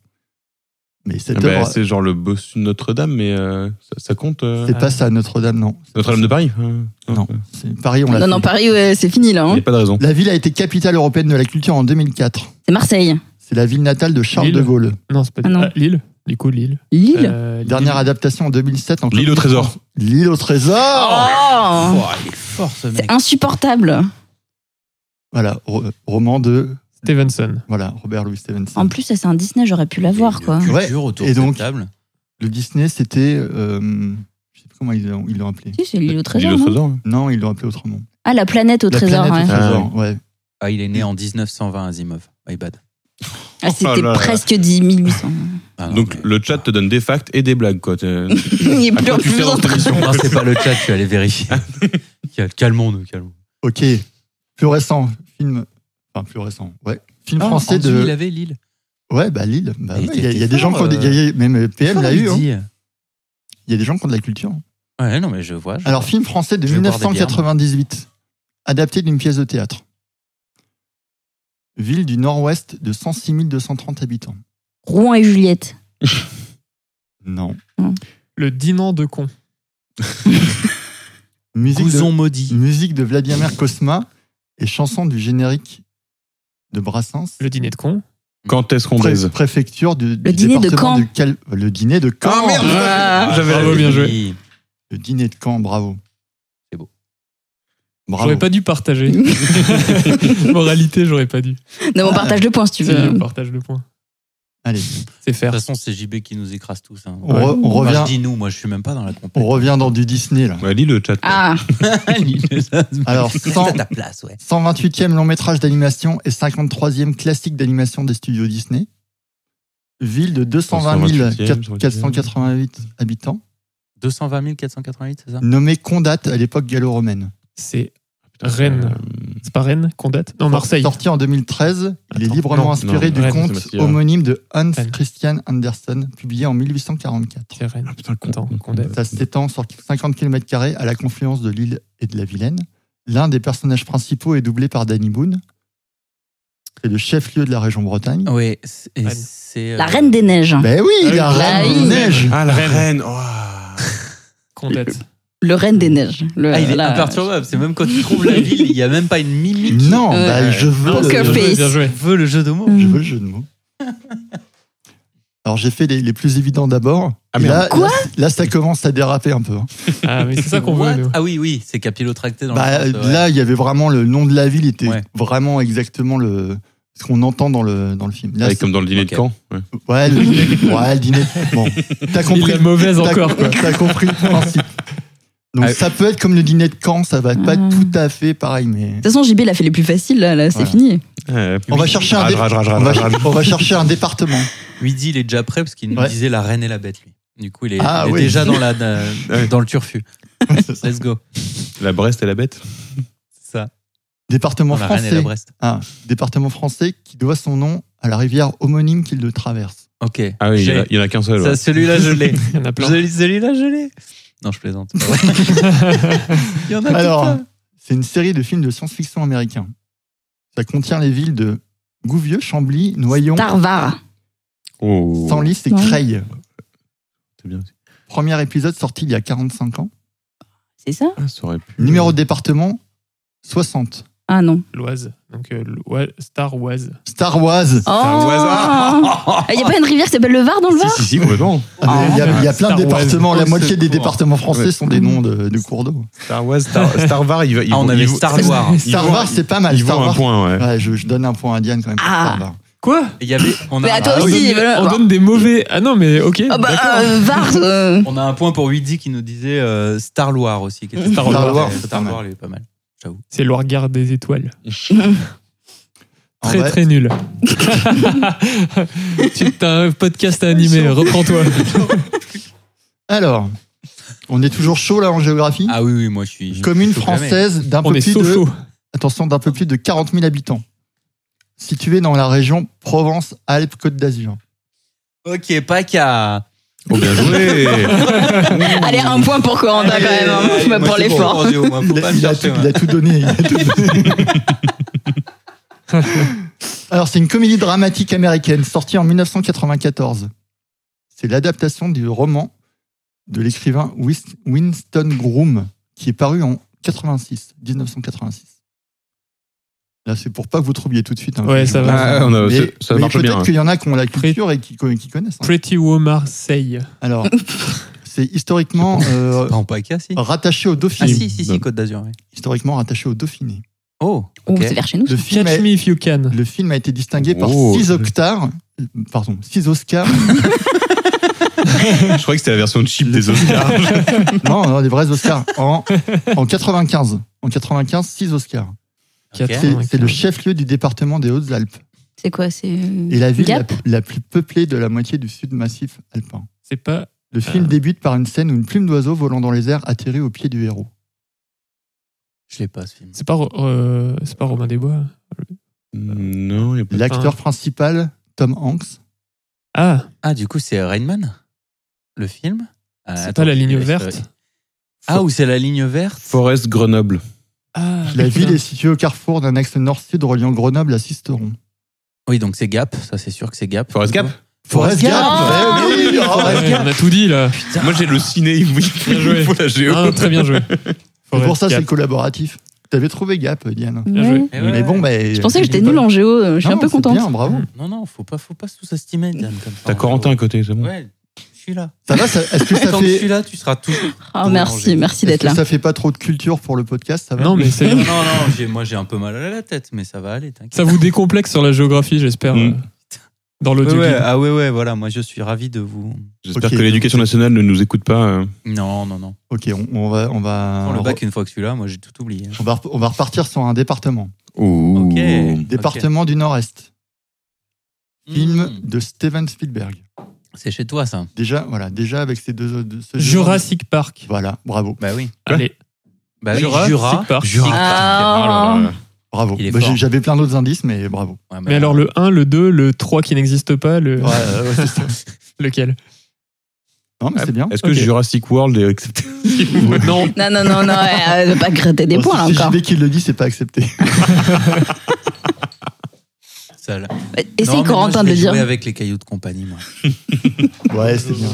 Speaker 2: Mais
Speaker 4: Ah,
Speaker 2: cette
Speaker 4: bah,
Speaker 2: œuvre,
Speaker 4: c'est genre le bossu de Notre-Dame, mais euh, ça, ça compte. euh,
Speaker 2: c'est pas ça, Notre-Dame, non.
Speaker 4: Notre-Dame de Paris euh,
Speaker 2: Non. C'est Paris, on l'a
Speaker 1: Non,
Speaker 2: fait.
Speaker 1: non, Paris, ouais, c'est fini là.
Speaker 4: Il
Speaker 1: hein.
Speaker 4: n'y a pas de raison.
Speaker 2: La ville a été capitale européenne de la culture en 2004.
Speaker 1: C'est Marseille.
Speaker 2: C'est la ville natale de Charles
Speaker 5: Lille.
Speaker 2: de Gaulle.
Speaker 5: Non, c'est pas
Speaker 1: Ah, non.
Speaker 5: Ah, Lille. Du coup, Lille.
Speaker 1: Lille.
Speaker 5: Euh, Lille.
Speaker 2: Dernière adaptation en 2007. en
Speaker 4: L'île au Ah. trésor.
Speaker 2: L'île au trésor
Speaker 1: Oh,
Speaker 3: Oh, il est fort ce mec.
Speaker 1: insupportable.
Speaker 2: Voilà, ro- roman de
Speaker 5: Stevenson.
Speaker 2: voilà, Robert Louis Stevenson.
Speaker 1: En plus, ça, c'est un Disney, j'aurais pu l'avoir, quoi.
Speaker 3: Culture
Speaker 2: Ouais.
Speaker 3: autour
Speaker 2: Et
Speaker 3: de
Speaker 2: donc-
Speaker 3: cette table.
Speaker 2: Le Disney, c'était... euh, je sais plus comment ils l'ont ils l'ont appelé.
Speaker 1: Si, c'est l'île au
Speaker 4: L'île
Speaker 1: trésor.
Speaker 4: au
Speaker 1: non
Speaker 4: trésor. hein.
Speaker 2: Non, ils l'ont appelé autrement.
Speaker 1: Ah, la planète au
Speaker 2: La
Speaker 1: trésor,
Speaker 2: planète
Speaker 1: ouais.
Speaker 2: au trésor, ouais.
Speaker 3: Ah, il est né en 1920, Asimov. My bad.
Speaker 1: Ah,
Speaker 4: Oh
Speaker 1: c'était
Speaker 4: là là.
Speaker 1: presque 10 1800.
Speaker 3: Ah, non,
Speaker 4: Donc
Speaker 3: mais-
Speaker 4: le chat te donne des facts et des blagues, quoi. T'es-
Speaker 1: Il est
Speaker 4: À
Speaker 1: plus
Speaker 4: quoi
Speaker 1: en
Speaker 4: tu
Speaker 1: plus
Speaker 4: sers dans
Speaker 1: en
Speaker 4: ton émission
Speaker 3: Non, c'est pas le chat, je suis allé vérifier. Cal- Calmons-nous, calmons.
Speaker 2: Ok. Plus récent, film. Enfin, plus récent, ouais. Film
Speaker 3: Ah,
Speaker 2: français
Speaker 3: en dessous, Il
Speaker 2: de.
Speaker 3: avait Lille.
Speaker 2: Ouais, bah Lille. Bah
Speaker 3: Il
Speaker 2: ouais, Il y a,
Speaker 3: était
Speaker 2: il y a des gens
Speaker 3: fort,
Speaker 2: qui ont. des- il y a- Même euh, PM l'a eu. hein. Il y a des gens qui ont de la culture.
Speaker 3: Ouais, non, mais je vois. je-
Speaker 2: Alors, film français de
Speaker 3: Je vais boire des bières,
Speaker 2: 1998. Adapté d'une pièce de théâtre. Ville du Nord-Ouest de 106 230 habitants.
Speaker 1: Rouen et Juliette.
Speaker 2: Non.
Speaker 5: Le Dinan de con.
Speaker 2: Musique de, Mm.
Speaker 3: Cousin maudit.
Speaker 2: musique de Vladimir Kosma et chanson du générique de Brassens.
Speaker 5: Le dîner de con.
Speaker 4: Quand est-ce qu'on
Speaker 2: Pré-
Speaker 4: baise
Speaker 2: préfecture du, du
Speaker 1: Le dîner de
Speaker 2: département
Speaker 1: Caen.
Speaker 2: du Cal- Le dîner de Caen.
Speaker 4: Ah, merde
Speaker 1: Ah.
Speaker 4: J'avais
Speaker 5: bravo,
Speaker 4: la-
Speaker 5: bien joué.
Speaker 3: Oui.
Speaker 2: Le dîner de Caen, bravo.
Speaker 3: C'est beau.
Speaker 2: Bravo.
Speaker 5: J'aurais pas dû partager. Moralité, j'aurais pas dû.
Speaker 1: Non, on partage le point si tu
Speaker 5: C'est
Speaker 1: veux.
Speaker 5: on partage le point.
Speaker 2: Allez,
Speaker 5: C'est
Speaker 3: De
Speaker 5: faire.
Speaker 3: toute façon, c'est JB qui nous écrase tous. hein.
Speaker 2: on, re- on
Speaker 3: Enfin,
Speaker 2: revient,
Speaker 3: je dis nous, moi je suis même pas dans la compétition.
Speaker 2: on revient dans du Disney là.
Speaker 4: Ouais, lis le chat.
Speaker 1: Ah,
Speaker 2: Alors,
Speaker 3: C'est
Speaker 2: cent-
Speaker 3: à ta place, ouais.
Speaker 2: 128e long métrage d'animation et 53e classique d'animation des studios Disney. Ville de 220
Speaker 4: 128e,
Speaker 2: 488 habitants,
Speaker 3: 220 488, c'est ça
Speaker 2: nommée Condate à l'époque gallo-romaine.
Speaker 5: C'est Rennes.
Speaker 4: Euh,
Speaker 5: C'est pas Rennes qu'on date Non, Marseille.
Speaker 2: Sorti en 2013, il est
Speaker 5: Attends,
Speaker 2: librement
Speaker 5: non,
Speaker 2: inspiré
Speaker 4: non,
Speaker 2: du
Speaker 5: ouais,
Speaker 4: c'est
Speaker 2: conte
Speaker 4: Mathias.
Speaker 2: homonyme de Hans
Speaker 5: Rennes.
Speaker 2: Christian Andersen, publié en 1844.
Speaker 5: C'est Rennes.
Speaker 4: Ah putain, con.
Speaker 5: Attends, qu'on date.
Speaker 2: Ça s'étend sur 50 km à la confluence de l'île et de la Vilaine. L'un des personnages principaux est doublé par Danny Boone. C'est le chef-lieu de la région Bretagne.
Speaker 3: Oui, c'est- et
Speaker 5: Rennes.
Speaker 3: c'est. euh,
Speaker 1: la reine des neiges.
Speaker 2: Ben oui,
Speaker 5: Ah
Speaker 2: la
Speaker 5: oui, la
Speaker 2: reine des
Speaker 1: reine.
Speaker 2: neiges.
Speaker 4: Ah, la reine. oh.
Speaker 5: Qu'on date.
Speaker 1: Le reine des neiges. Le-
Speaker 3: Ah, il est
Speaker 1: la-
Speaker 3: imperturbable. C'est même quand tu trouves la ville, il n'y a même pas une mimique.
Speaker 2: Non,
Speaker 1: Euh,
Speaker 2: bah, je veux.
Speaker 5: Non,
Speaker 1: Poker
Speaker 5: bien joué,
Speaker 1: face.
Speaker 5: bien joué.
Speaker 3: Je veux le jeu de
Speaker 1: Hmm.
Speaker 3: mots.
Speaker 2: Je veux le jeu de mots. Alors j'ai fait les, les plus évidents d'abord.
Speaker 4: Ah,
Speaker 2: Et
Speaker 4: merde.
Speaker 2: là,
Speaker 1: Quoi
Speaker 2: là, là, ça commence à déraper un peu. hein.
Speaker 5: Ah, mais c'est ça qu'on veut,
Speaker 3: What
Speaker 5: nous.
Speaker 3: Ah oui, oui, c'est capillotracté dans
Speaker 2: Bah,
Speaker 3: le sens, ouais.
Speaker 2: Là, il y avait vraiment le nom de la ville était
Speaker 3: Ouais.
Speaker 2: vraiment exactement le ce qu'on entend dans le dans le film. Là,
Speaker 4: Ouais,
Speaker 2: c'est-
Speaker 4: comme dans le dîner
Speaker 3: Ok.
Speaker 4: de Caen. ouais.
Speaker 2: ouais, le, ouais, le dîner. Bon, t'as
Speaker 5: Il
Speaker 2: compris.
Speaker 5: est mauvaise
Speaker 2: T'as-
Speaker 5: encore, quoi.
Speaker 2: T'as compris le principe. Donc
Speaker 3: Ah.
Speaker 2: ça peut être comme le dîner de Caen, ça va pas
Speaker 1: Ah.
Speaker 2: tout à fait pareil, mais
Speaker 1: De toute façon, JB l'a fait les plus faciles, là, là c'est
Speaker 2: Voilà.
Speaker 1: fini.
Speaker 4: Ouais,
Speaker 2: on va
Speaker 4: oui.
Speaker 2: chercher un
Speaker 4: Rage,
Speaker 2: dé-
Speaker 4: rage, rage,
Speaker 2: on va,
Speaker 4: rage, rage.
Speaker 2: on va chercher un département.
Speaker 3: Luigi, il est déjà prêt parce qu'il nous
Speaker 2: Ouais.
Speaker 3: disait la reine et la bête, lui. Du coup, il est,
Speaker 2: Ah,
Speaker 3: il est
Speaker 2: oui.
Speaker 3: déjà dans, la, na-
Speaker 4: Ouais.
Speaker 3: dans le turfu. Let's go.
Speaker 4: La Brest et la Bête.
Speaker 3: C'est ça.
Speaker 2: département
Speaker 3: Dans la reine et la
Speaker 2: français.
Speaker 3: Brest.
Speaker 2: Ah, département français qui doit son nom à la rivière homonyme qu'il le traverse.
Speaker 3: Ok.
Speaker 4: Ah oui, il y en
Speaker 3: J'ai-
Speaker 4: a- il y en a qu'un seul.
Speaker 3: Ça,
Speaker 4: ouais.
Speaker 3: Celui-là, je l'ai.
Speaker 5: Il y en a plein.
Speaker 3: Je- Celui-là, je l'ai. Non, je plaisante.
Speaker 5: Il y
Speaker 3: Bah,
Speaker 5: en a
Speaker 2: Alors, c'est une série de films de science-fiction américains. Ça contient les villes de Gouvieux, Chambly, Noyon,
Speaker 1: Tarvar.
Speaker 4: Oh.
Speaker 2: Senlis et
Speaker 1: Ouais.
Speaker 2: Creil.
Speaker 4: C'est bien.
Speaker 2: Premier épisode sorti il y a 45 ans.
Speaker 1: C'est ça
Speaker 4: Ah, ça aurait pu.
Speaker 2: Numéro de département 60.
Speaker 1: Ah non.
Speaker 5: L'Oise. Donc, euh, l'Oise- Star Oise.
Speaker 2: Star Wars.
Speaker 1: Oh Ah,
Speaker 4: un
Speaker 1: Il n'y a pas une rivière qui s'appelle le Var dans le Var
Speaker 4: Si, si, complètement.
Speaker 1: Ah,
Speaker 2: Il y a, il y a plein de
Speaker 5: Star Wars.
Speaker 2: départements. La
Speaker 4: Au
Speaker 2: moitié des
Speaker 4: secours.
Speaker 2: départements français
Speaker 4: Ouais.
Speaker 2: sont des noms de, de cours d'eau.
Speaker 4: Star Wars, Star, Star Wars, il va. il
Speaker 3: Ah, on
Speaker 4: vaut-
Speaker 3: avait
Speaker 4: il vaut-
Speaker 3: Star Wars.
Speaker 4: Il
Speaker 2: Star
Speaker 4: vaut-
Speaker 2: Wars, c'est pas mal.
Speaker 4: Il vaut
Speaker 2: Star
Speaker 4: un
Speaker 2: Wars.
Speaker 4: point, ouais.
Speaker 2: Ouais, je, je donne un point à Diane quand même. pour
Speaker 1: Ah.
Speaker 2: Star Wars.
Speaker 5: Quoi
Speaker 3: Et il y avait, on, a,
Speaker 1: Mais à toi
Speaker 3: ah
Speaker 5: on,
Speaker 3: oui.
Speaker 1: aussi.
Speaker 5: donne,
Speaker 1: voilà.
Speaker 5: on donne des mauvais. Ah non, mais ok.
Speaker 1: Ah bah,
Speaker 5: d'accord.
Speaker 1: euh, Var. euh,
Speaker 3: on a un point pour 8 qui nous disait euh, Star Loire aussi. qui était- Star
Speaker 5: Star Loire,
Speaker 3: Loire,
Speaker 2: c'est
Speaker 3: Star
Speaker 2: pas mal.
Speaker 3: Loire, il est pas mal.
Speaker 5: C'est le regard des étoiles.
Speaker 2: En
Speaker 5: Très
Speaker 2: vrai,
Speaker 5: très nul. tu as un podcast à animer, reprends-toi.
Speaker 2: Alors, on est toujours chaud là en géographie.
Speaker 3: Ah oui, oui, moi je suis. je-
Speaker 2: Commune
Speaker 3: je suis proclamé.
Speaker 2: française d'un peu
Speaker 5: On est
Speaker 2: plus
Speaker 5: so
Speaker 2: de
Speaker 5: chaud.
Speaker 2: attention d'un peu plus de 40 000 habitants. Située dans la région Provence-Alpes-Côte d'Azur.
Speaker 3: Ok, PACA.
Speaker 4: Oh, bien joué.
Speaker 1: Allez, un point pour Coranda quand même, hein,
Speaker 3: Allez, moi,
Speaker 1: pour
Speaker 3: c'est
Speaker 1: l'effort.
Speaker 3: bon, au moins, faut
Speaker 2: Il
Speaker 3: pas
Speaker 2: a,
Speaker 3: me hein.
Speaker 2: il a
Speaker 3: chercher,
Speaker 2: tout,
Speaker 3: moi.
Speaker 2: il a tout donné. il a tout donné. Alors, c'est une comédie dramatique américaine sortie en 1994. C'est l'adaptation du roman de l'écrivain Wis- Winston Groom qui est paru en 86, 1986. Là, c'est pour pas que vous trouviez tout de suite. hein.
Speaker 5: Ouais, ça va.
Speaker 4: Ah, on a-
Speaker 2: Mais-
Speaker 4: ça- ça
Speaker 2: mais
Speaker 4: marche bien,
Speaker 2: Peut-être
Speaker 4: hein.
Speaker 2: qu'il y en a qui ont la culture et qui, qui connaissent. hein.
Speaker 5: Pretty Woman Say.
Speaker 2: Alors, c'est historiquement euh,
Speaker 3: Pas en PACA, si.
Speaker 2: rattaché au
Speaker 3: Ah
Speaker 2: Dauphiné.
Speaker 3: si, si, si, Côte d'Azur. oui.
Speaker 2: Historiquement rattaché au Dauphiné.
Speaker 3: Oh,
Speaker 1: Oh,
Speaker 3: ok.
Speaker 1: c'est vers chez nous.
Speaker 2: Le film,
Speaker 5: Catch
Speaker 2: a,
Speaker 5: me if you can.
Speaker 2: le film a été distingué par
Speaker 4: Oh.
Speaker 2: 6 octars. euh, Pardon, 6 Oscars.
Speaker 4: Je crois que c'était la version cheap des Oscars.
Speaker 2: non, non, des vrais Oscars. En, en 95. En 95, 6 Oscars.
Speaker 5: Quatre-
Speaker 2: C'est c'est le chef-lieu du département des Hautes-Alpes.
Speaker 1: C'est quoi C'est euh,
Speaker 2: Et la ville la,
Speaker 1: Gap
Speaker 2: la plus peuplée de la moitié du sud massif alpin.
Speaker 5: C'est pas.
Speaker 2: Le film débute par une scène où une plume d'oiseau volant dans les airs atterrit au pied du héros.
Speaker 3: Je l'ai pas ce film.
Speaker 5: C'est pas, Ro- euh, c'est pas Romain Desbois.
Speaker 4: non, il y a pas de-
Speaker 2: L'acteur principal, Tom Hanks.
Speaker 5: Ah,
Speaker 3: Ah, du coup, c'est Rainman, le film Ah,
Speaker 5: c'est
Speaker 3: attends,
Speaker 5: pas la ligne
Speaker 3: laisse-
Speaker 5: verte.
Speaker 3: Ah, ou c'est la ligne verte
Speaker 4: Forest Grenoble.
Speaker 5: Ah,
Speaker 2: euh, La
Speaker 5: putain.
Speaker 2: ville est située au carrefour d'un axe nord-sud reliant Grenoble à Sisteron.
Speaker 3: Oui, donc c'est Gap, ça c'est sûr que c'est Gap.
Speaker 4: Forest Gap
Speaker 2: Forest Gap
Speaker 1: Gap
Speaker 2: Eh oui,
Speaker 5: Ouais,
Speaker 2: Forest Gap
Speaker 5: on a tout dit là.
Speaker 4: Moi j'ai le ciné, il me
Speaker 5: joué.
Speaker 4: faut la géo.
Speaker 5: Ah, très bien joué.
Speaker 2: C'est pour
Speaker 5: Forrest
Speaker 2: ça c'est
Speaker 5: Gap.
Speaker 2: collaboratif. T'avais trouvé Gap, Diane.
Speaker 5: Bien
Speaker 1: Ouais.
Speaker 5: joué.
Speaker 3: Eh ouais.
Speaker 2: Mais bon, bah,
Speaker 1: Je pensais que j'étais nulle en géo, euh, je suis
Speaker 2: Non,
Speaker 1: un peu
Speaker 2: c'est Bien,
Speaker 1: contente.
Speaker 2: bravo.
Speaker 3: Non, non, faut pas, faut pas sous-estimer, Dan, comme ça.
Speaker 4: T'as Corentin à côté, c'est bon.
Speaker 3: Ouais, je suis là.
Speaker 2: Ça va ça- Est-ce que ça
Speaker 3: Tant que je suis
Speaker 2: fait
Speaker 3: là, tu seras tout.
Speaker 1: Ah,
Speaker 3: Bon,
Speaker 1: merci,
Speaker 3: j'ai-
Speaker 1: merci
Speaker 2: est-ce
Speaker 1: d'être
Speaker 2: que
Speaker 1: là.
Speaker 2: ça fait pas trop de culture pour le podcast Ça va
Speaker 5: Non, mais c'est
Speaker 3: Non, non, non, j'ai- moi j'ai un peu mal à la tête, mais ça va aller, t'inquiète.
Speaker 5: Ça vous décomplexe sur la géographie, j'espère.
Speaker 4: Mm.
Speaker 5: euh, Dans
Speaker 3: Ouais,
Speaker 5: l'audio.
Speaker 3: ouais, ah ouais, ouais, voilà, moi je suis ravi de vous.
Speaker 4: J'espère
Speaker 2: Ok.
Speaker 4: que l'éducation nationale ne nous écoute pas. euh.
Speaker 3: Non, non, non.
Speaker 2: Ok, on, on va on va
Speaker 3: Pour le bac, une fois que je suis là, moi j'ai tout oublié.
Speaker 2: on va rep- on va repartir sur un département.
Speaker 4: Ouh.
Speaker 3: Ok.
Speaker 2: Département du Nord-Est. Film
Speaker 3: Mm.
Speaker 2: de Steven Spielberg.
Speaker 3: C'est chez toi, ça.
Speaker 2: Déjà voilà, déjà avec ces deux de, ce
Speaker 5: Jurassic Park.
Speaker 2: Voilà, bravo,
Speaker 3: Bah oui.
Speaker 5: Allez.
Speaker 3: Bah oui,
Speaker 5: Jura, Sick Park.
Speaker 3: Jura.
Speaker 1: Ah.
Speaker 2: bravo.
Speaker 3: Il est
Speaker 2: Bah, j'ai-
Speaker 3: fort.
Speaker 2: J'avais plein d'autres indices, mais bravo.
Speaker 3: Ouais, bah,
Speaker 5: Mais alors le 1, le 2, le 3 qui n'existe pas, le...
Speaker 2: Ouais, ouais, ouais, c'est ça.
Speaker 5: lequel
Speaker 2: Non, mais c'est bien.
Speaker 4: Est-ce que
Speaker 5: Ok.
Speaker 4: Jurassic World est accepté
Speaker 5: Non.
Speaker 1: Non, non, non, non, ouais, euh, ne pas gratter des
Speaker 2: Bon,
Speaker 1: points là
Speaker 2: si
Speaker 1: encore.
Speaker 2: JB qui le dit, c'est pas accepté.
Speaker 3: ça, là.
Speaker 1: Bah, Essaye
Speaker 3: Non, mais moi,
Speaker 1: Corentin
Speaker 3: je
Speaker 1: de
Speaker 3: vais
Speaker 1: le dire.
Speaker 3: jouer avec les cailloux de compagnie, moi.
Speaker 2: Ouais, c'est bien.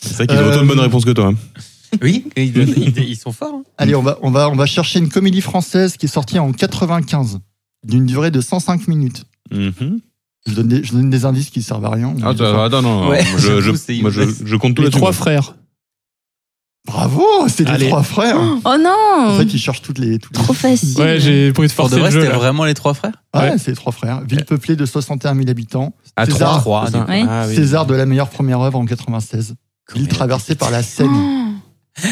Speaker 4: C'est vrai qu'ils ont
Speaker 2: Euh,
Speaker 4: autant de bonnes réponses que toi. hein.
Speaker 3: Oui, ils, donnent- ils- ils sont forts. hein.
Speaker 2: Allez, on va, on, va, on va chercher une comédie française qui est sortie en 95, d'une durée de 105 minutes.
Speaker 4: Mhm.
Speaker 2: Je donne des, je donne des indices qui servent à rien.
Speaker 4: Ah, attends, attends, non, non,
Speaker 3: Ouais,
Speaker 4: moi, je,
Speaker 3: j'avoue,
Speaker 4: je-
Speaker 3: c'est
Speaker 4: moi, je-
Speaker 3: immense.
Speaker 4: je compte tout
Speaker 5: Les
Speaker 4: là-dessus.
Speaker 5: trois frères.
Speaker 2: Bravo, c'est les
Speaker 5: Allez.
Speaker 2: trois frères.
Speaker 1: Oh
Speaker 2: En
Speaker 1: non
Speaker 2: fait, ils cherchent toutes les. Toutes les-
Speaker 1: Trop facile.
Speaker 5: Ouais, j'ai pris de
Speaker 3: Pour de
Speaker 5: forcer le
Speaker 3: vrai,
Speaker 5: jeu.
Speaker 3: c'était
Speaker 5: là.
Speaker 3: vraiment les trois frères
Speaker 2: Ouais,
Speaker 5: Ouais.
Speaker 2: c'est les trois frères. Ville peuplée de 61 000 habitants.
Speaker 3: À
Speaker 2: César.
Speaker 3: trois, trois. du coup.
Speaker 1: Ouais.
Speaker 4: Ah, oui.
Speaker 2: César de la meilleure première œuvre en 96. Ville traversée par la Seine,
Speaker 1: Ah.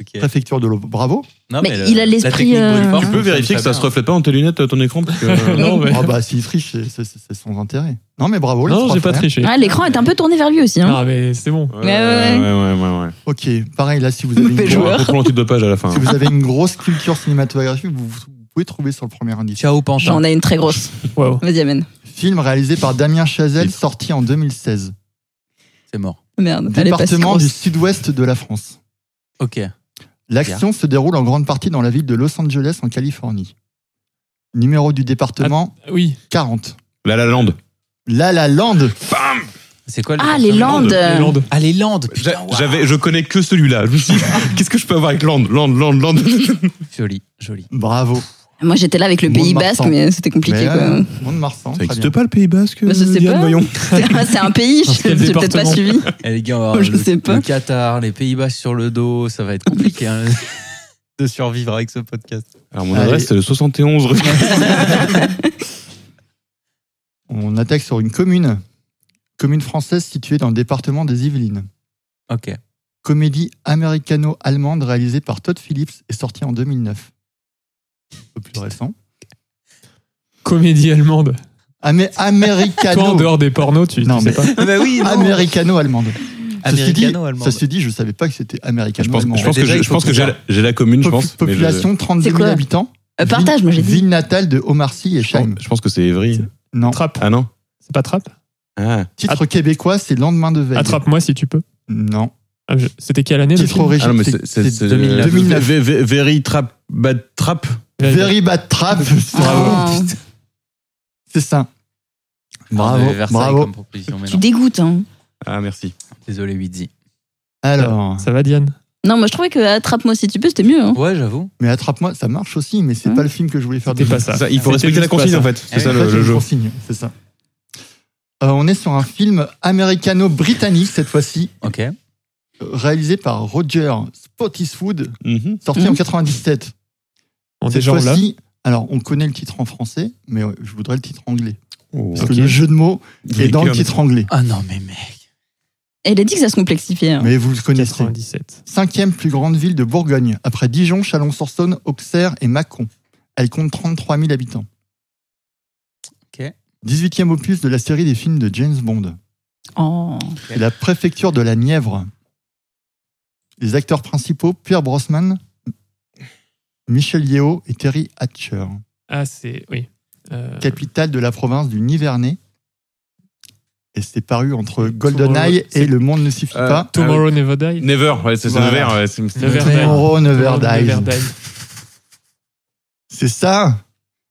Speaker 3: Ok.
Speaker 2: préfecture de l'Aube. Bravo.
Speaker 3: Non,
Speaker 1: Mais
Speaker 3: le-
Speaker 1: il a l'esprit,
Speaker 3: la technique brûle
Speaker 1: euh,
Speaker 3: fort.
Speaker 4: Tu peux vérifier que ça se reflète pas dans tes lunettes, euh, ton écran parce que, euh,
Speaker 5: Non, mais-
Speaker 2: Ah bah s'il triche, c'est- c'est c'est son intérêt. Non mais bravo les
Speaker 5: non,
Speaker 2: trois
Speaker 5: j'ai pas
Speaker 2: frères.
Speaker 5: triché.
Speaker 1: Ah, L'écran est un peu tourné vers lui aussi. Hein.
Speaker 5: Ah, mais c'est bon.
Speaker 1: Ouais, ouais, ouais.
Speaker 4: ouais, ouais, ouais.
Speaker 2: Ok, pareil là si vous avez
Speaker 1: Mauvais
Speaker 2: une,
Speaker 4: Bon,
Speaker 1: joueur.
Speaker 2: grosse,
Speaker 4: un contrôle antidopage à la fin.
Speaker 2: si vous avez une grosse culture cinématographique, vous, vous pouvez trouver sur le premier indice.
Speaker 3: Ciao, Pantin.
Speaker 1: J'en ai une très grosse.
Speaker 5: Waouh.
Speaker 1: Vas-y, amène.
Speaker 2: Film réalisé par Damien Chazelle,
Speaker 4: Titre.
Speaker 2: sorti en 2016.
Speaker 3: C'est mort.
Speaker 1: Merde, elle est pas si
Speaker 2: Département du
Speaker 1: grosse.
Speaker 2: sud-ouest de la France.
Speaker 3: Ok.
Speaker 2: L'action se déroule en grande partie dans la ville de Los Angeles, en Californie. Numéro du département
Speaker 5: Oui.
Speaker 2: 40.
Speaker 4: La La Land.
Speaker 2: La La Land.
Speaker 3: C'est quoi le
Speaker 1: Ah, les
Speaker 3: département
Speaker 1: Landes.
Speaker 5: Les Landes.
Speaker 3: Ah, les Landes.
Speaker 4: J'a-
Speaker 3: Putain, waouh.
Speaker 4: J'avais, je connais que celui-là. Je me suis dit, qu'est-ce que je peux avoir avec Land, Land, Land, Land
Speaker 3: Joli, joli.
Speaker 2: Bravo.
Speaker 1: Moi, j'étais là avec le
Speaker 2: Monde
Speaker 1: Pays
Speaker 2: Marsan.
Speaker 1: Basque, mais c'était compliqué,
Speaker 2: Mais,
Speaker 1: quoi.
Speaker 2: euh, Monde Marsan.
Speaker 4: Ça
Speaker 2: très
Speaker 4: n'existe
Speaker 2: bien.
Speaker 4: pas le Pays Basque
Speaker 1: Bah, je sais
Speaker 4: Diane,
Speaker 1: pas.
Speaker 4: voyons.
Speaker 1: C'est c'est un pays,
Speaker 5: Dans
Speaker 1: je
Speaker 5: quel
Speaker 1: n'ai peut-être pas
Speaker 5: département
Speaker 1: suivi. Euh,
Speaker 3: Eh, les gars, on va avoir
Speaker 1: Je
Speaker 3: le,
Speaker 1: sais pas.
Speaker 3: le Qatar, les Pays-Bas sur le dos, ça va être compliqué hein, de survivre avec ce podcast.
Speaker 4: Alors, mon
Speaker 2: Allez.
Speaker 4: adresse, c'est le 71 rue.
Speaker 2: On attaque sur une commune. Commune française située dans le département des Yvelines.
Speaker 3: Ok.
Speaker 2: Comédie américano-allemande réalisée par Todd Phillips et sortie en 2009. Un peu plus récent.
Speaker 5: Comédie allemande.
Speaker 2: Amé-
Speaker 5: Toi, en
Speaker 2: Americano.
Speaker 5: dehors des pornos, tu, tu
Speaker 2: Non, mais-
Speaker 5: sais pas.
Speaker 3: bah oui,
Speaker 1: Ah,
Speaker 2: Américano-allemande. Ceci dit,
Speaker 3: Américano-allemande.
Speaker 2: ceci dit, je ne savais pas que c'était
Speaker 4: Je pense,
Speaker 2: américano-allemande.
Speaker 4: je pense que,
Speaker 3: Déjà,
Speaker 4: j'ai-
Speaker 3: il
Speaker 4: je
Speaker 3: faut
Speaker 4: pense que
Speaker 3: tout
Speaker 4: j'ai, la- j'ai la commune, je
Speaker 2: Popu-
Speaker 4: pense. mais je-
Speaker 2: population 32
Speaker 1: C'est
Speaker 2: 000
Speaker 1: quoi
Speaker 2: habitants.
Speaker 1: Euh,
Speaker 2: Ville-
Speaker 1: partage, moi, j'ai dit.
Speaker 2: Ville natale de Omarcy et
Speaker 4: je pense,
Speaker 2: Chaim.
Speaker 4: je pense que c'est Evry.
Speaker 2: Non.
Speaker 5: Trappe.
Speaker 4: Ah non
Speaker 5: C'est pas trappe
Speaker 4: ah.
Speaker 2: Titre québécois, c'est Lendemain de veille.
Speaker 5: Attrape-moi si tu peux.
Speaker 2: Non.
Speaker 5: Ah, je- C'était quelle année le
Speaker 2: Titre
Speaker 5: film
Speaker 4: Ah non,
Speaker 2: original.
Speaker 4: mais c'est, c'est, c'est-
Speaker 2: 2009.
Speaker 4: euh, Ve- Ve- Ve- Very Trap, Bad Trap.
Speaker 2: Very bad trap. Oh,
Speaker 1: Ah,
Speaker 2: C'est ça.
Speaker 3: On
Speaker 2: Bravo.
Speaker 3: avait Versailles
Speaker 2: Bravo.
Speaker 3: comme proposition, mais
Speaker 1: tu
Speaker 3: non.
Speaker 1: dégoûtes, hein.
Speaker 4: Ah, merci.
Speaker 3: Désolé, Wizzy.
Speaker 2: Alors,
Speaker 5: Ça va, Diane
Speaker 1: Non, moi, je trouvais que Attrape-moi si tu peux, c'était
Speaker 2: Oh.
Speaker 1: mieux, hein.
Speaker 3: Ouais, j'avoue.
Speaker 2: mais attrape-moi, ça marche aussi, mais c'est
Speaker 1: Hein
Speaker 2: pas le film que je voulais faire.
Speaker 5: C'était
Speaker 2: de-
Speaker 5: pas ça.
Speaker 4: Ça, il faut
Speaker 5: C'était
Speaker 4: respecter la
Speaker 5: juste pas
Speaker 4: consigne,
Speaker 5: ça.
Speaker 4: en fait. C'est
Speaker 3: oui.
Speaker 4: ça
Speaker 2: En fait,
Speaker 4: le,
Speaker 2: j'ai
Speaker 4: le
Speaker 2: une
Speaker 4: jeu.
Speaker 2: consigne, Eh, c'est ça. Euh, on est sur un film américano-britannique cette fois-ci,
Speaker 3: Ok.
Speaker 2: euh, réalisé par Roger Spottiswoode,
Speaker 4: Mhm.
Speaker 2: sorti
Speaker 1: Mhm.
Speaker 2: en 97.
Speaker 5: On est
Speaker 2: Cette
Speaker 5: genre là.
Speaker 2: fois-ci, alors on connaît le titre en français, mais euh, je voudrais le titre anglais.
Speaker 4: Oh.
Speaker 2: Parce que le jeu de mots
Speaker 4: Il
Speaker 2: est
Speaker 4: est
Speaker 2: dans le
Speaker 4: clair.
Speaker 2: titre anglais.
Speaker 3: Ah non, mais mec.
Speaker 1: Elle a dit que ça se complexifiait. hein.
Speaker 2: Mais vous le connaissez.
Speaker 5: 97.
Speaker 2: Cinquième plus grande ville de Bourgogne, après Dijon, Chalon-sur-Saône, Auxerre et Mâcon. Elle compte 33 000 habitants.
Speaker 3: Ok.
Speaker 2: 18e opus de la série des films de James Bond.
Speaker 1: Oh.
Speaker 2: C'est la préfecture de la Nièvre. Les acteurs principaux, Pierre Brosnan, Michel Yeo et Terry Hatcher.
Speaker 5: Ah, c'est. Oui. Euh,
Speaker 2: Capitale de la province du Nivernais. Et c'est paru entre GoldenEye et
Speaker 5: c'est-
Speaker 2: Le Monde ne suffit
Speaker 4: Euh,
Speaker 2: pas.
Speaker 5: Tomorrow Never Die.
Speaker 4: Never, ouais, c'est, c'est
Speaker 2: Voilà.
Speaker 4: Never. ouais, c'est- c'est-
Speaker 5: Never Die.
Speaker 2: Tomorrow Never
Speaker 5: Tomorrow
Speaker 2: Dies.
Speaker 5: Never Die.
Speaker 2: C'est ça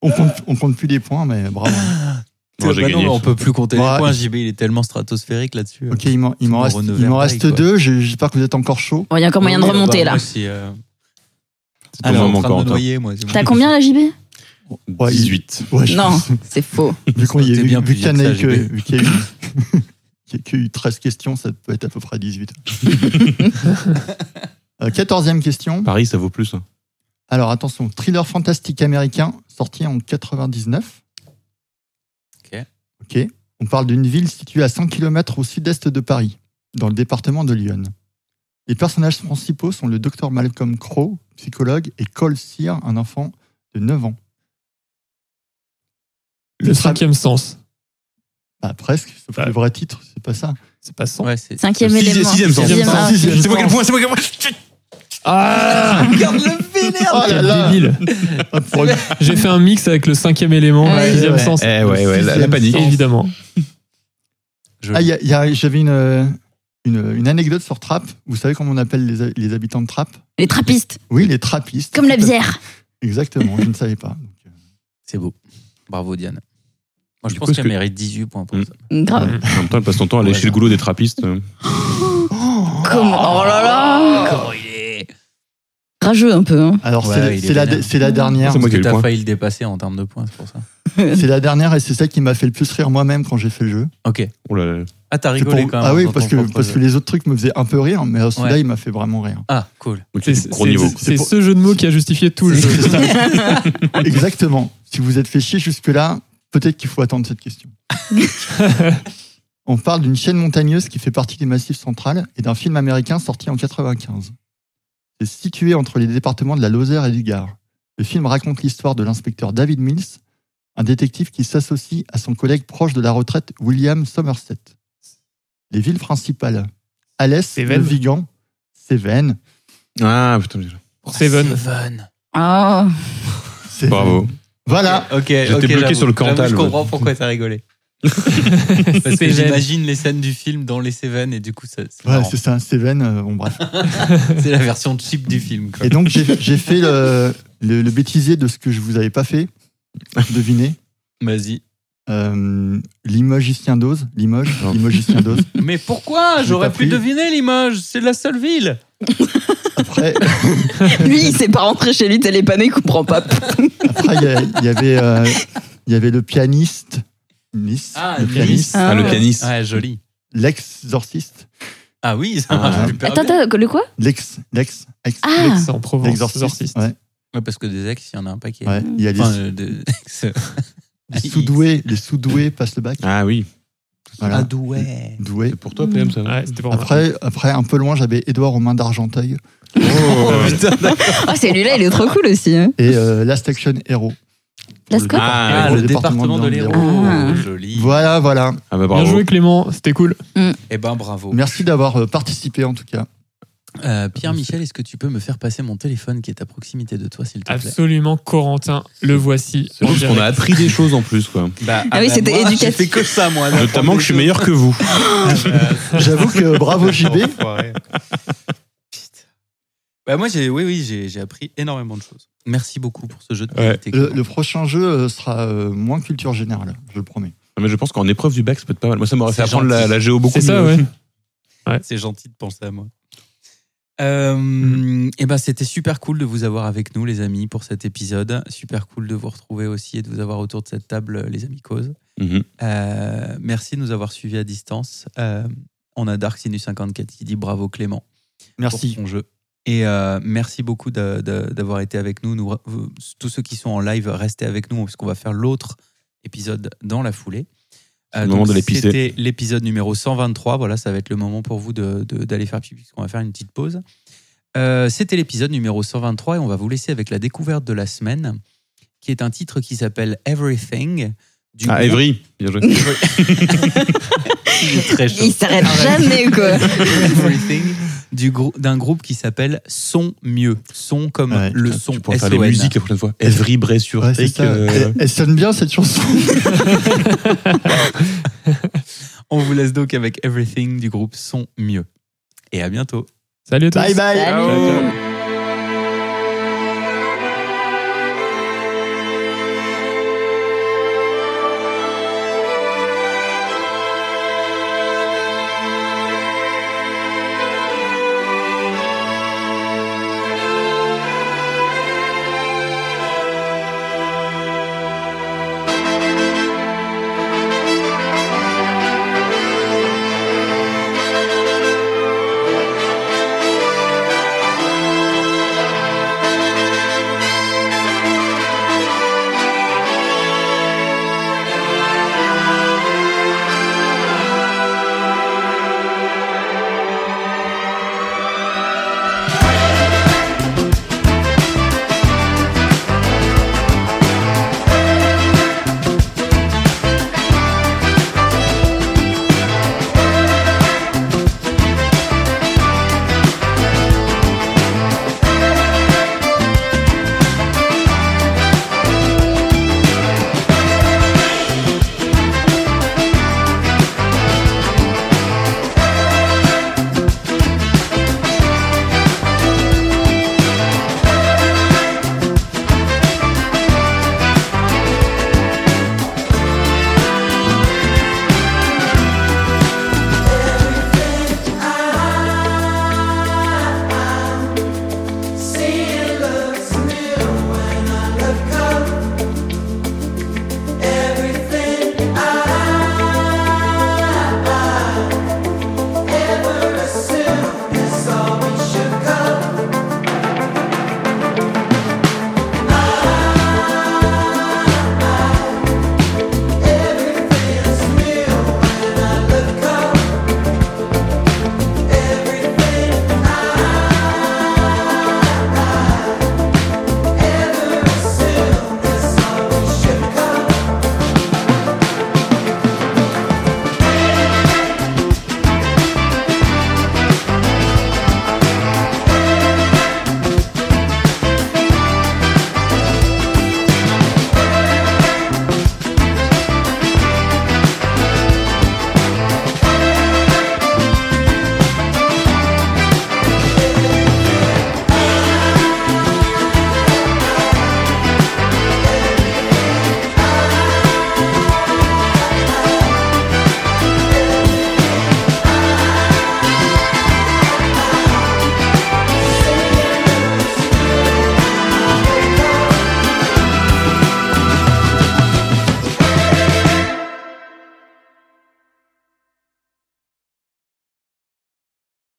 Speaker 2: on compte, on compte plus des points, mais bravo.
Speaker 4: Moi, j'ai
Speaker 3: Bah non,
Speaker 4: gagné.
Speaker 3: mais on peut plus compter
Speaker 2: Ouais.
Speaker 3: les points. JB, il est tellement stratosphérique là-dessus.
Speaker 2: Ok, il m'en il m'en
Speaker 3: Tomorrow
Speaker 2: reste,
Speaker 3: Never
Speaker 2: il m'en
Speaker 3: Die,
Speaker 2: reste
Speaker 3: quoi.
Speaker 2: deux. J'ai- J'espère que vous êtes encore chaud.
Speaker 1: Bon, il y a encore moyen de
Speaker 3: Ouais,
Speaker 1: remonter,
Speaker 3: bah,
Speaker 1: là.
Speaker 3: moi, si, euh,
Speaker 4: C'est ton
Speaker 3: Alors,
Speaker 4: moment
Speaker 3: en train
Speaker 4: encore,
Speaker 3: de me
Speaker 4: toi.
Speaker 3: noyer, moi. c'est bon.
Speaker 1: T'as combien, la JB
Speaker 2: Ouais, il-
Speaker 4: 18.
Speaker 2: Ouais, je
Speaker 1: Non,
Speaker 2: pense.
Speaker 1: c'est faux.
Speaker 2: Vu qu'on y est,
Speaker 3: T'es bien
Speaker 2: vu, vu
Speaker 3: plus
Speaker 2: qu'il y en
Speaker 3: vieux
Speaker 2: a
Speaker 3: que ça,
Speaker 2: eu que-
Speaker 3: JB.
Speaker 2: vu qu'il y a eu, qu'il y a que eu 13 questions, ça peut être à peu près 18. Euh, Quatorzième question.
Speaker 4: Paris, ça vaut plus. hein.
Speaker 2: Alors attention, thriller fantastique américain sorti en 99.
Speaker 3: Ok.
Speaker 2: Ok. On parle d'une ville située à 100 km au sud-est de Paris, dans le département de Lyon. Les personnages principaux sont le docteur Malcolm Crowe, psychologue, et Cole Sear, un enfant de 9 ans.
Speaker 5: Le cinquième sens.
Speaker 2: Bah, presque, sauf que
Speaker 5: Bah.
Speaker 2: le vrai titre, c'est pas ça.
Speaker 5: C'est pas sens.
Speaker 3: Ouais, c'est.
Speaker 1: Cinquième
Speaker 4: Sixième-
Speaker 1: élément.
Speaker 4: sixième sens.
Speaker 1: Sixième Ah.
Speaker 2: Sixième
Speaker 1: sens.
Speaker 2: sens. Sixième
Speaker 4: C'est moi quel
Speaker 2: sens.
Speaker 4: point, c'est moi quel point.
Speaker 5: Ah
Speaker 3: Regarde le vénère
Speaker 2: Oh là
Speaker 5: Quel
Speaker 2: là.
Speaker 5: débile.
Speaker 2: Ah, pour une-
Speaker 5: J'ai fait un mix avec le cinquième élément,
Speaker 1: Ouais,
Speaker 5: le sixième
Speaker 2: ouais.
Speaker 5: sens.
Speaker 4: Eh ouais, ouais, la, la panique.
Speaker 5: Évidemment.
Speaker 2: Ah, il y a- il y a- j'avais une, euh, une, une anecdote sur Trappe. Vous savez comment on appelle les, ha- les habitants de Trappe
Speaker 1: Les trappistes,
Speaker 2: Oui, les trappistes.
Speaker 1: comme la bière.
Speaker 2: Exactement, je ne savais pas. Donc, euh,
Speaker 3: C'est beau. Bravo, Diane. Moi, je
Speaker 4: Du
Speaker 3: pense
Speaker 4: coup,
Speaker 3: qu'elle
Speaker 4: est-ce que-
Speaker 3: mérite 18 points pour
Speaker 4: Mm.
Speaker 3: ça.
Speaker 1: Grave.
Speaker 4: En même temps, elle passe son temps à aller
Speaker 3: Ouais,
Speaker 4: chez le goulot des trappistes. euh,
Speaker 1: Comment Oh là là
Speaker 3: Oh, il est.
Speaker 1: Rageux un peu, hein.
Speaker 2: Alors,
Speaker 3: Ouais,
Speaker 2: c'est-
Speaker 3: il est
Speaker 2: c'est la,
Speaker 3: vénère.
Speaker 2: c'est
Speaker 1: Ah.
Speaker 2: la dernière.
Speaker 4: C'est moi
Speaker 3: Parce
Speaker 4: qui ai
Speaker 3: que
Speaker 4: le
Speaker 3: t'as
Speaker 4: point.
Speaker 3: failli le dépasser en termes de points, c'est pour ça.
Speaker 2: C'est la dernière et c'est celle qui m'a fait le plus rire moi-même quand j'ai fait le jeu.
Speaker 3: Ok.
Speaker 4: Oh là là.
Speaker 3: Ah, t'as
Speaker 2: C'est
Speaker 3: rigolé
Speaker 2: pour-
Speaker 3: quand même.
Speaker 2: ah oui,
Speaker 3: dans
Speaker 2: parce
Speaker 3: ton
Speaker 2: que,
Speaker 3: propre
Speaker 2: parce
Speaker 3: jeu.
Speaker 2: que les autres trucs me faisaient un peu rire, mais celui-là,
Speaker 3: Ouais.
Speaker 2: il m'a fait vraiment rire.
Speaker 3: Ah, cool.
Speaker 4: Ok,
Speaker 5: C'est
Speaker 4: gros niveau. quoi.
Speaker 5: c'est- c'est
Speaker 2: pour-
Speaker 5: ce jeu de mots qui a justifié tout le jeu.
Speaker 2: C'est ça. Exactement. Si vous êtes fait chier jusque-là, peut-être qu'il faut attendre cette question. On parle d'une chaîne montagneuse qui fait partie du Massif central et d'un film américain sorti en 95. C'est situé entre les départements de la Lozère et du Gard. Le film raconte l'histoire de l'inspecteur David Mills, un détective qui s'associe à son collègue proche de la retraite William Somerset. Les villes principales Alès, Le
Speaker 5: Cévennes.
Speaker 2: Vigan, Cévennes.
Speaker 4: Ah putain,
Speaker 5: Seven.
Speaker 3: Seven.
Speaker 1: Oh.
Speaker 2: Cévennes.
Speaker 4: bravo.
Speaker 2: Voilà.
Speaker 3: Ok, J'étais
Speaker 4: bloqué sur le Cantal,
Speaker 3: Je
Speaker 4: moi.
Speaker 3: comprends pourquoi t'as rigolé. Parce que
Speaker 5: Cévennes.
Speaker 3: j'imagine les scènes du film dans les Cévennes et du coup, ça, c'est
Speaker 2: Voilà,
Speaker 3: marrant.
Speaker 2: c'est ça, Seven, euh, bon bref.
Speaker 3: c'est la version cheap du film. Quoi.
Speaker 2: Et donc j'ai j'ai fait le, le, le bêtisier de ce que je vous avais pas fait, devinez.
Speaker 3: Vas-y.
Speaker 2: Euh, Limogicien d'Oz, Limoges,
Speaker 4: Non.
Speaker 2: Limogicien d'Oz.
Speaker 3: Mais pourquoi
Speaker 2: Je l'ai
Speaker 3: J'aurais
Speaker 2: pas
Speaker 3: pu
Speaker 2: pris.
Speaker 3: deviner Limoges, c'est la seule ville.
Speaker 2: Après,
Speaker 1: Lui, il s'est pas rentré chez lui, t'as les panneaux, il comprend pas.
Speaker 2: après il y a- il y, avait, euh, il y avait le pianiste, Nice, le pianiste,
Speaker 1: Ah,
Speaker 4: Ah, le pianiste.
Speaker 3: Ouais, joli.
Speaker 2: l'exorciste,
Speaker 3: Ah oui, ça
Speaker 2: Ah.
Speaker 3: marche super
Speaker 1: Attends,
Speaker 3: bien.
Speaker 1: attends, le quoi
Speaker 2: l'ex, l'ex, ex,
Speaker 1: Ah
Speaker 5: C'est en Provence.
Speaker 2: l'exorciste.
Speaker 5: exorciste.
Speaker 2: Ouais,
Speaker 3: Ouais, parce que des ex, il y en a un paquet.
Speaker 2: ouais. Il y a les,
Speaker 3: Enfin, euh, de-
Speaker 2: les sous-doués, les sous-doués passent le bac.
Speaker 4: Ah oui,
Speaker 3: Ah,
Speaker 2: Voilà,
Speaker 3: doué.
Speaker 2: doués.
Speaker 4: c'est pour toi, PM, ça.
Speaker 5: Ouais, c'était pour moi.
Speaker 2: Après, après, un peu loin, j'avais Édouard aux mains d'Argenteuil
Speaker 4: Oh.
Speaker 3: Oh,
Speaker 1: Ah, celui-là, il est trop cool aussi. hein.
Speaker 2: et euh, Last Action Hero.
Speaker 1: Last quoi
Speaker 4: Ah,
Speaker 3: Ah,
Speaker 2: pour
Speaker 3: le
Speaker 2: le
Speaker 3: département de l'Hérault.
Speaker 1: Ah.
Speaker 3: Joli.
Speaker 2: Voilà, voilà.
Speaker 4: Ah bah
Speaker 5: Bien
Speaker 4: bravo.
Speaker 5: joué Clément, c'était cool.
Speaker 3: Eh ben, bravo.
Speaker 2: Merci d'avoir euh, participé en tout cas.
Speaker 3: Euh, Pierre-Michel, est-ce que tu peux me faire passer mon téléphone qui est à proximité de toi, s'il te plaît
Speaker 5: Absolument, Corentin, le voici.
Speaker 4: C'est
Speaker 5: en
Speaker 4: drôle parce qu'on a
Speaker 5: direct.
Speaker 4: appris des choses en plus, quoi.
Speaker 3: Bah,
Speaker 1: Ah oui,
Speaker 3: bah,
Speaker 1: c'était
Speaker 3: moi,
Speaker 1: éducatif.
Speaker 3: j'ai fait que ça, moi.
Speaker 4: Notamment que je suis meilleur que vous.
Speaker 3: Ah,
Speaker 4: Ah,
Speaker 2: J'avoue que bravo JB.
Speaker 3: Bah, moi, j'ai, oui, oui, j'ai, j'ai appris énormément de choses. Merci beaucoup pour ce jeu de
Speaker 4: Ouais.
Speaker 3: qualité.
Speaker 2: Le, le prochain jeu euh, sera euh, moins culture générale, je le promets.
Speaker 4: Ah, Mais je pense qu'en épreuve du bac, ça peut être pas mal. Moi, ça m'aurait fait
Speaker 3: C'est
Speaker 4: apprendre la,
Speaker 3: gentil.
Speaker 4: la géo beaucoup
Speaker 5: C'est ça,
Speaker 4: mieux.
Speaker 5: ouais.
Speaker 3: C'est gentil de penser à moi. Et ben, c'était super cool de vous avoir avec nous, les amis, pour cet épisode. Super cool de vous retrouver aussi et de vous avoir autour de cette table, les amis causes.
Speaker 4: Mhm.
Speaker 3: Euh, merci de nous avoir suivis à distance. Euh, on a Dark Sinus 54 qui dit bravo Clément
Speaker 2: Merci.
Speaker 3: pour ton jeu. Et euh, merci beaucoup de- de- d'avoir été avec nous. Nous- vous- Tous ceux qui sont en live, restez avec nous parce qu'on va faire l'autre épisode dans la foulée. Euh,
Speaker 4: le moment
Speaker 3: donc,
Speaker 4: de l'épicer.
Speaker 3: C'était l'épisode numéro 123. Voilà, ça va être le moment pour vous de- de- d'aller faire pipi puisqu'on va faire une petite pause. Euh, c'était l'épisode numéro 123 et on va vous laisser avec la découverte de la semaine qui est un titre qui s'appelle Everything. Du
Speaker 4: Ah,
Speaker 3: groupe-
Speaker 4: Evry, bien joué.
Speaker 3: Très chaud.
Speaker 1: Il s'arrête jamais, quoi.
Speaker 3: Everything du grou- d'un groupe qui s'appelle Son Mieux. Son comme
Speaker 2: Ouais,
Speaker 3: le
Speaker 4: Tu
Speaker 3: son.
Speaker 4: pourras faire les
Speaker 3: S-O-N.
Speaker 4: musiques la prochaine fois. Evry Bressure. euh,
Speaker 2: Ouais, c'est ça. Elle, elle sonne bien cette chanson.
Speaker 3: On vous laisse donc avec Everything du groupe Son Mieux. Et à bientôt.
Speaker 5: Salut à tous.
Speaker 2: bye bye.
Speaker 1: Salut.